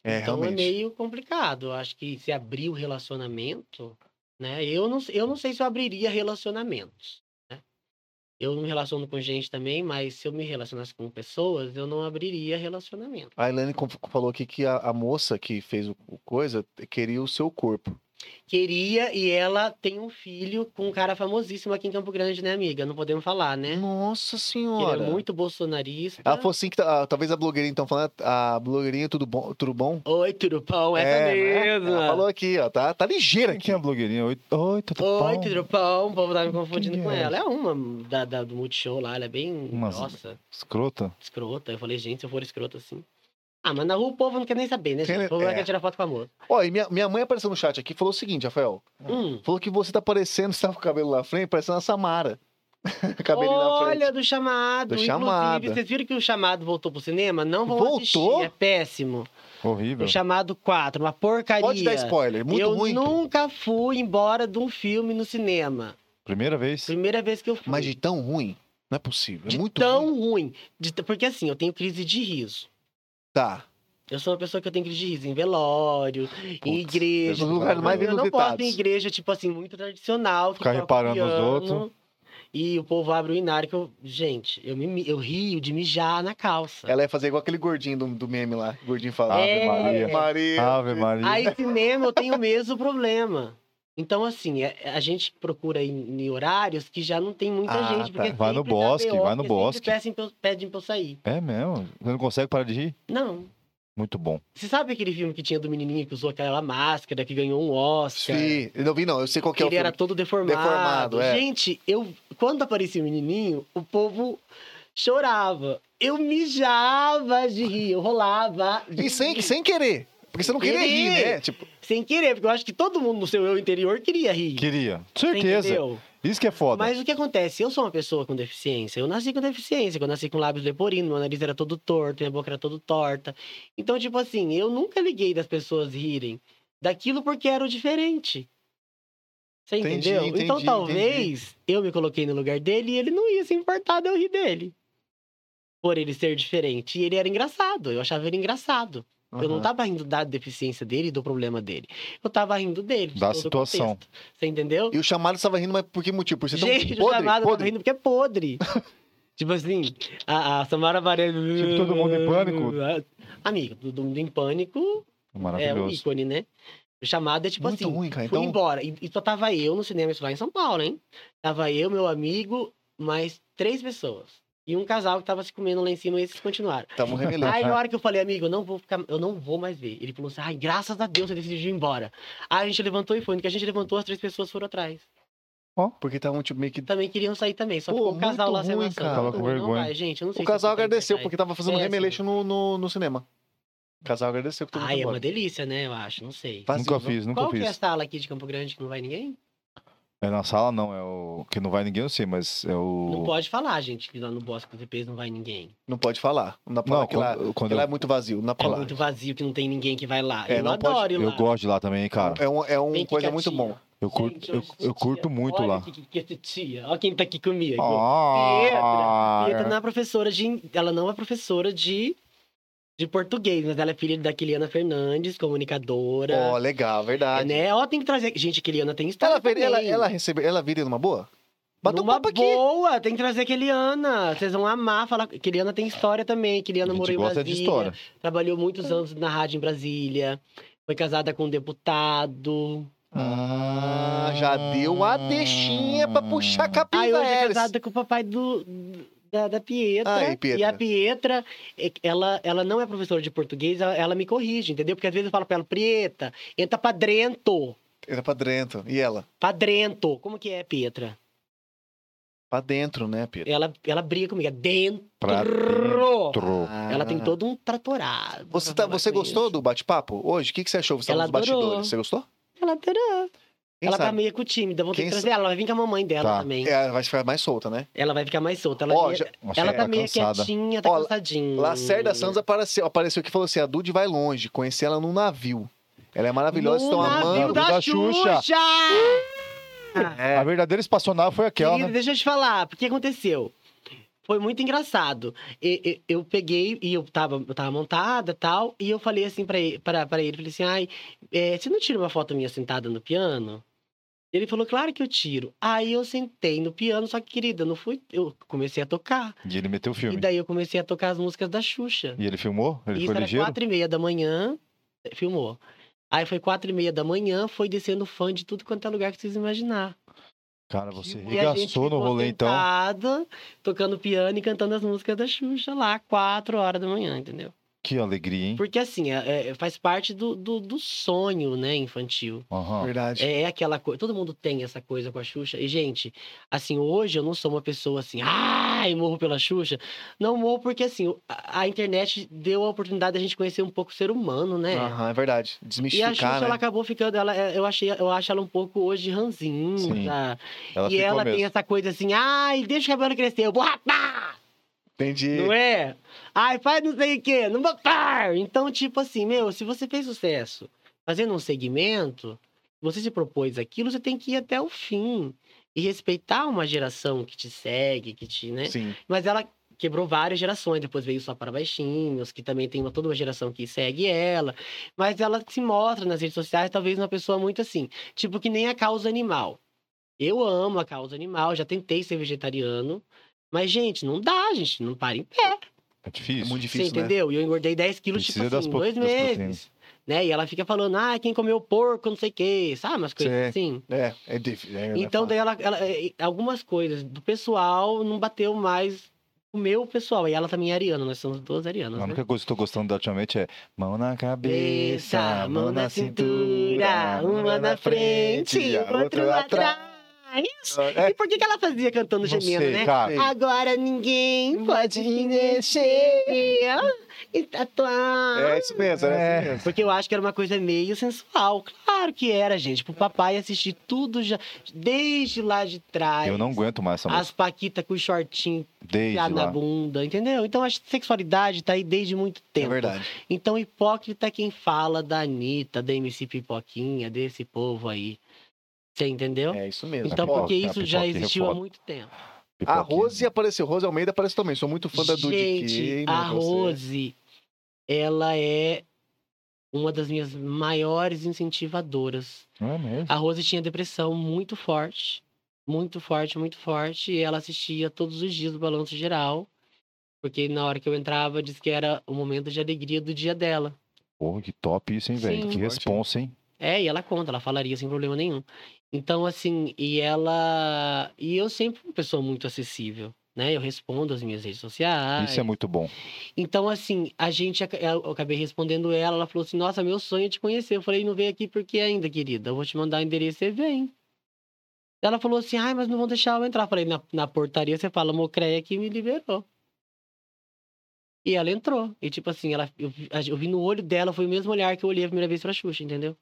A: É,
C: então
A: realmente.
C: é meio complicado. Eu acho que se abrir o relacionamento, né? Eu não, eu não sei se eu abriria relacionamentos. né? Eu me relaciono com gente também, mas se eu me relacionasse com pessoas, eu não abriria relacionamento.
A: A Elaine com- falou aqui que a, a moça que fez o, o coisa queria o seu corpo.
C: Queria e ela tem um filho com um cara famosíssimo aqui em Campo Grande, né, amiga? Não podemos falar, né?
A: Nossa
C: Que
A: senhora.
C: ele é muito bolsonarista.
A: Ela falou assim que tá- ah, talvez a blogueirinha então falando, a blogueirinha tudo bom, tudo bom?
C: Oi, Turupão, essa
A: né?
C: mesma.
A: Ela falou aqui, ó, tá, tá ligeira
B: Quem
A: aqui.
B: que é a blogueirinha? Oi, oi tudo
C: Oi,
B: bom?
C: Turupão, o povo tá me confundindo
B: Quem
C: com
B: é
C: ela. É uma da, da- do Multishow lá, ela é bem
B: Mas-
C: grossa,
B: Escrota?
C: escrota. Eu falei, gente, se eu for escrota assim. Ah, mas na rua o povo não quer nem saber, né?
A: Quem
C: Gente?
A: é-
C: O povo
A: é.
C: não quer tirar foto com a moça.
A: Ó, e minha, minha mãe apareceu no chat aqui e falou o seguinte, Rafael.
C: Hum.
A: Falou que você tá parecendo, você tá com o cabelo lá na frente, parecendo a Samara. Cabelinho na frente.
C: Olha, do chamado.
A: Do
C: inclusive,
A: chamado.
C: Vocês viram que o chamado voltou pro cinema? Não vão
A: Voltou?
C: assistir, é péssimo.
B: Horrível.
C: O chamado 4, uma porcaria.
A: Pode dar spoiler, muito
C: eu
A: ruim.
C: nunca fui embora de um filme no cinema.
B: Primeira vez?
C: Primeira vez que eu fui.
A: Mas de tão ruim, não é possível. É
C: De
A: muito ruim.
C: tão ruim. De t- porque assim, eu tenho crise de riso.
A: Tá.
C: Eu sou uma pessoa que eu tenho crise de riso em velório, em igreja.
A: um dos lugares mais
C: Eu não posso ir em
A: inusitados.
C: igreja, tipo assim, muito tradicional. que
B: Ficar
C: toca
B: reparando nos
C: piano,
B: outros.
C: E o povo abre o inário que eu... Gente, eu, me, mi- eu rio de mijar na calça.
A: Ela ia fazer igual aquele gordinho do, do meme lá. O gordinho fala.
B: Ave
C: É.
B: Maria.
A: Maria.
B: Ave Maria.
C: Aí, cinema, eu tenho o mesmo problema. Então, assim, é- a gente procura em, em horários que já não tem muita
A: Ah,
C: gente. Porque
A: tá.
B: Vai no
C: sempre dá
B: bosque,
C: BO,
B: vai no
C: porque sempre
B: bosque.
C: Pedem pra, eu- pedem pra eu sair.
B: É mesmo? Você não consegue parar de rir?
C: Não.
B: Muito bom.
C: Você sabe aquele filme que tinha do menininho que usou aquela máscara, que ganhou um Oscar?
A: Sim, eu não vi não, eu sei qual que
C: Que
A: é o
C: ele
A: filme.
C: era todo deformado.
A: Deformado, é.
C: Gente, eu quando aparecia o menininho, o povo chorava. Eu mijava de rir, eu rolava. de
A: E sem,
C: rir.
A: sem querer. Porque você não queria
C: Querer.
A: rir, né? Tipo,
C: Sem querer, porque eu acho que todo mundo no seu eu interior queria rir.
B: Queria.
C: Você
B: Certeza.
C: Entendeu?
B: Isso que é foda.
C: Mas o que acontece? Eu sou uma pessoa com deficiência. Eu nasci com deficiência. que Eu nasci com lábios leporinos, meu nariz era todo torto, minha boca era todo torta. Então, tipo assim, eu nunca liguei das pessoas rirem daquilo porque era o diferente. Você
A: Entendi,
C: entendeu?
A: entendi,
C: então, talvez eu me coloquei no lugar dele e ele não ia se importar de eu rir dele. Por ele ser diferente. E ele era engraçado. Eu achava ele engraçado. Eu não
A: aham.
C: tava rindo da deficiência dele e do problema dele. Eu tava rindo dele. de
B: Da
C: todo o
B: situação.
C: contexto. Você entendeu?
A: E o chamado estava rindo, mas por que motivo? Por ser tão
C: Gente, o
A: podre?
C: chamado
A: podre?
C: tá rindo porque é podre. tipo assim, a, a Samara Varela.
B: Tipo, todo mundo em pânico.
C: Amigo, todo mundo em pânico é um
B: Maravilhoso.
C: ícone, né? Chamada é tipo
A: Muito
C: assim.
A: ruim, cara.
C: Fui
A: Então,
C: embora. E, e só tava eu no cinema, isso lá em São Paulo, hein? Tava eu, meu amigo, mais três pessoas. E um casal que tava se comendo lá em cima e eles continuaram.
A: tamo remelhando.
B: É.
C: Aí na hora que eu falei, amigo, eu não vou ficar, eu não vou mais ver. Ele falou assim, ai, graças a Deus você decidiu ir embora. Aí a gente levantou e foi. No que a gente levantou, as três pessoas foram atrás.
A: Porque tava tipo, meio que.
C: Também queriam sair também, só
A: Pô,
C: ficou o casal
A: muito
C: lá sem
A: ruim,
C: noção.
A: cara.
B: Tava com
C: Não,
B: vergonha.
C: Não vai, gente, eu não
A: O
C: sei se
A: casal
C: vocês têm
A: agradeceu,
C: internet.
A: porque tava fazendo um
C: Péssimo.
A: remeleixo no, no, no cinema. O casal agradeceu que todo mundo
C: Ai,
A: foi
C: é uma
A: embora.
C: delícia, né? Eu acho, não sei.
A: Vazio,
B: Nunca
A: não?
B: fiz, nunca
C: Qual
B: fiz.
C: que é a sala aqui de Campo Grande que não vai ninguém?
B: É na sala, não. É o. Que não vai ninguém, eu sei, mas é
C: Não
B: o.
C: pode falar, gente, que lá no Bosque do TPs não vai ninguém.
A: Não pode falar. Não dá pra
B: Não,
A: falar que lá,
B: quando,
A: que
B: quando
A: lá é
B: eu,
A: muito vazio. Não dá
C: É
A: pra falar.
C: muito vazio que não tem ninguém que vai lá.
A: É,
C: eu
A: não
C: adoro
A: pode-
C: ir lá.
B: eu gosto de lá também, hein, cara.
A: É um, é um
C: Bem
A: coisa
C: quicadinho.
A: muito bom.
B: Eu curto,
C: Gente,
B: eu,
C: hoje
B: eu
C: tia,
B: curto muito
C: olha
B: lá.
C: Que, que, que tia, tia. Olha quem tá aqui comigo.
B: Ah,
C: Pietra não é professora de. Ela não é professora de, de português, mas ela é filha da Kiliana Fernandes, comunicadora.
A: Ó, legal, verdade.
C: né? Ó, tem que trazer. Gente, Kiliana tem história.
A: Ela, vira- ela,
C: também.
A: ela, recebe, ela vira numa boa? Bota um
C: Numa
A: papo aqui.
C: boa, tem que trazer a Kiliana. Vocês vão amar falar. Kiliana tem história também.
B: a
C: Kiliana morou
B: gente
C: em
B: gosta
C: Brasília.
B: de história.
C: Trabalhou muitos anos na rádio em Brasília. Foi casada com um deputado.
A: Ah, já deu uma deixinha pra puxar a
C: Aí
A: capinha
C: hoje é
A: Elis.
C: casada com o papai do, da, da Pietra.
A: Ai, Pietra.
C: E a Pietra, eh, ela, ela não é professora de português, ela, ela me corrige, entendeu? Porque às vezes eu falo pra ela, Prieta, entra padrento.
A: Era pra dentro. E ela?
C: Padrento. Como que é, Pietra?
A: Pra dentro, né, Pedro?
C: Ela, ela briga comigo, é dentro.
B: Pra dentro.
C: Ela tem todo um tratorado.
A: Ah. Você, tá,
C: pra
A: você
C: falar com
A: gostou
C: isso.
A: do bate-papo hoje? O que, que você achou? Você tava
C: Ela
A: nos
C: adorou.
A: bastidores. Você gostou?
C: Ela, adorou.
A: Quem
C: ela tá
A: sabe?
C: meio com tímida, vou ter
A: Quem
C: que trazer ela. Ela vai vir com a mamãe dela
B: Tá.
C: também.
A: É, vai ficar mais solta, né?
C: Ela vai ficar mais solta. Ela,
A: Ó,
C: meio-
A: já-
B: Nossa,
C: ela
B: ela
C: tá meio
B: cansada.
C: quietinha, tá
A: Ó,
C: cansadinha.
A: Lacerda Santos apareceu, apareceu aqui e falou assim: a Dude vai longe. Conheci ela num navio. Ela é maravilhosa,
C: No
A: estão
C: navio
A: amando.
C: da,
B: Da
C: Xuxa!
B: Xuxa.
A: É.
B: A verdadeira espaçonave foi aquela,
C: Querido,
B: né?
C: deixa eu te falar, porque aconteceu? Foi muito engraçado. E- e- Eu, peguei e eu tava, eu tava montada tal, e eu falei assim pra ele, pra, pra ele falei assim, ai, é, você não tira uma foto minha sentada no piano? Ele falou, claro que eu tiro. Aí eu sentei no piano, só que, querida, não fui. Eu comecei a tocar.
B: E ele meteu o
C: E
B: filme.
C: daí eu comecei a tocar as músicas da Xuxa.
B: E ele filmou? Ele
C: Isso
B: foi
C: era
B: ligeiro?
C: quatro e meia da manhã, eh, filmou. Aí foi quatro e meia da manhã, foi descendo fã de tudo quanto é lugar que vocês imaginar.
B: Cara, você
C: E a gente
B: regaçou no
C: ficou
B: rolê, então.
C: sentada, tocando piano e cantando as músicas da Xuxa lá, quatro horas da manhã, entendeu?
B: Que alegria, hein?
C: Porque assim, é- é- faz parte do, do, do sonho, né, infantil.
B: Aham.
A: Verdade.
C: É aquela coisa, todo mundo tem essa coisa com a Xuxa. E, gente, assim, hoje eu não sou uma pessoa assim, ai, morro pela Xuxa. Não morro porque, assim, a, a internet deu a oportunidade da gente conhecer um pouco o ser humano, né?
B: Ah,
A: Aham, é verdade.
C: E a Xuxa,
A: Desmistificar,
C: ela
A: né?
C: acabou ficando, ela, é, eu, achei, eu acho ela um pouco hoje ranzinha.
B: Ela
C: e
B: ficou
C: ela
B: mesmo.
C: tem essa coisa assim, ai, deixa o cabelo crescer, eu vou rapar!
A: Entendi.
C: Não é? Ai, faz não sei o quê, não vou rapar! Então, tipo assim, meu, se você fez sucesso fazendo um segmento, você se propôs aquilo, você tem que ir até o fim. E respeitar uma geração que te segue, que te, né?
A: Sim. é
C: Mas ela quebrou várias gerações, depois veio só para baixinhos, que também tem uma, toda uma geração que segue ela. Mas ela se mostra nas redes sociais, talvez uma pessoa muito assim, tipo que nem a causa animal. Eu amo a causa animal, já tentei ser vegetariano, mas gente, não dá, gente, não para em pé,
B: É
A: É
B: difícil.
A: muito
C: você
A: difícil, né?
C: entendeu? E eu engordei 10 quilos,
B: Precisa
C: tipo
B: das
C: assim, em
B: pro-
C: dois
B: das
C: meses.
B: proteínas.
C: Né? E ela fica falando, ah, quem comeu porco, não sei o quê, sabe? Umas coisas
A: Sei.
C: assim.
A: É, é difícil. é, né, fala.
C: Então, daí ela, ela- eh, algumas coisas do pessoal não bateu mais o meu pessoal. E ela também é ariana, nós somos duas arianas,
B: A
C: né?
B: única coisa que eu tô gostando dela ultimamente é mão na cabeça,
C: Cabeça, tá, mão na cintura, uma na frente,
B: e a
C: outra
B: outra
C: atrás.
B: É.
C: E por que, que ela fazia cantando
B: Não
C: gemendo,
B: sei,
C: né?
B: cara.
C: Agora ninguém pode me mexer e tatuar.
A: É isso mesmo, é, isso mesmo.
C: Porque eu acho que era uma coisa meio sensual. Claro que era, gente. Pro papai assistir tudo já, desde lá de trás.
B: Eu não aguento mais essa música.
C: As Paquita com o shortinho enfiado
B: Desde
C: na
B: lá.
C: bunda, entendeu? Então a sexualidade tá aí desde muito
A: É
C: tempo.
A: verdade.
C: Então hipócrita é quem fala da Anitta, da MC Pipoquinha, desse povo aí. Você entendeu?
A: É isso mesmo.
C: Então,
A: Ó,
C: porque
B: a
C: isso já
B: pipoquinha é
C: existiu há
B: foda.
C: muito tempo.
A: a
B: Pipoquinha.
A: Rose é apareceu. Rose Almeida apareceu também. Sou muito fã da Dude
C: Gente,
A: Key, né,
C: a
A: você.
C: Rose, ela é uma das minhas maiores incentivadoras
B: Não é mesmo?
C: A Rose tinha depressão muito forte, muito forte, muito forte, e ela assistia todos os dias o balanço geral, porque na hora que eu entrava, disse que era o momento de alegria do dia dela.
B: Porra, que top isso, hein, velho?
C: Sim.
B: Que responsa, hein?
C: É, e ela conta, ela falaria sem problema nenhum. Então, assim, e ela. E eu sempre fui uma pessoa muito acessível, né? Eu respondo as minhas redes sociais.
A: Isso é muito bom.
C: Então, assim, a gente. ac- Eu acabei respondendo ela, ela falou assim: Nossa, meu sonho é te conhecer. Eu falei: Não vem aqui porque ainda, querida. Eu vou te mandar o endereço, você vem. Ela falou assim: Ai, mas não vão deixar eu entrar. Eu falei: Na, na portaria você fala, Mocreia que me liberou. E ela entrou. E, tipo assim, ela, eu, vi- eu vi no olho dela, foi o mesmo olhar que eu olhei a primeira vez pra Xuxa, entendeu?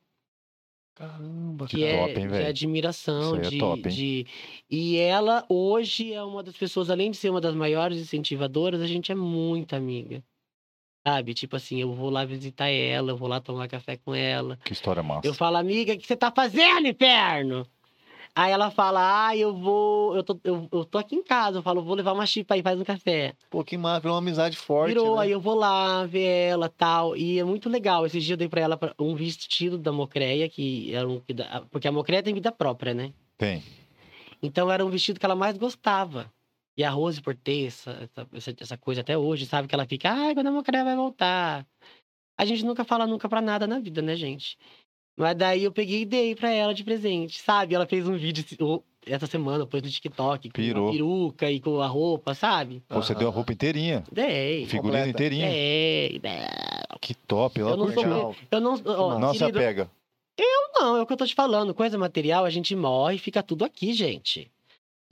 B: Caramba,
C: que
B: cara.
C: é
A: top, hein,
C: de
A: velho? Isso
C: admiração,
A: aí é
C: de,
A: top, hein?
C: de- E ela hoje é uma das pessoas, além de ser uma das maiores incentivadoras, a gente é muito amiga. Sabe? Tipo assim, eu vou lá visitar ela, eu vou lá tomar café com ela.
A: Que história massa.
C: Eu falo, amiga, o que você tá fazendo, inferno? Aí ela fala, ah, eu vou. Eu tô, eu, eu tô aqui em casa. Eu falo, vou levar uma chipa aí, faz um café.
A: Pô, que massa, virou uma amizade forte.
C: Virou,
A: né?
C: aí eu vou lá ver ela tal. E é muito legal. Esse dia eu dei pra ela pra- um vestido da Mocreia, que era um. que dá- Porque a Mocreia tem vida própria, né?
A: Tem.
C: Então era um vestido que ela mais gostava. E a Rose, por ter essa, essa- essa, essa coisa até hoje, sabe? Que ela fica, ai, quando a Mocreia vai voltar. A gente nunca fala nunca pra nada na vida, né, gente? Mas daí eu peguei e dei pra ela de presente, sabe? Ela fez um vídeo esse- o- essa semana, pôs no TikTok, com
A: Pirou.
C: a peruca e com a roupa, sabe?
A: Pô, você
B: Aham.
A: deu a roupa inteirinha.
C: Dei.
A: Figurino
B: Completa.
A: inteirinho.
C: Dei, dei.
A: Que top. Ela
C: É. Eu não sou
A: curtiu.
C: muito-
A: Legal.
C: Eu não. Ó,
A: Não se
C: querido,
A: apega.
C: não, é o que eu tô te falando. Coisa material, a gente morre e fica tudo aqui, gente.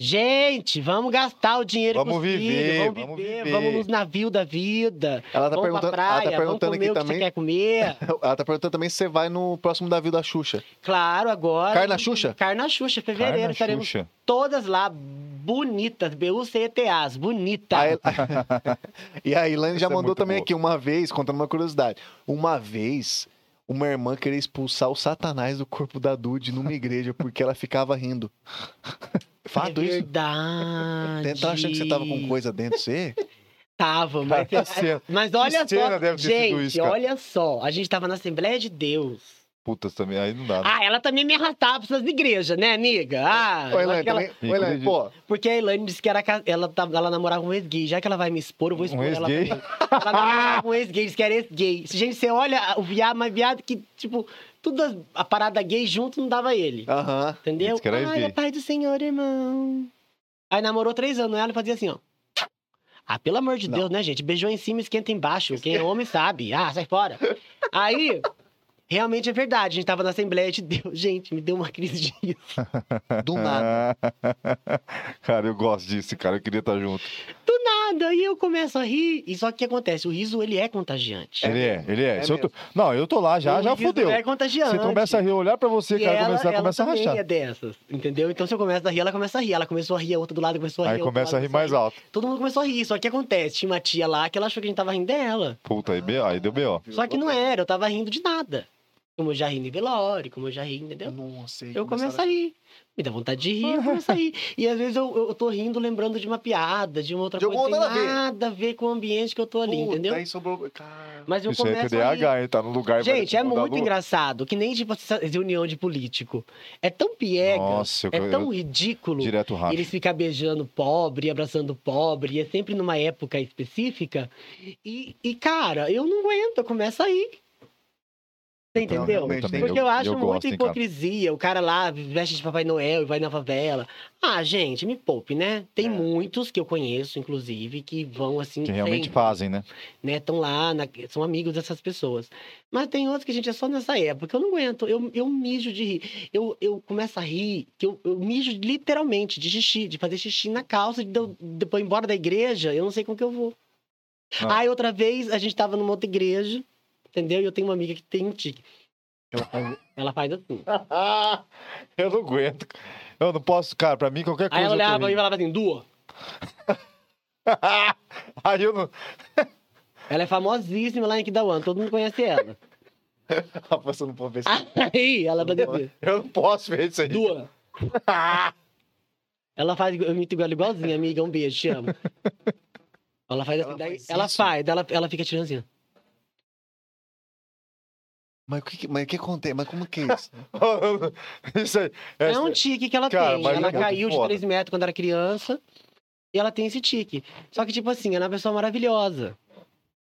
C: Gente, vamos gastar o dinheiro
B: Vamos
C: com os
B: viver,
C: filhos, vamos
B: vamos
C: viver,
B: viver.
C: vamos nos navios da vida,
A: Ela tá
C: vamos pra
A: perguntando,
C: praia,
A: ela tá perguntando
C: vamos
A: aqui
C: comer o que você
A: também.
C: quer comer.
A: Ela tá perguntando também se você vai no próximo Davi da Xuxa.
C: Claro, agora...
A: Carna Xuxa?
C: Carna Xuxa, fevereiro,
A: Carna
C: estaremos
A: Xuxa.
C: todas lá, bonitas, B-U-C-E-T-As, bonita.
A: A El- e a Ilane
B: Essa
A: já
B: é
A: mandou
B: muito
A: também
B: boa.
A: aqui uma vez, contando uma curiosidade. Uma vez, uma irmã queria expulsar o Satanás do corpo da Dude numa igreja porque ela ficava rindo. Fato
C: é
A: isso?
C: verdade.
A: Tá achando que você tava com coisa dentro de você?
C: Tava,
B: Cara,
C: mas...
B: que cena.
C: Mas olha
B: cena
C: só,
B: deve ter sido
C: gente,
B: isso, cara.
C: olha só, a gente tava na Assembleia de Deus.
B: Putas também, aí não dá. né?
C: Ah, ela também me arrastava pra essas igrejas, né, amiga? Ah,
A: Ô, Elaine,
C: aquela-
A: também. Ô, Elaine, pô,
C: porque a Elaine disse que era, ca- ela, tava- ela namorava um ex-gay. Já que ela vai me expor, eu vou
B: Um
C: expor ela
B: ex-gay?
C: também. Ela namorava um ex-gay, disse que era ex-gay. Se, Gente, você olha o viado, mas viado que, tipo, tudo a- a parada gay junto não dava ele.
A: aham.
C: Entendeu?
B: Disse que era
C: Ai,
B: ex-gay.
C: a paz do senhor, irmão. Aí namorou três anos, ela fazia assim, ó. Ah, pelo amor de
A: Não.
C: Deus, né, gente? Beijou em cima, esquenta embaixo. Quem é homem sabe. Ah, sai fora. Aí, realmente é verdade. A gente tava na Assembleia de Deus. Gente, me deu uma crise de riso.
A: do nada.
B: cara, eu gosto disso, cara. Eu queria estar junto.
C: nada. E Ah, eu começo a rir. E só que o que acontece? O riso, ele é contagiante.
B: ele é, ele é.
A: É
B: Se eu tô- Não, eu tô lá já,
C: O
B: já
C: riso
B: fudeu.
C: é contagiante.
B: Você começa a rir, olhar pra você,
C: E
B: cara,
C: ela,
B: começar,
C: ela
B: começa a
C: também
B: rachar.
C: é dessas, entendeu? Então, se eu começo a rir, ela começa a rir. Ela começou a rir, a outra do lado começou a rir.
B: Aí
C: outro
B: começa a
C: lado
B: rir
C: começou
B: mais alto.
C: Todo mundo começou a rir. Só que o que acontece? Tinha uma tia lá que ela achou que a gente tava rindo dela.
B: Puta, aí, B.O., aí deu B.O.
C: Só que não é, era, eu tava rindo de nada. Como eu já ri no velório, como eu já ri,
A: Uhum.
C: entendeu?
A: Nossa, aí
C: Eu começo a
A: começaram
C: rir. Me dá vontade de rir, eu começo a rir. E às vezes eu, eu tô rindo lembrando de uma piada, de uma outra
A: De
C: coisa.
A: alguma
C: Não tem
A: outra nada a ver.
C: nada a ver com o ambiente que eu tô ali,
A: Puta,
C: entendeu?
A: Aí sobrou... Cara,
C: Mas eu
B: Isso aí é
C: começo a rir.
B: TDAH, hein? Tá no lugar. vai
C: Gente, é
B: mudar a
C: muito
B: lua.
C: engraçado. Que nem tipo essa reunião de político. É tão piega,
B: Nossa, eu-
C: é tão
B: eu-
C: ridículo.
B: Direto racha.
C: Eles ficam beijando pobre, abraçando pobre, e é sempre numa época específica. E, e, cara, eu não aguento, eu começo aí. Você
B: Então,
A: também,
C: entendeu?
A: eu também,
C: Porque eu, acho muita
B: gosto, hein, cara.
C: hipocrisia. O cara lá veste de Papai Noel e vai na favela. Ah, gente, me poupe, né? Tem
A: É.
C: muitos que eu conheço, inclusive, que vão assim.
B: Que realmente
C: sempre
B: fazem, né?
C: né? Estão lá, na- são amigos dessas pessoas. Mas tem outros que, gente, é só nessa época. Eu não aguento, eu, eu mijo de rir. Eu, eu começo a rir, que eu, eu mijo literalmente de xixi, de fazer xixi na calça, de eu- depois ir embora da igreja, eu não sei com que eu vou.
B: Não.
C: Aí outra vez, a gente tava numa outra igreja, entendeu? E eu tenho uma amiga que tem um tique.
A: ela faz-
C: Ela faz assim.
B: eu não aguento. Eu não posso, cara, pra mim qualquer
C: Aí
B: coisa.
C: ela
B: eu tô
C: olhava e
B: rindo.
C: falava assim, duas.
B: Aí eu não.
C: Ela é famosíssima lá em Kidawan, todo mundo conhece ela.
A: ela passando por ver se-
C: Ah. Aí ela vai dizer,
B: Eu não posso ver isso aí.
C: duas. Ela faz igu- eu imito igual- igualzinho, amiga. Um beijo, te amo. Ela faz assim,
A: Ela
C: daí
A: faz
C: ela
A: isso?
C: faz, daí ela, ela fica tirando assim.
A: Mas o que, que- mas o que acontece? Mas como que é isso?
B: isso aí.
C: É,
B: essa-
C: um tique que ela
B: Cara,
C: tem.
B: mas é
C: Ela
B: muito
C: caiu de
B: foda.
C: 3 metros quando era criança e ela tem esse tique. Só que, tipo assim, ela é uma pessoa maravilhosa.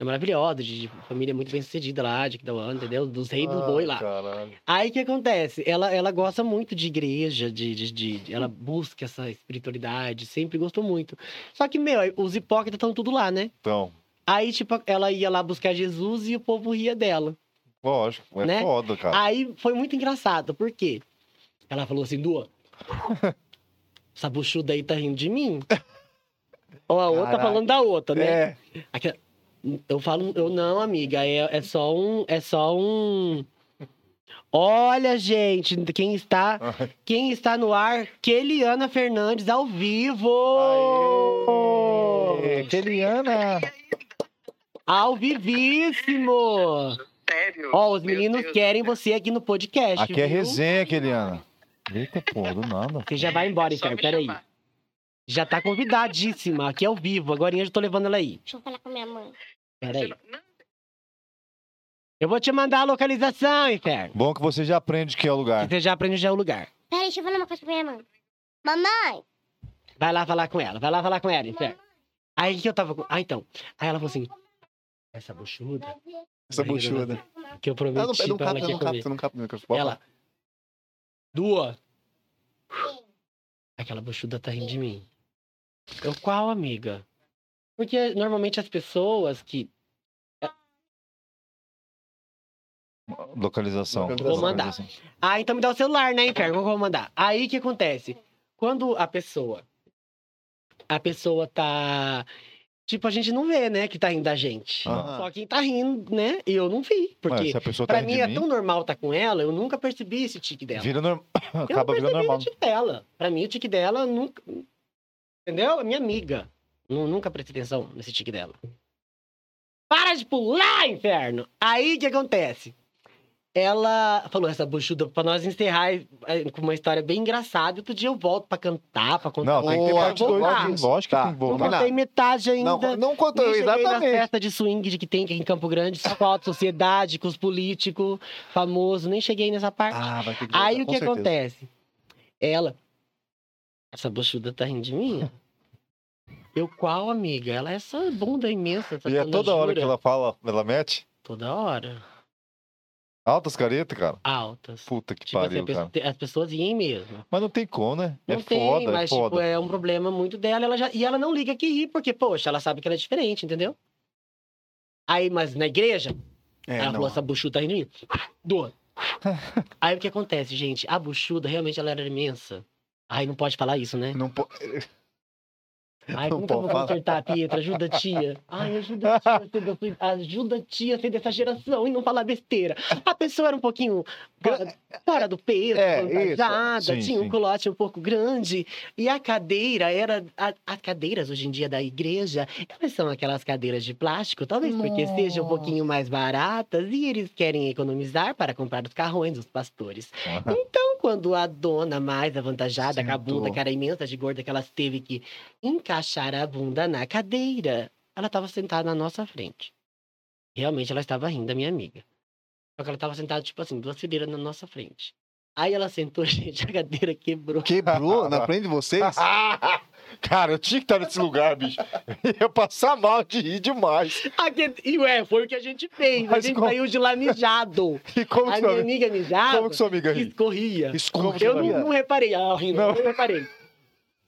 C: É maravilhosa, de, de família muito bem sucedida lá, de Kidawan, entendeu? Dos reis do
B: Ah,
C: boi lá.
B: Caralho.
C: Aí o que acontece? Ela, ela gosta muito de igreja, de, de, de- de- ela busca essa espiritualidade, sempre gostou muito. Só que, meu, aí os hipócritas estão tudo lá, né?
B: Então,
C: Aí, tipo, ela ia lá buscar Jesus e o povo ria dela.
B: lógico, é
C: Né?
B: foda, cara.
C: Aí foi muito engraçado, por quê? Ela falou assim, Duan, essa buchuda aí tá rindo de mim. Ou a outra
A: Caraca.
C: falando da outra, né?
B: é.
C: Aquela- Eu falo, eu não, amiga, é, é só um, é só um. Olha, gente, quem está,
B: Ai.
C: quem está no ar? Keliana Fernandes ao vivo.
A: Aê, Keliana!
C: Ao vivíssimo.
D: Sério?
C: Ó, os
D: Meu
C: meninos
D: Deus.
C: querem você aqui no podcast.
B: Aqui é
C: viu?
B: resenha, Keliana. Eita, porra, do nada.
C: Você já vai embora,
D: É, Só
C: Inferno,
D: me
C: peraí.
D: chamar.
C: Já tá convidadíssima, aqui é ao vivo. Agora eu já tô levando ela aí.
E: Deixa eu falar com minha mãe.
C: Peraí.
D: Não,
C: Eu vou te mandar a localização, Inferno.
B: Bom que você já aprende que é o
C: Que
A: Tá.
B: lugar.
C: você já aprende já o lugar.
E: Peraí, deixa eu falar uma coisa com minha mãe. Mamãe!
C: Vai lá falar com ela, vai lá falar com ela, Inferno. Aí o que eu tava. com- Ah, então. Aí ela falou assim: essa buchuda
A: Essa buchuda.
C: que eu prometi
A: Ela não, não
C: pra ela
A: capta,
C: que
A: não
C: ia comer.
A: capta, não capta no microfone.
C: Ela. Duas. Aquela buchuda tá rindo de mim. Eu, qual amiga? Porque normalmente as pessoas que.
B: Localização.
A: Vou
C: mandar.
B: Localização.
C: Ah, então me dá o celular, né, Inferno? Como que eu vou mandar? Aí o que acontece? Quando a pessoa. A pessoa tá. Tipo, a gente não vê, né, que tá rindo da gente.
A: Aham.
C: Só quem tá rindo, né? E eu não vi.
B: Ué,
C: Porque
B: se a pessoa tá
C: pra
B: rindo
C: mim
B: de
C: é tão normal tá com ela, eu nunca percebi esse tique dela.
B: Vira normal.
C: Eu não
B: Acaba
C: percebi
B: virando
C: o
B: normal.
C: tique dela. Pra mim, o tique dela nunca. Entendeu? É minha amiga. Nu- nunca prestei atenção nesse tique dela. Para de pular, inferno! Aí o que acontece? Ela falou essa buchuda pra nós encerrar eh, com uma história bem engraçada. Outro dia eu volto pra cantar, pra contar.
B: Não, tem que ter
A: Boa,
B: parte
A: vou
B: 2
A: lá.
B: aqui. Lógico que
A: Tá,
B: tem que
A: vou
B: voltar.
C: Não
A: combinar.
C: contei metade ainda.
A: Não, não contou,
C: Nem cheguei na
A: exatamente.
C: festa de swing de que tem aqui em Campo Grande, só com a alta sociedade, com os políticos famosos. Nem cheguei nessa parte.
A: Ah, vai ter que
C: Aí
A: voltar,
C: o
A: com
C: que
A: certeza.
C: acontece? Ela. Essa bochuda tá rindo de mim? ó. Eu, qual amiga? Ela é essa bunda imensa. Essa
B: E é toda hora que ela fala, ela mete.
C: Toda hora.
B: Altas caretas, cara.
C: Altas.
B: Puta que
C: Tipo assim, a
B: pariu,
C: pessoa-
B: cara.
C: as pessoas riem mesmo.
B: Mas não tem como, né?
C: Não
B: É
C: tem,
B: foda, é
C: mas tipo,
B: foda.
C: é um problema muito dela. Ela já... E ela não liga que ri, porque, poxa, ela sabe que ela é diferente, entendeu? Aí, mas na igreja,
A: É,
C: ela
A: não.
C: falou, essa buchuda tá rindo de mim. Dor. Aí o que acontece, gente? A buchuda, realmente, ela era imensa. Aí não pode falar isso, né?
A: Não po-
C: Ai,
A: Não
C: como que eu vou
A: pode falar.
C: consertar, Pietra? Ajuda a tia. Ai, ajuda a tia, a ser da sua- ajuda a tia a ser dessa geração e não falar besteira. A pessoa era um pouquinho fora, fora do peso,
A: É,
C: avantajada,
B: isso. Sim,
C: tinha
B: sim.
C: um culote um pouco grande. E a cadeira era... a- as cadeiras hoje em dia da igreja, elas são aquelas cadeiras de plástico, talvez porque sejam um pouquinho mais baratas e eles querem economizar para comprar os carrões dos pastores.
B: Ah.
C: Então, quando a dona mais avantajada, com a
A: Sentou.
C: bunda, que era imensa de gorda, que ela teve que encaixar a bunda na cadeira, ela estava sentada na nossa frente. Realmente, ela estava rindo da minha amiga. Só que ela estava sentada, tipo assim, duas fileiras na nossa frente. Aí ela sentou, gente, a cadeira quebrou.
A: Quebrou na frente de vocês?
B: cara, eu tinha que estar nesse lugar, bicho. Eu ia passar mal de rir demais.
C: A que... E ué, foi o que a gente fez.
B: Mas
C: a gente
B: como-
C: saiu de lá mijado.
B: E como
C: a
B: que,
C: minha
B: sua, amiga-
C: amiga
B: como
C: mijava,
B: que sua amiga ri?
C: escorria.
A: Esconde.
C: Eu não, não reparei, ela rindo,
B: Não.
C: eu não reparei.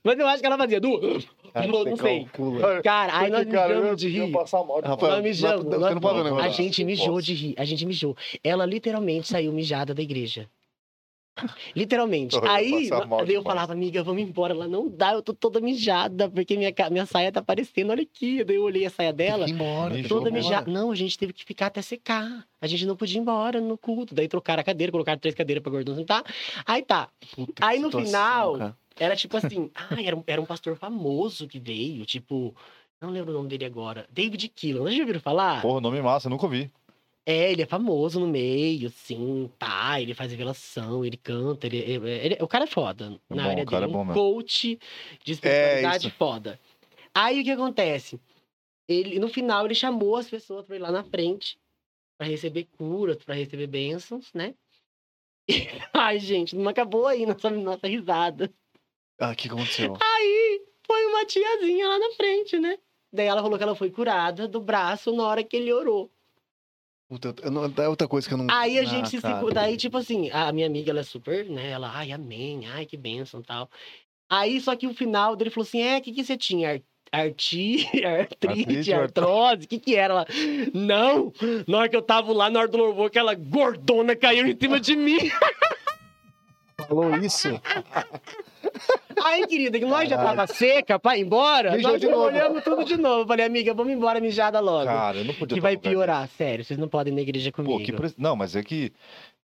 C: Mas eu acho que ela fazia, Du,
B: Ah,
C: não, não
B: um
C: sei. Cara, aí nós
B: Porque, cara, eu
C: mijamos de
B: ia
C: rir.
B: passar mal de
A: Rafael,
C: nós mijamos.
A: mas- você não pode ver um
C: nós,
A: negócio
C: a
A: desse.
C: gente mijou de rir. A gente mijou. Ela literalmente saiu mijada da igreja. Literalmente.
B: Eu ia
C: Aí
B: passar mal
C: daí eu
B: demais.
C: falava, amiga, vamos embora. Ela não dá, eu tô toda mijada, porque minha, ca- minha saia tá aparecendo. Olha aqui. Daí eu olhei a saia dela.
A: embora.
B: Mijou
C: Toda
B: embora.
C: mijada. Não, a gente teve que ficar até secar. A gente não podia ir embora no culto. Daí trocaram a cadeira, colocaram três cadeiras pra gordão sentar. Aí tá. Aí no final, era tipo assim, ah, era um, era um pastor famoso que veio, tipo, não lembro o nome dele agora, David Keelan, vocês já ouviram falar?
B: Porra, nome massa, eu nunca ouvi.
C: É, ele é famoso no meio, assim, tá, ele faz revelação, ele canta, ele, ele- ele- o cara é foda,
B: É
C: na
B: bom,
C: área
B: o cara
C: dele,
B: é bom
C: um
B: mesmo. É,
C: coach de espiritualidade foda. Aí o que acontece? Ele, no final, ele chamou as pessoas pra ir lá na frente, pra receber curas, pra receber bênçãos, né? Ai, gente, não acabou aí nossa, nossa risada.
A: Ah, o que aconteceu?
C: Aí foi uma tiazinha lá na frente, né? Daí ela falou que ela foi curada do braço na hora que ele orou.
A: Puta, eu não- é outra coisa que eu não.
C: Aí a
A: Ah,
C: gente se
A: cara.
C: segura. Daí, tipo assim, a minha amiga, ela é super, né? Ela, ai, amém, ai, que bênção e tal. Aí, só que o final dele falou assim: é, o que, que você tinha? Ar- Arti, artrite,
B: Artrite,
C: artrose, o que que era? Ela, não, na hora que eu tava lá, na hora do louvor, aquela gordona caiu em cima de mim.
A: Falou isso?
C: Aí, querida, que nós já tava seca pra ir embora,
B: Mijou
C: nós
B: de novo.
C: olhamos tudo de novo. Eu Falei, amiga, vamos embora mijada logo.
B: Cara, eu não podia
C: que vai
B: estar num lugar
C: piorar, sério, vocês não podem ir na igreja
B: desse.
C: comigo.
B: Pô, que pres- Não, mas é que.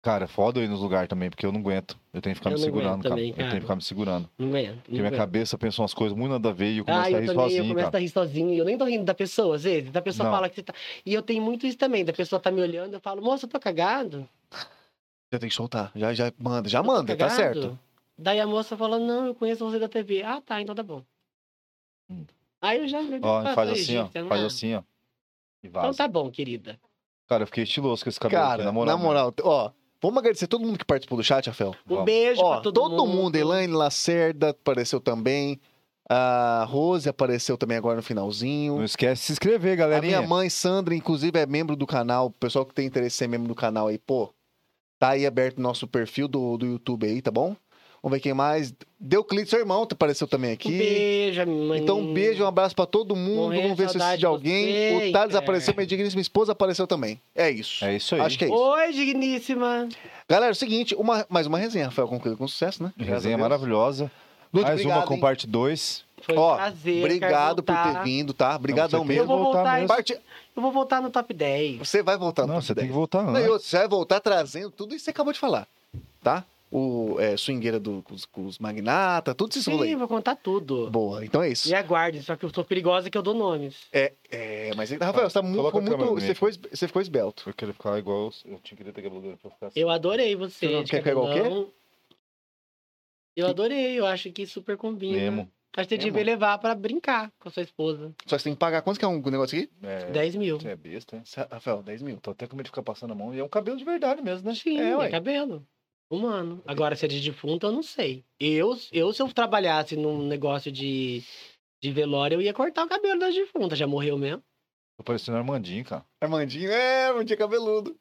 B: Cara, é foda eu ir nos lugares também, porque eu não aguento. Eu tenho que ficar
C: Eu
B: me
C: não aguento
B: segurando, cara.
C: também,
B: Eu tenho
C: cara.
B: que ficar me segurando.
C: Não aguento.
B: Porque
C: não
B: minha
C: aguento.
B: cabeça pensa umas coisas muito nada a ver e eu começo
C: Ah,
B: a
C: eu
B: rir
C: também, eu
B: sozinho,
C: começo
B: cara.
C: a rir sozinho. E eu nem tô rindo da pessoa, às vezes. Da pessoa
B: Não.
C: fala que você tá. E eu tenho muito isso também. Da pessoa tá me olhando, eu falo, moça, eu tô cagado.
A: Já tem que soltar. Já, já manda. Já
C: Eu tô
A: manda, tá
C: cagado."
A: certo.
C: Daí a moça fala, não, eu conheço você da TV. Ah, tá, então tá bom.
B: Hum.
C: Aí eu já. eu
B: Ó,
C: faço,
B: faz
C: "Aí,
B: assim, ó.
C: gente, não
B: Faz
C: é?"
B: assim, ó. E
C: Então
B: vaza.
C: tá bom, querida.
B: Cara, eu fiquei estiloso com esse cabelo.
A: Cara,
B: aqui,
A: na moral, ó. Vamos agradecer todo mundo que participou do chat, Rafael.
C: Um
B: Vamos.
C: beijo
A: Ó,
C: pra todo,
A: mundo. Elaine Lacerda apareceu também. A Rose apareceu também agora no finalzinho.
B: Não esquece de se inscrever,
A: A
B: galerinha.
A: minha mãe, Sandra, inclusive, é membro do canal. O pessoal que tem interesse em ser membro do canal aí, pô, tá aí aberto o nosso perfil do, do YouTube aí, tá bom? Vamos ver quem mais. Deu clique, seu irmão apareceu também
C: Um
A: aqui.
C: beijo, mãe.
A: Então, um beijo, um abraço pra todo mundo.
C: Morrendo
A: Vamos ver se eu esqueci
C: saudade
A: de
C: de é.
A: alguém.
C: você,
A: o Thales
C: cara.
A: apareceu, minha digníssima esposa apareceu também. É isso.
B: É isso aí.
A: Acho que é isso.
C: Oi, digníssima.
A: Galera, é o seguinte, uma, mais uma resenha, Rafael, concluída com sucesso, né? Graças a
B: Resenha
A: Deus.
B: maravilhosa.
A: Lute,
B: Mais
A: obrigado,
B: uma com
A: hein?
B: parte 2.
C: Foi
A: Ó,
C: um prazer. quero
A: Obrigado por ter
C: voltar.
A: vindo, tá? Obrigadão
B: Não, você tem
C: Eu
A: mesmo.
C: vou
B: Voltar
C: voltar,
B: mesmo.
C: hein?
A: Parte...
C: eu vou voltar no top 10.
A: Você vai voltar no
B: Não,
A: top
B: você tem
A: 10.
B: que voltar
A: Não, e
B: antes.
A: outro, você vai voltar trazendo tudo isso que você acabou de falar, tá? O é, swingueira do, com, os, com os magnata, tudo isso
C: Sim,
A: rolê.
C: vou contar tudo.
A: Boa, então é isso.
C: E aguardem, só que eu sou perigosa que eu dou nomes.
A: É, mas, ainda- Rafael, você, tá muito,
B: Coloca
A: ficou
B: a
A: muito-
B: câmera no
A: você,
B: meio.
A: ficou, es- você ficou esbelto.
B: Eu queria ficar igual. Eu tinha que ter cabelo pra ficar assim.
C: Eu adorei você.
A: Você não
C: de
A: quer pegar o quê?
C: cabelão. Eu adorei, eu acho que super combina.
B: Memo.
C: Acho que você
A: Memo?
C: devia levar pra brincar com a sua esposa.
A: Só que você tem que pagar. Quanto que é um negócio aqui?
B: É,
C: 10 mil.
B: Você é besta, hein?
A: Sa- Rafael, 10 mil.
B: Tô até com medo de ficar passando a mão. E é um cabelo de verdade mesmo, né?
C: Sim,
A: É,
C: é,
A: ué.
C: cabelo. Humano. Agora, se é de defunto, eu não sei. Eu, eu se eu trabalhasse num negócio de, de velório, eu ia cortar o cabelo das defuntas. Já morreu mesmo.
B: Tô parecendo Armandinho, cara.
A: Armandinho, é, Armandinho cabeludo.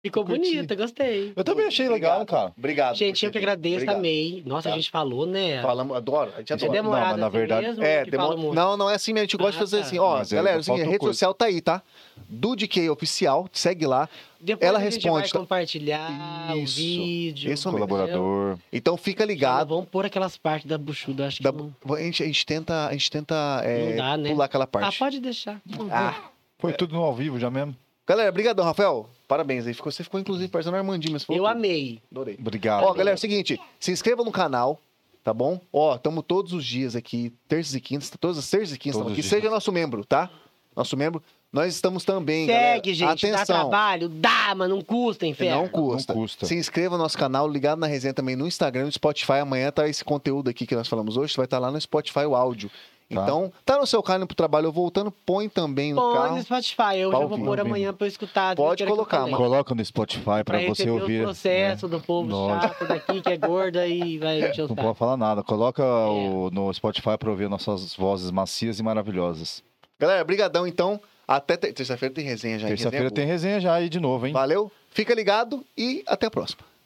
C: Ficou
A: Curti.
C: bonita, gostei.
B: Eu também achei legal, cara.
A: Obrigado.
C: Gente, eu que agradeço
A: também.
C: também. Nossa,
A: Tá.
C: a gente falou, né?
A: Falamos, adoro, a gente
C: Isso é
A: adora.
B: Entendeu?
C: demorado
B: Não, mas na
C: assim
B: verdade-
C: mesmo,
A: É,
C: que
A: demora-
C: fala muito?
A: não, não é assim, mesmo, a gente gosta de
C: Ah,
A: fazer
C: tá.
A: assim. Ó,
B: Mas aí
A: galera, é o
B: falta
A: seguinte, a rede
B: coisa.
A: social tá aí, tá? DuDK Oficial, segue lá.
C: Depois
A: Ela
C: a gente
A: responde, tá?
C: Vai compartilhar
A: Isso. é um
C: o vídeo.
A: Isso mesmo.
B: Colaborador.
A: Então fica ligado.
C: Vamos pôr aquelas partes da buchuda, acho que
A: Da-
C: não,
A: a, gente, a gente tenta, a gente tenta é,
C: não dá, né?
A: pular aquela
C: Ah,
A: parte.
C: pode deixar.
A: Ah.
C: É.
B: Foi tudo no ao vivo já mesmo.
A: Galera, brigadão, Rafael. Parabéns aí. Ficou, você ficou, inclusive, parecendo o Armandinho, mas
C: Eu
A: falou tudo.
C: amei.
A: Adorei.
B: Obrigado.
A: Ó, galera, é o seguinte. Se inscreva no canal, tá bom? Ó, estamos todos os dias aqui, terças e quintas. Todas as terças e quintas estamos
B: Todos
A: aqui.
B: os
A: Seja nosso membro, tá? Nosso membro. Nós estamos também,
C: Segue,
A: galera.
C: gente. Dá
A: Atenção.
C: trabalho, dá, mas não custa, inferno.
A: Não custa.
B: Não custa.
A: Se inscreva no nosso canal, ligado na resenha também no Instagram, no Spotify. Amanhã tá esse conteúdo aqui que nós falamos hoje, vai estar lá no Spotify o áudio.
B: Tá.
A: Então, tá no seu carro indo pro trabalho ou voltando, põe também no
C: Põe
A: carro.
C: no Spotify. Eu
A: Pra
C: já vou
A: ouvir.
C: pôr amanhã pra eu escutar.
A: Pode
C: tudo aquilo que eu
A: colocar,
C: falei.
A: mano.
B: Coloca no Spotify pra,
C: Pra
B: você
C: receber
B: ouvir.
C: os processos
A: né?
C: do povo
B: Lógico.
C: chato daqui, que é gorda e vai encher o
B: Não
C: saco.
B: pode falar nada. Coloca o- no Spotify pra ouvir nossas vozes macias e maravilhosas.
A: Galera, brigadão então. Até ter- terça-feira tem É, resenha já. hein?
B: Terça-feira
A: Resenha
B: tem resenha já aí de novo, hein?
A: boa. Valeu, fica ligado e até a próxima.